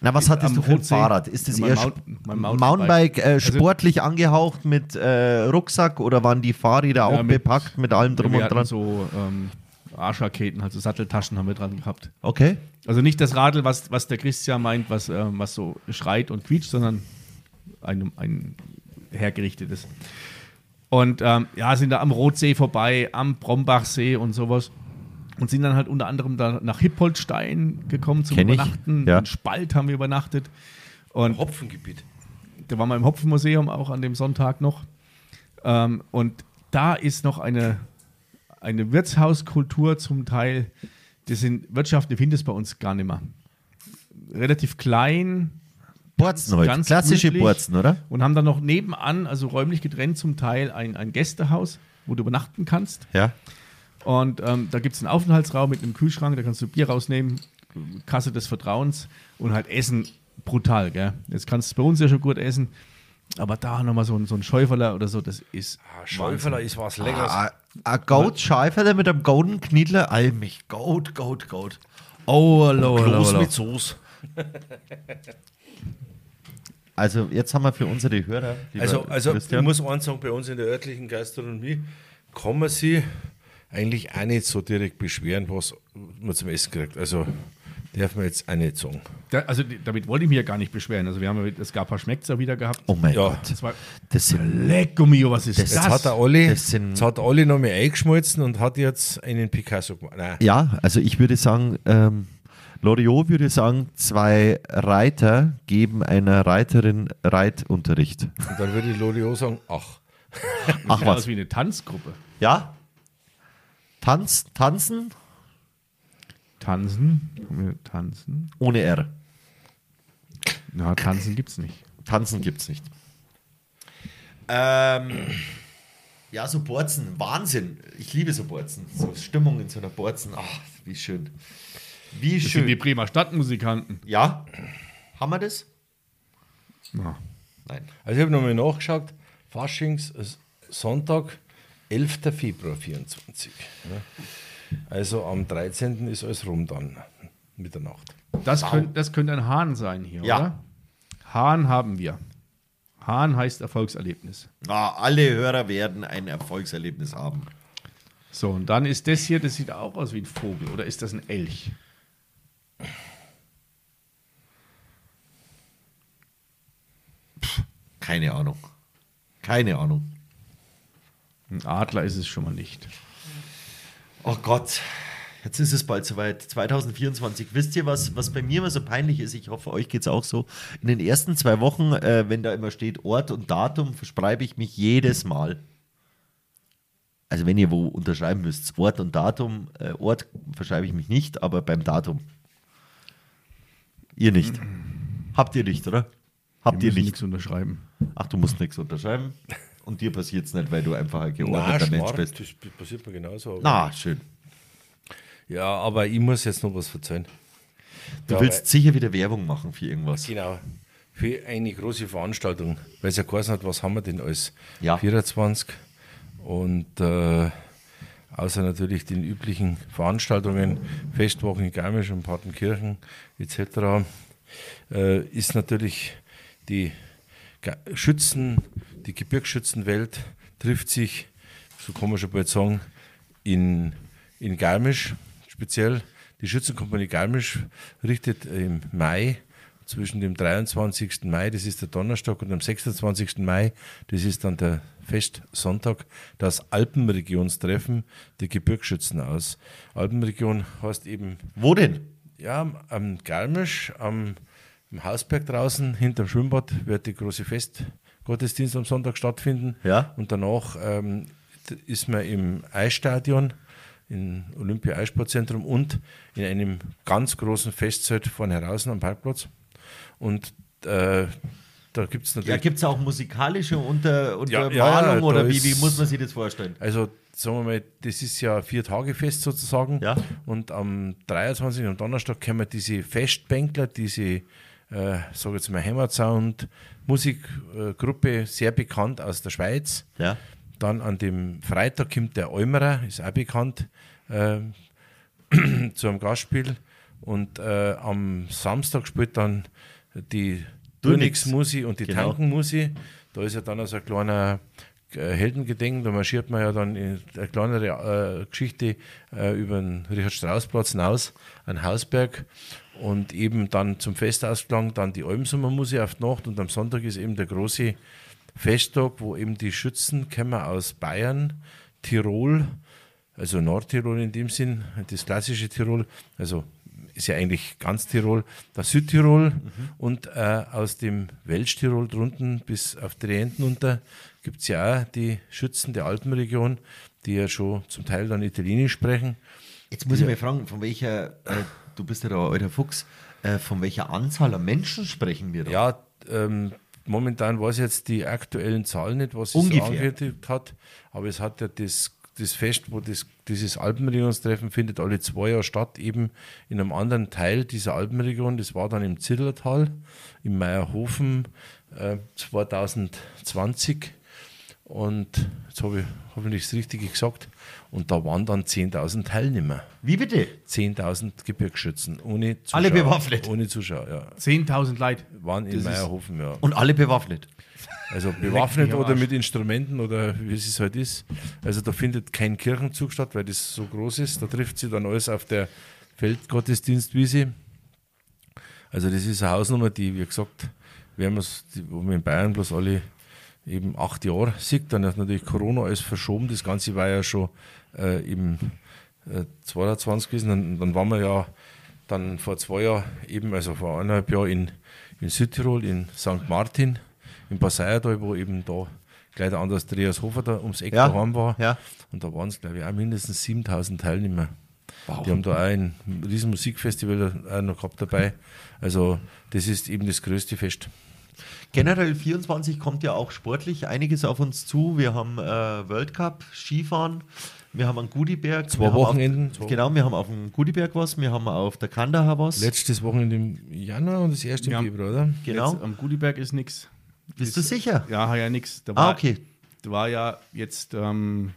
Na, was hattest Am du für ein Rotsee. Fahrrad? Ist das Mein eher Mountain- mein Mountainbike, Mountainbike. Mountainbike äh, Also- sportlich angehaucht mit äh, Rucksack oder waren die Fahrräder auch mit- bepackt mit allem drum wir und hatten dran? So ähm, Arschraketen, also Satteltaschen haben wir dran gehabt. Okay. Also nicht das Radl, was, was der Christian meint, was, ähm, was so schreit und quietscht, sondern ein, ein hergerichtetes. Und ähm, ja, sind da am Rotsee vorbei, am Brombachsee und sowas. Und sind dann halt unter anderem da nach Hippoltstein gekommen zum Kenn ich, Übernachten. ja. In Spalt haben wir übernachtet. Und Hopfengebiet. da waren wir im Hopfenmuseum auch an dem Sonntag noch. Ähm, und da ist noch eine, eine Wirtshauskultur zum Teil, das sind Wirtschaften, die findest du bei uns gar nicht mehr. Relativ klein Borzen heute. ganz Klassische gemütlich. Borzen, oder? und haben dann noch nebenan, also räumlich getrennt zum Teil, ein, ein Gästehaus, wo du übernachten kannst. Ja. Und ähm, da gibt es einen Aufenthaltsraum mit einem Kühlschrank, da kannst du Bier rausnehmen, Kasse des Vertrauens und halt Essen brutal, gell? Jetzt kannst du bei uns ja schon gut essen, aber da nochmal so ein, so ein Schäuferler oder so, das ist. Ah, Schäuferler ist was Leckeres. Ah, Ein Goat Scheiferle mit einem Golden Kniedler, all mich. Goat, Goat, Goat. Oh, hallo, Los mit Soße. Also, jetzt haben wir für unsere Hörer. lieber Also, also ich Christian. muss eins sagen, bei uns in der örtlichen Gastronomie kann man sich eigentlich auch nicht so direkt beschweren, was man zum Essen kriegt. Also darf man jetzt auch nicht sagen. Da, also die- damit wollte ich mich ja gar nicht beschweren. Also wir haben ja, es gab ein paar Schmecks auch wieder gehabt. oh mein Ja. Gott. Das war Das sind Lecco mio, was ist das? Jetzt hat der Olli, das sind- jetzt hat der Olli noch mehr eingeschmolzen und hat jetzt einen Picasso gemacht. Nein, Ja, also ich würde sagen, ähm, Loriot würde sagen, zwei Reiter geben einer Reiterin Reitunterricht. und dann würde ich Loli auch sagen, ach. Ach Sieht aus was. wie eine Tanzgruppe. Ja? Tanz, tanzen Tanzen? Haben wir Tanzen? ohne R. Na, tanzen gibt's nicht. Tanzen gibt's nicht. Ähm, ja, so Borzen, Wahnsinn. Ich liebe so Borzen. So Stimmung in so einer Borzen. Ach, wie schön. Wie Das sind die schön. Bremer Stadtmusikanten. Ja? Haben wir das? Na. Nein. Also ich habe nochmal nachgeschaut, Faschings S- Sonntag, 11. Februar 24. Ja. Also am 13. ist alles rum dann, Mitternacht. Das, könnt, das könnte ein Hahn sein hier, Ja. oder? Hahn haben wir. Hahn heißt Erfolgserlebnis. Ah, alle Hörer werden ein Erfolgserlebnis haben. So, und dann ist das hier, das sieht auch aus wie ein Vogel. Oder ist das ein Elch? Keine Ahnung. Keine Ahnung. Ein Adler ist es schon mal nicht. Oh Gott, jetzt ist es bald soweit. 2024. Wisst ihr, was, was bei mir immer so peinlich ist? Ich hoffe, euch geht es auch so. In den ersten zwei Wochen, äh, wenn da immer steht Ort und Datum, verschreibe ich mich jedes Mal. Also wenn ihr wo unterschreiben müsst, Ort und Datum, äh, Ort verschreibe ich mich nicht, aber beim Datum. Ihr nicht. Habt ihr nicht, oder? Habt Wir ihr müssen nicht. nichts unterschreiben. Ach, du musst nichts unterschreiben. Und dir passiert es nicht, weil du einfach ein geordneter Nein, Mensch Schmarrn, bist. das passiert mir genauso. aber- Na, schön. Ja, aber ich muss jetzt noch was verzeihen. Du Ja, willst sicher wieder Werbung machen für irgendwas. Genau. Für eine große Veranstaltung, weil es ja geheißen hat, was haben wir denn alles? Ja. 24. Und äh, außer natürlich den üblichen Veranstaltungen, Festwochen in Garmisch und Partenkirchen etc., äh, ist natürlich die Ga- Schützen, die Gebirgsschützenwelt trifft sich, so kann man schon bald sagen, in, in Garmisch speziell. Die Schützenkompanie Garmisch richtet im Mai zwischen dem 23. Mai, das ist der Donnerstag, und dem 26. Mai, das ist dann der Festsonntag, das Alpenregionstreffen der Gebirgsschützen aus. Alpenregion heißt eben Wo denn? ja, am- am Garmisch, am, am Hausberg draußen, hinterm Schwimmbad, wird die große Festgottesdienst am Sonntag stattfinden. Ja. Und danach ähm, d- ist man im Eisstadion, im Olympia-Eissportzentrum und in einem ganz großen Festzelt vorne heraus am Parkplatz. Und äh, da gibt es Ja, natürlich gibt es auch musikalische Unter Ja, Untermalung ja, ja, da oder wie, ist- wie muss man sich das vorstellen? Also sagen wir mal, das ist ja vier Tage fest sozusagen. Ja. Und am 23. am Donnerstag kommen diese Festbänkler, diese, äh, sage jetzt mal, Heimatsound Musikgruppe, sehr bekannt aus der Schweiz. Ja. Dann an dem Freitag kommt der Eumerer, ist auch bekannt, äh, zu einem Gastspiel. Und äh, am Samstag spielt dann die Dönitz. Dönix Musi und die Genau. Tankenmusi. Da ist ja dann also ein kleiner äh, Heldengedenken, da marschiert man ja dann in eine kleinere äh, Geschichte äh, über den Richard-Strauss-Platz hinaus, an Hausberg und eben dann zum Festausklang dann die Almsummermusi auf die Nacht und am Sonntag ist eben der große Festtag, wo eben die Schützen kommen aus Bayern, Tirol, also Nordtirol in dem Sinn, das klassische Tirol, also ist ja eigentlich ganz Tirol, das Südtirol und äh, aus dem Welschtirol drunten bis auf die Enten unter gibt es ja auch die Schützen der Alpenregion, die ja schon zum Teil dann Italienisch sprechen. Jetzt muss ich mal fragen, von welcher, äh, du bist ja da alter Fuchs, äh, von welcher Anzahl an Menschen sprechen wir da? Ja, ähm, momentan weiß ich jetzt die aktuellen Zahlen nicht, was es Ungefähr. angekündigt hat, aber es hat ja das, das Fest, wo das, dieses Alpenregionstreffen findet, alle zwei Jahre statt, eben in einem anderen Teil dieser Alpenregion. Das war dann im Zillertal, im Meierhofen äh, 2020. Und jetzt habe ich hoffentlich das Richtige gesagt. Und da waren dann 10.000 Teilnehmer, Wie bitte? 10.000 Gebirgsschützen, ohne Zuschauer. Alle bewaffnet. Ohne Zuschauer, ja. 10.000 Leute. Waren in Das ist- Meierhofen, ja. Und alle bewaffnet. Also bewaffnet mich am oder Arsch. mit Instrumenten oder wie es halt ist. Also da findet kein Kirchenzug statt, weil das so groß ist. Da trifft sie dann alles auf der Feldgottesdienstwiese. Also das ist eine Hausnummer, die, wie gesagt, werden wir's, die, wo man in Bayern bloß alle eben acht Jahre sieht. Dann hat natürlich Corona alles verschoben. Das Ganze war ja schon äh, im äh, 22 gewesen. Dann, dann waren wir ja dann vor zwei Jahren eben, also vor eineinhalb Jahren in, in Südtirol, in St. Martin, im Passeierdal, wo eben da gleich der Anders Dreas Hofer da ums Eck Ja, daheim war. ja. Und da waren es, glaube ich, auch mindestens 7000 Teilnehmer. Die haben da auch ein riesen Musikfestival auch noch gehabt dabei. Also das ist eben das größte Fest. Generell 24 kommt ja auch sportlich einiges auf uns zu. Wir haben äh, World Cup, Skifahren, wir haben einen Gudiberg. Zwei wir haben Wochenenden. Auf, genau, wir haben auf dem Gudiberg was, wir haben auf der Kandahar was. Letztes Wochenende im Januar und das erste im Ja. Februar, oder? genau. Jetzt am Gudiberg ist nix. Bist du sicher? Ja, ja, nix. Da war, Ah, okay. Da war ja jetzt ähm,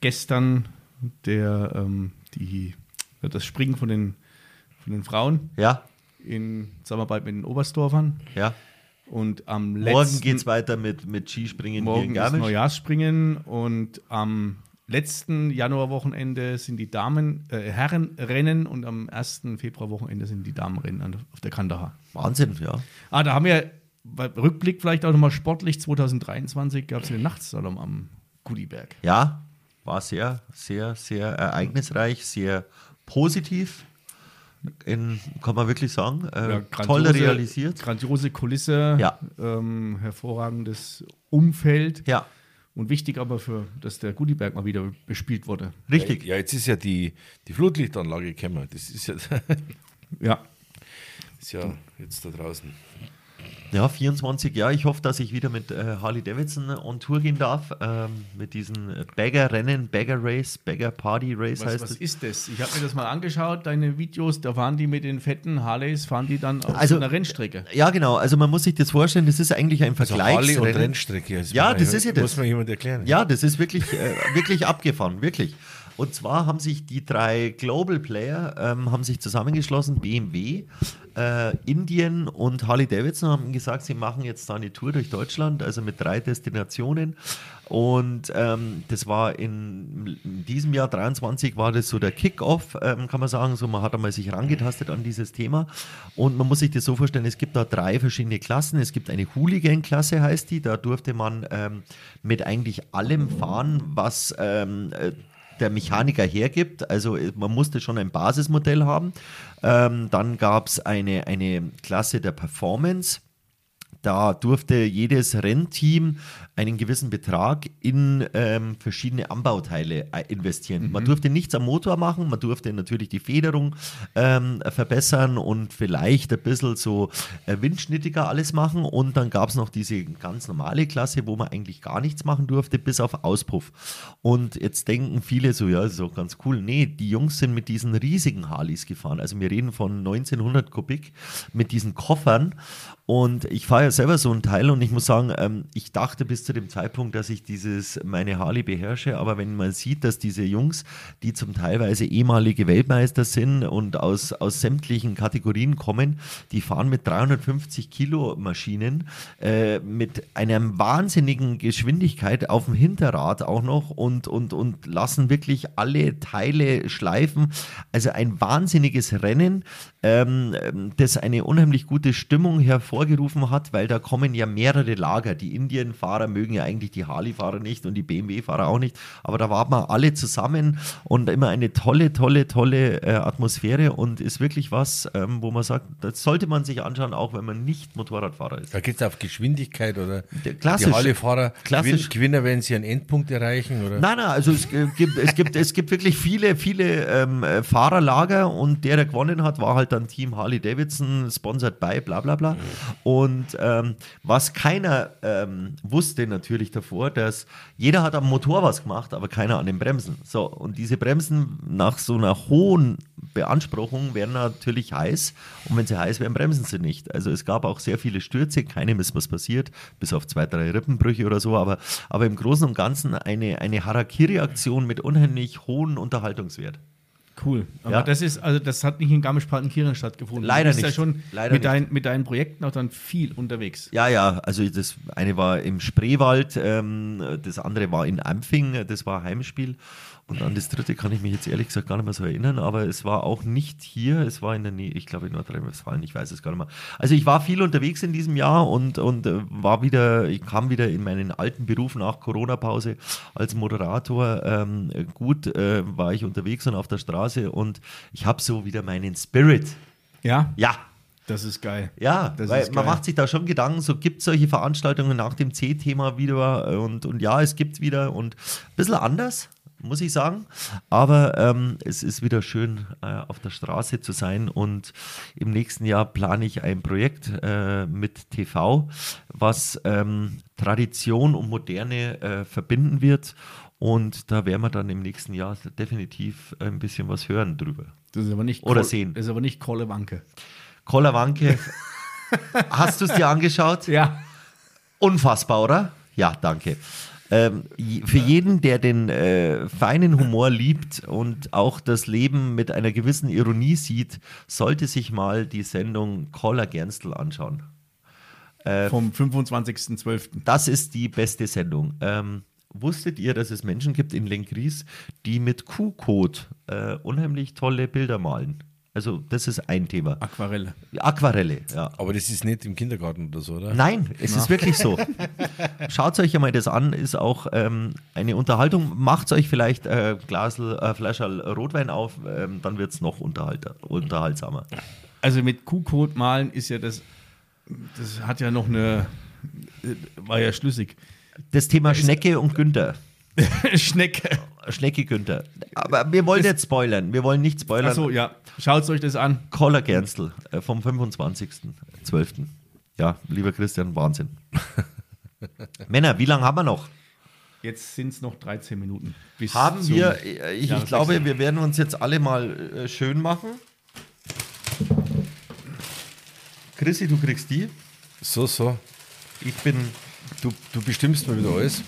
gestern der, ähm, die, das Springen von den, von den Frauen Ja, in Zusammenarbeit mit den Oberstdorfern. ja. Und am Morgen letzten geht's weiter mit, mit Skispringen hier in Morgen ist Garmisch. Neujahrsspringen und am letzten Januarwochenende sind die Damen äh, Herrenrennen und am 1. Februarwochenende sind die Damenrennen an- auf der Kandahar. Wahnsinn, ja. Ah, da haben wir bei Rückblick vielleicht auch nochmal sportlich 2023 gab es den Nachtsalon am Gudiberg. Ja, war sehr, sehr, sehr ereignisreich, sehr positiv. In, kann man wirklich sagen. Äh, toll realisiert. Grandiose Kulisse, Ja. ähm, hervorragendes Umfeld Ja, und wichtig aber für, dass der Gudiberg mal wieder bespielt wurde. richtig. Ja, jetzt ist ja die, die Flutlichtanlage gekommen. Das ist ja, Ja, ist ja jetzt da draußen. Ja, 24 Jahre. Ich hoffe, dass ich wieder mit äh, Harley Davidson on Tour gehen darf. Ähm, mit diesen Bagger-Rennen, Bagger-Race, Bagger-Party-Race Was, heißt was es. ist das? Ich habe mir das mal angeschaut, deine Videos, da fahren die mit den fetten Harleys, fahren die dann auf Also- so einer Rennstrecke. Ja, genau. Also man muss sich das vorstellen, das ist eigentlich ein Also Harley und Vergleichsrennen. Rennstrecke. Ja, muss man- das ist ja das. Muss man jemand erklären. Ja, das ist wirklich, äh, wirklich abgefahren, wirklich. Und zwar haben sich die drei Global Player ähm, haben sich zusammengeschlossen, BMW, äh, Indien und Harley Davidson haben gesagt, sie machen jetzt da eine Tour durch Deutschland, also mit drei Destinationen. Und ähm, das war in, in diesem Jahr 23 war das so der Kick-off, ähm, kann man sagen. So, man hat einmal sich rangetastet an dieses Thema. Und man muss sich das so vorstellen, es gibt da drei verschiedene Klassen. Es gibt eine Hooligan-Klasse, heißt die. Da durfte man ähm, mit eigentlich allem fahren, was ähm, äh, der Mechaniker hergibt. Also äh, man musste schon ein Basismodell haben. Ähm, dann gab es eine, eine Klasse der Performance. Da durfte jedes Rennteam einen gewissen Betrag in ähm, verschiedene Anbauteile äh, investieren. Man durfte nichts am Motor machen, man durfte natürlich die Federung ähm, verbessern und vielleicht ein bisschen so äh, windschnittiger alles machen. Und dann gab es noch diese ganz normale Klasse, wo man eigentlich gar nichts machen durfte, bis auf Auspuff. Und jetzt denken viele so, ja, so ganz cool. Nee, die Jungs sind mit diesen riesigen Harleys gefahren. Also wir reden von 1900 Kubik mit diesen Koffern. Und ich fahre ja selber so einen Teil und ich muss sagen, ähm, ich dachte bis zu dem Zeitpunkt, dass ich dieses meine Harley beherrsche, aber wenn man sieht, dass diese Jungs, die zum Teilweise ehemalige Weltmeister sind und aus, aus sämtlichen Kategorien kommen, die fahren mit 350 Kilo Maschinen äh, mit einer wahnsinnigen Geschwindigkeit auf dem Hinterrad auch noch und, und, und lassen wirklich alle Teile schleifen. Also ein wahnsinniges Rennen, ähm, ähm, das eine unheimlich gute Stimmung hervorgerufen hat, weil da kommen ja mehrere Lager. Die Indien-Fahrer mögen ja eigentlich die Harley-Fahrer nicht und die BMW-Fahrer auch nicht, aber da waren wir alle zusammen und immer eine tolle, tolle, tolle äh, Atmosphäre und ist wirklich was, ähm, wo man sagt, das sollte man sich anschauen, auch wenn man nicht Motorradfahrer ist. Da geht es auf Geschwindigkeit oder Der- klassisch. die Harley-Fahrer Klassisch. gewin- Gewinner, wenn sie einen Endpunkt erreichen oder Nein, nein, also es äh, gibt, es gibt, es gibt wirklich viele, viele ähm, äh, Fahrerlager und der, der gewonnen hat, war halt dann Team Harley Davidson, sponsored by, bla bla bla. Und ähm, was keiner ähm, wusste natürlich davor, dass jeder hat am Motor was gemacht, aber keiner an den Bremsen. So, und diese Bremsen nach so einer hohen Beanspruchung werden natürlich heiß und wenn sie heiß werden, bremsen sie nicht. Also es gab auch sehr viele Stürze, keinem ist was passiert, bis auf zwei, drei Rippenbrüche oder so, aber, aber im Großen und Ganzen eine, eine Harakiri-Aktion mit unheimlich hohem Unterhaltungswert. Cool. Aber Ja. das ist, also das hat nicht in Garmisch-Partenkirchen stattgefunden. Leider Du bist nicht. ja schon Leider mit, nicht. Dein, mit deinen Projekten auch dann viel unterwegs. Ja, ja, also das eine war im Spreewald, ähm, das andere war in Ampfing, das war Heimspiel und an das dritte kann ich mich jetzt ehrlich gesagt gar nicht mehr so erinnern, aber es war auch nicht hier, es war in der Nähe, ich glaube in Nordrhein-Westfalen, ich weiß es gar nicht mehr. Also ich war viel unterwegs in diesem Jahr und, und äh, war wieder, ich kam wieder in meinen alten Beruf nach Corona-Pause als Moderator ähm, gut, äh, war ich unterwegs und auf der Straße und ich habe so wieder meinen Spirit. Ja, Ja, das ist geil. ja, Das weil ist man geil. macht sich da schon Gedanken, so gibt es solche Veranstaltungen nach dem C-Thema wieder äh, und, und ja, es gibt wieder und ein bisschen anders, muss ich sagen. Aber ähm, es ist wieder schön, äh, auf der Straße zu sein und im nächsten Jahr plane ich ein Projekt äh, mit TV, was ähm, Tradition und Moderne äh, verbinden wird. Und da werden wir dann im nächsten Jahr definitiv ein bisschen was hören drüber. Das ist aber nicht Oder Kol- sehen. Das ist aber nicht Kolle Wanke. Koller Wanke, hast du es dir angeschaut? Ja. Unfassbar, oder? Ja, danke. Ähm, je- für jeden, der den äh, feinen Humor liebt und auch das Leben mit einer gewissen Ironie sieht, sollte sich mal die Sendung Caller Gernstel anschauen. Äh. Vom Äh. 25.12. Das ist die beste Sendung. Ähm, wusstet ihr, dass es Menschen gibt in Lenkries, die mit Kuhcode äh, unheimlich tolle Bilder malen? Also, das ist ein Thema. Aquarelle. Aquarelle, ja. aber das ist nicht im Kindergarten oder so, oder? Nein, es ist wirklich so. Schaut euch ja mal das an, ist auch ähm, eine Unterhaltung. Macht euch vielleicht äh, Glasl, äh, Flascherl Rotwein auf, ähm, dann wird es noch unterhalter, unterhaltsamer. Also mit Q-Code malen ist ja das, das hat ja noch eine, äh, war ja schlüssig. Das Thema Schnecke und Günther. Schnecke. Schnecke Günther. Aber wir wollen nicht spoilern. Wir wollen nicht spoilern. Achso, ja. Schaut euch das an. Koller Gernstel äh, vom 25.12. Ja, lieber Christian, Wahnsinn. Männer, wie lange haben wir noch? Jetzt sind es noch 13 Minuten. Bis Haben zum- wir, äh, ich, ich Jahreswechsel. glaube, wir werden uns jetzt alle mal äh, schön machen. Chrissy, du kriegst die. So, so. Ich bin. Du, du bestimmst mal wieder alles.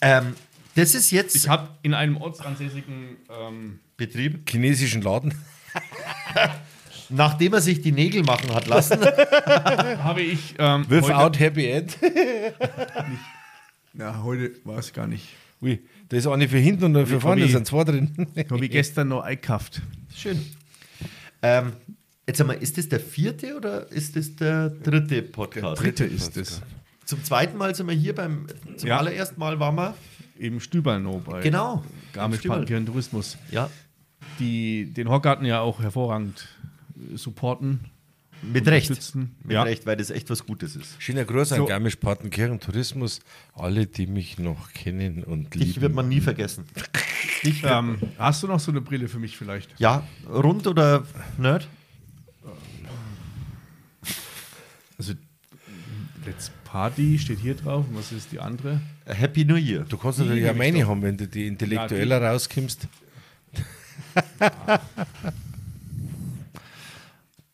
Ähm, das ist jetzt Ich habe in einem ortsansässigen ähm, Betrieb. Chinesischen Laden. Nachdem er sich die Nägel machen hat lassen, Habe ich. Ähm, Without Happy End. na, heute war es gar nicht. Ui, da ist eine für hinten und eine für vorne, da Hobby. sind zwei drin. Äh, Habe ich gestern noch eingekauft. Schön. Ähm, jetzt einmal, ist das der vierte oder ist das der dritte Podcast? Dritte ist es. Zum zweiten Mal sind wir hier beim, zum Ja. Äh, allerersten Mal waren wir. Im Stüberno bei Genau. Garmisch Stüberl. Partenkirchen Tourismus. Ja. Die den Hockgarten ja auch hervorragend äh, supporten. Mit Recht. Unterstützen. Mit Ja. Recht, weil das echt was Gutes ist. Schöner Gruß an So. Garmisch-Partenkirchen Tourismus. Alle, die mich noch kennen und Dich wird lieben. man nie vergessen. Dich wird- Ähm, hast du noch so eine Brille für mich vielleicht? ja, rund oder nerd? Also, Let's Party steht hier drauf. Und was ist die andere? Happy New Year. Du kannst natürlich Die auch meine haben, wenn du die intellektueller rauskommst.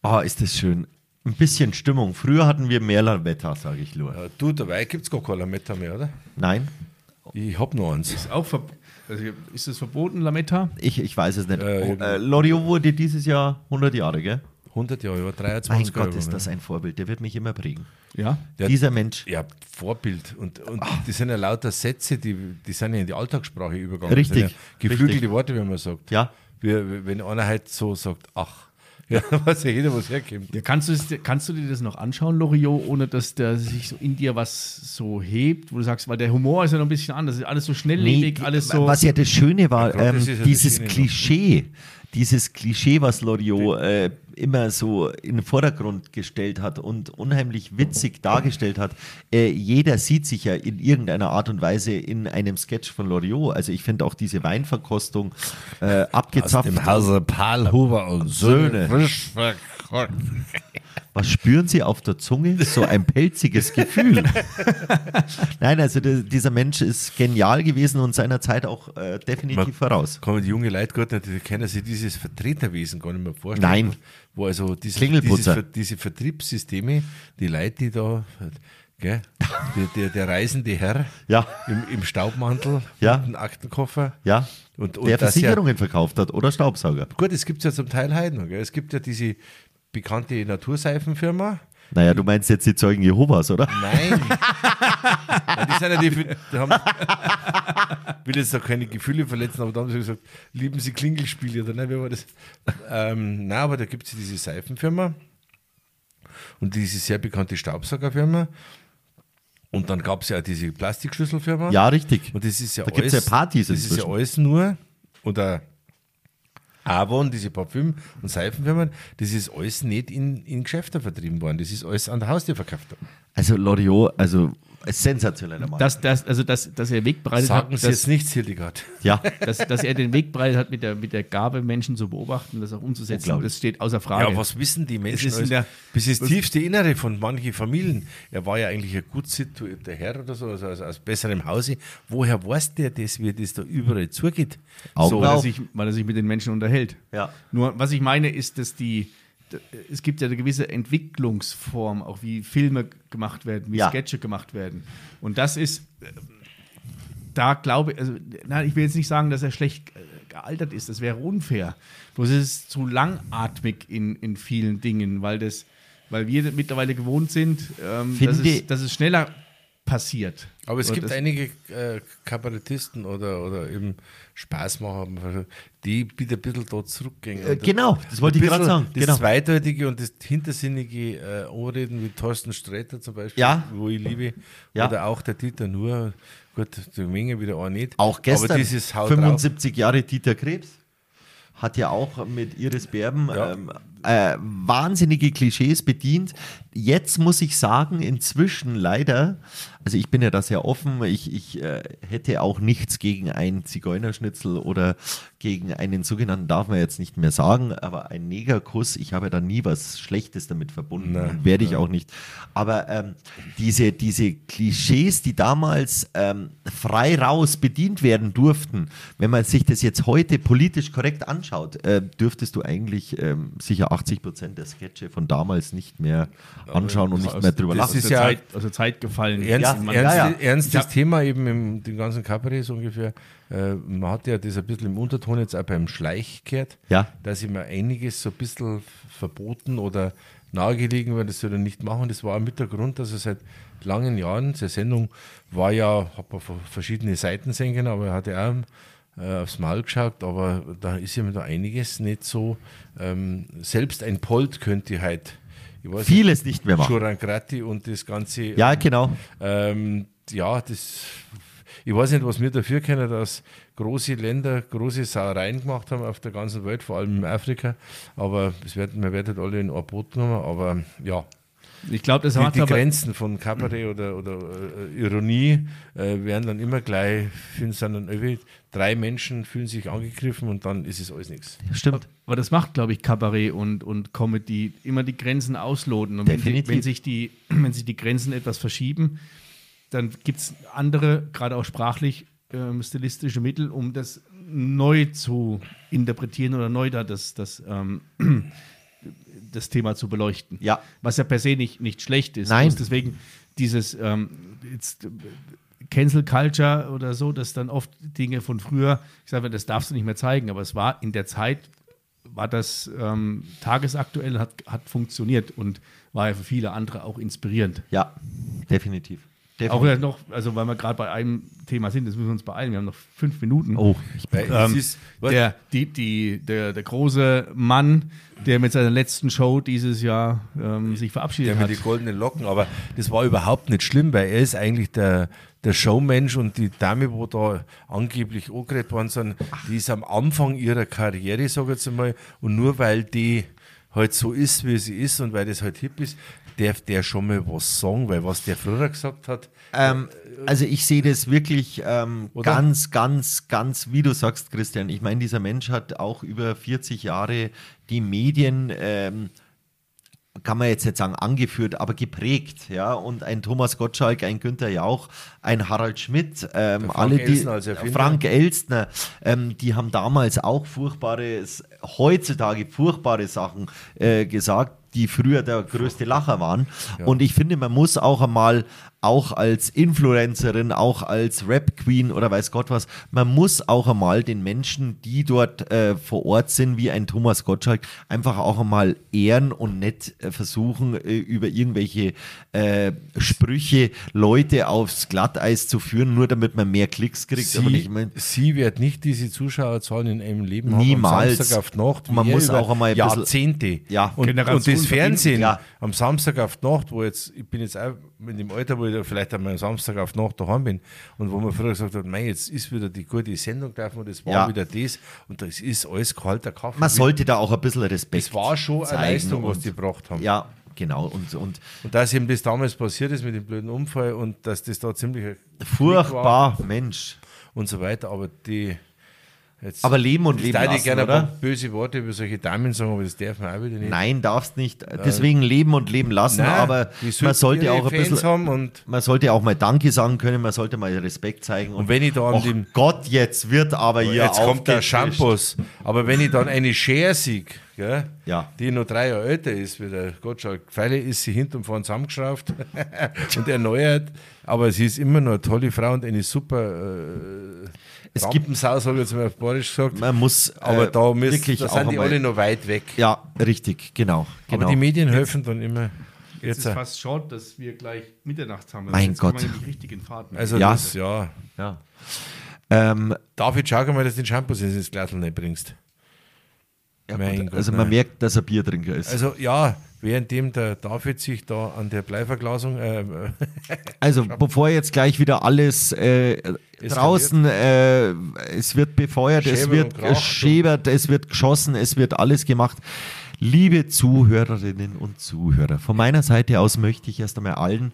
Ah, ist das schön. Ein bisschen Stimmung. Früher hatten wir Merlerwetter, sage ich nur. Ja, Äh, du, dabei gibt es gar kein Lametta mehr, oder? Nein, Ich hab noch eins. Ist auch verb also, ist das verboten, Lametta? ich, ich weiß es nicht. Äh, oh, äh, Loriot wurde dieses Jahr 100 Jahre, gell? 100 Jahre, ja, 23 Mein Jahre Gott, waren ist das wir. ein Vorbild. Der wird mich immer prägen. Ja. Ja. Dieser Mensch. Ja, Vorbild. Und, und Ah. die sind ja lauter Sätze, die, die sind ja in die Alltagssprache übergegangen. Richtig, Das sind Ja geflügelte richtig. Worte, wenn man sagt. Ja. Wie, wenn einer halt so sagt, ach. Ja, weiß ja jeder, was herkommt. Ja, kannst, du es, dir- kannst du dir das noch anschauen, Loriot, ohne dass der sich so in dir was so hebt, wo du sagst, weil der Humor ist ja noch ein bisschen anders, ist alles so schnelllebig, alles so. Was ja das Schöne war, Ja, Gott, das ähm, ist ja das dieses Schöne noch. Klischee, dieses Klischee, was Loriot äh, immer so in den Vordergrund gestellt hat und unheimlich witzig dargestellt hat. Äh, jeder sieht sich ja in irgendeiner Art und Weise in einem Sketch von Loriot. Also ich finde auch diese Weinverkostung äh, abgezapft. Hause Palhuber und Söhne. Frisch verkauft. Was spüren Sie auf der Zunge? So ein pelziges Gefühl. Nein, also der- dieser Mensch ist genial gewesen und seiner Zeit auch äh, definitiv Man- voraus. Kann man die junge Leute gut natürlich können sich dieses Vertreterwesen gar nicht mehr vorstellen. Nein. Wo also diese, dieses, Klingelputzer. Ver- diese Vertriebssysteme, die Leute, die da, gell, der, der, der reisende Herr Ja. im, im Staubmantel, Ja. mit dem Aktenkoffer. Ja. Und, und der das Versicherungen verkauft hat oder Staubsauger. Ja, gut, es gibt ja zum Teil heute noch. Gell. Es gibt ja diese bekannte Naturseifenfirma. Naja, du meinst jetzt die Zeugen Jehovas, oder? Nein. Nein, die sind ja die, die haben, will jetzt auch keine Gefühle verletzen, aber da haben sie gesagt, lieben Sie Klingelspiele oder nein, wie war das? Ähm, nein, aber da gibt es ja diese Seifenfirma und diese sehr bekannte Staubsaugerfirma. Und dann gab es ja auch diese Plastikschüsselfirma. Ja, richtig. Und das ist ja Da gibt's ja Partys Das ist ja inzwischen. alles nur. Oder Avon, diese Parfüm- und Seifenfirmen, das ist alles nicht in, in Geschäften vertrieben worden. Das ist alles an der Haustür verkauft worden. Also Loriot, also ein sensationeller Mann. dass, dass, also dass, dass er Weg bereitet Sagen hat, Sie dass, jetzt nichts, Hildegard. ja, dass, dass er den Weg bereitet hat, mit der, mit der Gabe, Menschen zu beobachten, das auch umzusetzen. Unglaublich. Das steht außer Frage. Ja, was wissen die Menschen? ist in alles? der- bis ins tiefste Innere von manchen Familien. Er war ja eigentlich ein gut situierter Herr oder so, also aus, aus besserem Hause. Woher weiß der das, wie das da überall zugeht? Augen so, auf. weil, er sich, weil er sich mit den Menschen unterhält. Ja. Nur, was ich meine, ist, dass die. d- Es gibt ja eine gewisse Entwicklungsform, auch wie Filme gemacht werden, wie Ja. Sketche gemacht werden. Und das ist, äh, da glaube ich, also, nein, ich will jetzt nicht sagen, dass er schlecht äh, gealtert ist, das wäre unfair. Bloß ist es zu langatmig in, in vielen Dingen, weil, das, weil wir mittlerweile gewohnt sind, ähm, dass, Finde- es, dass es schneller passiert. Aber es Oder gibt das- einige äh, Kabarettisten oder, oder eben Spaßmacher, die bitte ein bisschen da zurückgehen. Äh, Und genau, das wollte ein ich gerade bisschen sagen, Das genau. zweideutige und das hintersinnige äh, Anreden wie Thorsten Sträter zum Beispiel, Ja. wo ich liebe. Ja. Oder auch der Dieter Nur. Gut, die Menge wieder auch nicht. auch gestern, Aber dieses Haut drauf. 75 Jahre Dieter Krebs, hat ja auch mit Iris Berben Ja. ähm, äh, wahnsinnige Klischees bedient. Jetzt muss ich sagen, inzwischen leider, also ich bin ja da sehr offen, ich, ich äh, hätte auch nichts gegen ein Zigeunerschnitzel oder gegen einen sogenannten, darf man jetzt nicht mehr sagen, aber einen Negerkuss, ich habe da nie was Schlechtes damit verbunden und werde ich auch nicht. Aber ähm, diese, diese Klischees, die damals ähm, frei raus bedient werden durften, wenn man sich das jetzt heute politisch korrekt anschaut, äh, dürftest du eigentlich ähm, sicher 80 Prozent der Sketche von damals nicht mehr anschauen und nicht mehr drüber das lachen. ist halt der ja- Zeit, also Zeit gefallen. Ernst Ja, man- ja, Ernst, ja. Ernstes Ich hab- Thema eben im dem ganzen Cabaret so ungefähr. Äh, man hat ja das ein bisschen im Unterton jetzt auch beim Schleich gehört, Ja. dass immer einiges so ein bisschen verboten oder nahegelegen wird, das soll er nicht machen. Das war auch mit der Grund, dass er seit langen Jahren, seine Sendung war ja, hat man ver- verschiedene Seiten sehen können, aber er hat ja auch äh, aufs Maul geschaut, aber da ist ihm da einiges nicht so. Ähm, selbst ein Polt könnte halt. Ich weiß nicht, Vieles nicht mehr machen. Churangrati und das ganze Ja, genau. ähm, ja, das. Ich weiß nicht, was wir dafür können, dass große Länder große Sauereien gemacht haben auf der ganzen Welt, vor allem in Afrika. Aber es werden, wir werden halt alle in ein Boot genommen. Aber ja, Ich glaube, das die, hat die aber Grenzen von Kabarett oder, oder äh, Ironie äh, werden dann immer gleich, fühlen sich dann irgendwie, drei Menschen fühlen sich angegriffen und dann ist es alles nichts. Stimmt. Aber das macht, glaube ich, Kabarett und, und Comedy immer die Grenzen ausloten. Und wenn, die, Definitiv. wenn, sich die, wenn sich die Grenzen etwas verschieben, dann gibt es andere, gerade auch sprachlich, ähm, stilistische Mittel, um das neu zu interpretieren oder neu da das, das, ähm, das Thema zu beleuchten. Ja. Was ja per se nicht, nicht schlecht ist. Nein. Bloß Deswegen dieses ähm, jetzt, äh, Cancel Culture oder so, dass dann oft Dinge von früher, ich sage, das darfst du nicht mehr zeigen, aber es war in der Zeit, war das ähm, tagesaktuell, hat, hat funktioniert und war ja für viele andere auch inspirierend. Ja, definitiv. Auch ja noch, also weil wir gerade bei einem Thema sind, das müssen wir uns beeilen, wir haben noch fünf Minuten. Oh, ich Weil Ähm, es ist, Der, die, die, der, der große Mann, der mit seiner letzten Show dieses Jahr ähm, sich verabschiedet Der hat. mit den goldenen Locken, aber das war überhaupt nicht schlimm, weil er ist eigentlich der, der Showmensch und die Dame, wo da angeblich angeredet worden sind, die ist am Anfang ihrer Karriere, sage ich jetzt einmal, und nur weil die halt so ist, wie sie ist und weil das halt hip ist, darf der schon mal was sagen, weil was der früher gesagt hat, Ähm, also ich sehe das wirklich ähm, Oder? ganz, ganz, ganz, wie du sagst, Christian. Ich meine, dieser Mensch hat auch über 40 Jahre die Medien, ähm, kann man jetzt nicht sagen angeführt, aber geprägt. Ja, und ein Thomas Gottschalk, ein Günther Jauch, ein Harald Schmidt, ähm, Frank alle die, Elstner als Erfinder. Frank Elstner, ähm, die haben damals auch furchtbare, s- heutzutage furchtbare Sachen äh, gesagt, die früher der größte Lacher waren. Und ich finde, man muss auch einmal, auch als Influencerin, auch als Rap-Queen oder weiß Gott was, man muss auch einmal den Menschen, die dort äh, vor Ort sind, wie ein Thomas Gottschalk, einfach auch einmal ehren und nicht äh, versuchen, äh, über irgendwelche äh, Sprüche Leute aufs Glatteis zu führen, nur damit man mehr Klicks kriegt. Aber sie, ich mein- sie wird nicht diese Zuschauerzahlen in ihrem Leben haben. Niemals. Am Samstag auf die Nacht. Man wie er muss über auch einmal ein bisschen- Jahrzehnte. Ja, und, und Generation das Fernsehen Ja. am Samstag auf die Nacht, wo jetzt, ich bin jetzt auch in dem Alter, wo ich da vielleicht einmal am Samstag auf die Nacht daheim bin und wo man früher gesagt hat, mei, jetzt ist wieder die gute Sendung gelaufen und es war Ja. wieder das und das ist alles kalter Kaffee. Man sollte da auch ein bisschen Respekt es war schon eine zeigen Leistung, was und- die gebracht haben. Ja, genau. Und, und Und dass eben das damals passiert ist mit dem blöden Unfall und dass das da ziemlich ein Knick war furchtbar, Mensch. und so weiter, aber die jetzt Aber leben und Ich leben darf lassen, nicht gerne ein oder? paar böse Worte über solche Damen sagen, aber das darf man auch wieder nicht. Nein, darfst nicht. Deswegen leben und leben lassen. Äh. Nein, aber die sollten man sollte ihre auch ein Fans bisschen. haben und Man sollte auch mal Danke sagen können, man sollte mal Respekt zeigen. Und wenn ich da an Och dem- Gott, jetzt wird aber hier jetzt kommt der aufgezischt. Shampoos. Aber wenn ich dann eine Cher sehe, gell, Ja. die nur drei Jahre älter ist, wie der Gottschalk Pfeile, ist sie hinten und vorn zusammengeschraubt und erneuert. Aber sie ist immer noch eine tolle Frau und eine super äh, Es gibt- Rampensau, habe ich jetzt mal auf Borisch gesagt. Man muss aber äh, da, müssen, wirklich da auch sind die einmal- alle noch weit weg. Ja, richtig, genau. genau. Aber die Medien helfen dann immer. Jetzt äh, Jetzt, ist fast schade, dass wir gleich Mitternacht haben. Also Mein jetzt Gott. Kann man nämlich richtig in Fahrt ne? machen. also Ja. das, ja. ja. ähm, David, schau mal, dass du den Shampoo ins Glasl nicht bringst. ja Mein gut, Gott, also man nein. merkt, dass er Biertrinker ist. Also ja, währenddem der David sich da an der Bleiverglasung äh, Also bevor jetzt gleich wieder alles äh, draußen, äh, es wird befeuert, es Schäbert wird und Krach. schäbert, es wird geschossen, es wird alles gemacht. Liebe Zuhörerinnen und Zuhörer, von meiner Seite aus möchte ich erst einmal allen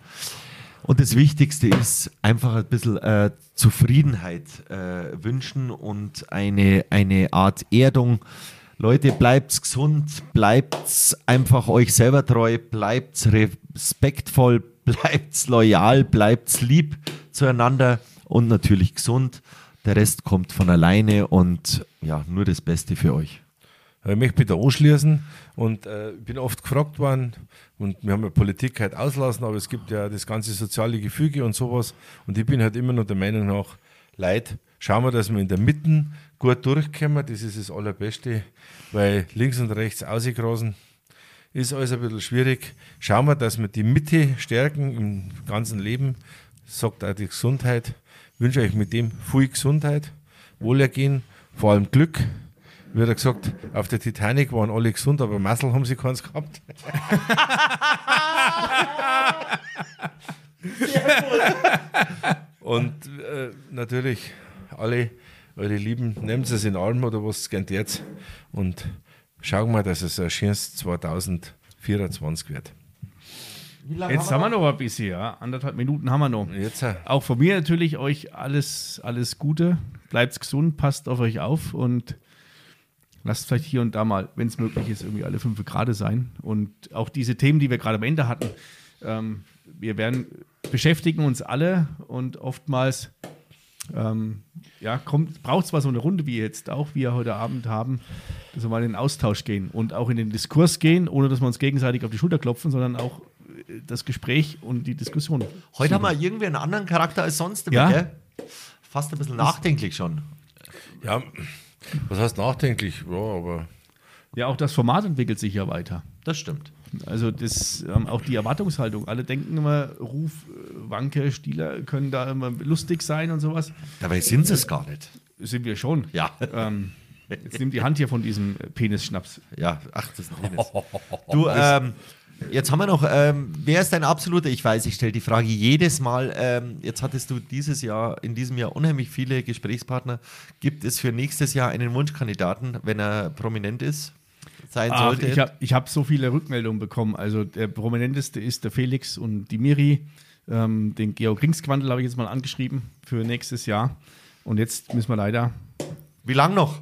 und das Wichtigste ist einfach ein bisschen äh, Zufriedenheit äh, wünschen und eine, eine Art Erdung. Leute, bleibt's gesund, bleibt's einfach euch selber treu, bleibt's respektvoll, bleibt's loyal, bleibt's lieb zueinander und natürlich gesund. Der Rest kommt von alleine und ja, nur das Beste für euch. Aber Ich möchte mich da anschließen und äh, ich bin oft gefragt worden und wir haben ja Politik halt auslassen, aber es gibt ja das ganze soziale Gefüge und sowas und ich bin halt immer noch der Meinung nach, Leid, schauen wir, dass wir in der Mitte gut durchkommen, das ist das Allerbeste, weil links und rechts ausgrasen ist alles ein bisschen schwierig. Schauen wir, dass wir die Mitte stärken im ganzen Leben, sagt auch die Gesundheit. Ich wünsche euch mit dem viel Gesundheit, Wohlergehen, vor allem Glück. Wie hat er gesagt, auf der Titanic waren alle gesund, aber Muscle haben sie keins gehabt. Und äh, natürlich alle eure Lieben, nehmt es in den Arm oder was gern jetzt und schauen wir, dass es ein schönes 2024 wird. Jetzt haben wir noch ein bisschen, ja. Anderthalb Minuten haben wir noch. Jetzt, äh, Auch von mir natürlich euch alles, alles Gute. Bleibt gesund, passt auf euch auf und lasst vielleicht hier und da mal, wenn es möglich ist, irgendwie alle fünf gerade sein. Und auch diese Themen, die wir gerade am Ende hatten, ähm, wir werden beschäftigen uns alle und oftmals ähm, ja, braucht es mal so eine Runde wie jetzt auch, wie wir heute Abend haben, dass wir mal in den Austausch gehen und auch in den Diskurs gehen, ohne dass wir uns gegenseitig auf die Schulter klopfen, sondern auch äh, das Gespräch und die Diskussion. Heute haben wir irgendwie einen anderen Charakter als sonst immer, Ja. gell? Fast ein bisschen nachdenklich schon. ja, was heißt nachdenklich? Ja, aber Ja, auch das Format entwickelt sich ja weiter. Das stimmt. Also das, ähm, auch die Erwartungshaltung. Alle denken immer, Ruf, äh, Wanke, Stieler können da immer lustig sein und sowas. Dabei sind sie es gar nicht. Sind wir schon. Ja. Ähm, jetzt nimm die Hand hier von diesem äh, Penisschnaps. Ja, ach, das ist ein Penis. Du, ähm, jetzt haben wir noch, ähm, wer ist dein absoluter, ich weiß, ich stelle die Frage jedes Mal, ähm, jetzt hattest du dieses Jahr, in diesem Jahr unheimlich viele Gesprächspartner. Gibt es für nächstes Jahr einen Wunschkandidaten, wenn er prominent ist? Sein Ach, sollte. ich habe ich hab so viele Rückmeldungen bekommen. Also der prominenteste ist der Felix und die Miri. Ähm, den Georg Ringsquandel habe ich jetzt mal angeschrieben für nächstes Jahr. Und jetzt müssen wir leider Wie lang noch?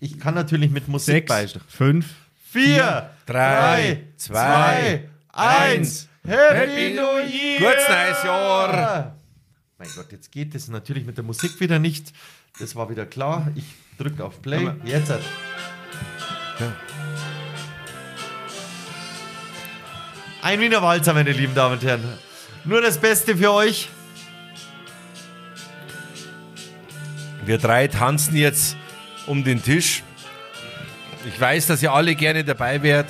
Ich kann natürlich mit Musik sechs, beisteuern. fünf, Vier, drei, zwei, eins. Happy New Year! Gutes neues Jahr! Mein Gott, jetzt geht es natürlich mit der Musik wieder nicht. Das war wieder klar. Ich drücke auf Play. Jetzt. hat- Ein Wiener Walzer, meine lieben Damen und Herren. Nur das Beste für euch. Wir drei tanzen jetzt um den Tisch. Ich weiß, dass ihr alle gerne dabei wärt.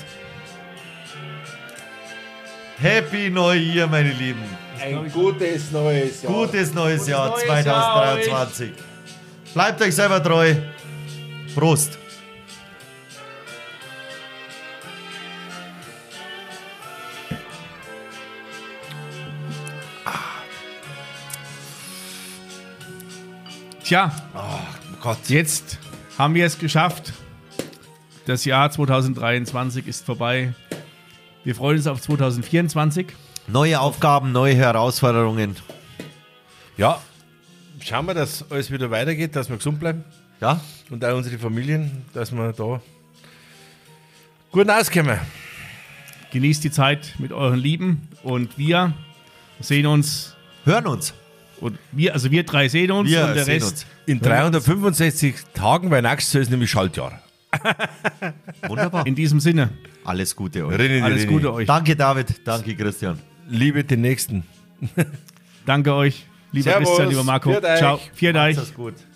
Happy New Year, meine Lieben. Ein gutes neues Jahr. Gutes neues Jahr 2023. Bleibt euch selber treu. Prost. Tja, Oh jetzt haben wir es geschafft. Das Jahr 2023 ist vorbei. Wir freuen uns auf 2024. Neue Aufgaben, neue Herausforderungen. Ja, schauen wir, dass alles wieder weitergeht, dass wir gesund bleiben Ja? und auch unsere Familien, dass wir da gut auskommen. Genießt die Zeit mit euren Lieben und wir sehen uns. Hören uns. Und wir, also wir drei sehen uns Wir und der sehen Rest. uns. In 365 Tagen, weil nächstes Jahr ist nämlich Schaltjahr. Wunderbar. In diesem Sinne, Alles Gute euch. Rinni, alles rinni. Gute euch. Danke, David. Danke, Christian. Liebe den Nächsten. Danke euch, lieber Servus, Christian, lieber Marco. viert euch. Ciao, viert euch. Macht's gut.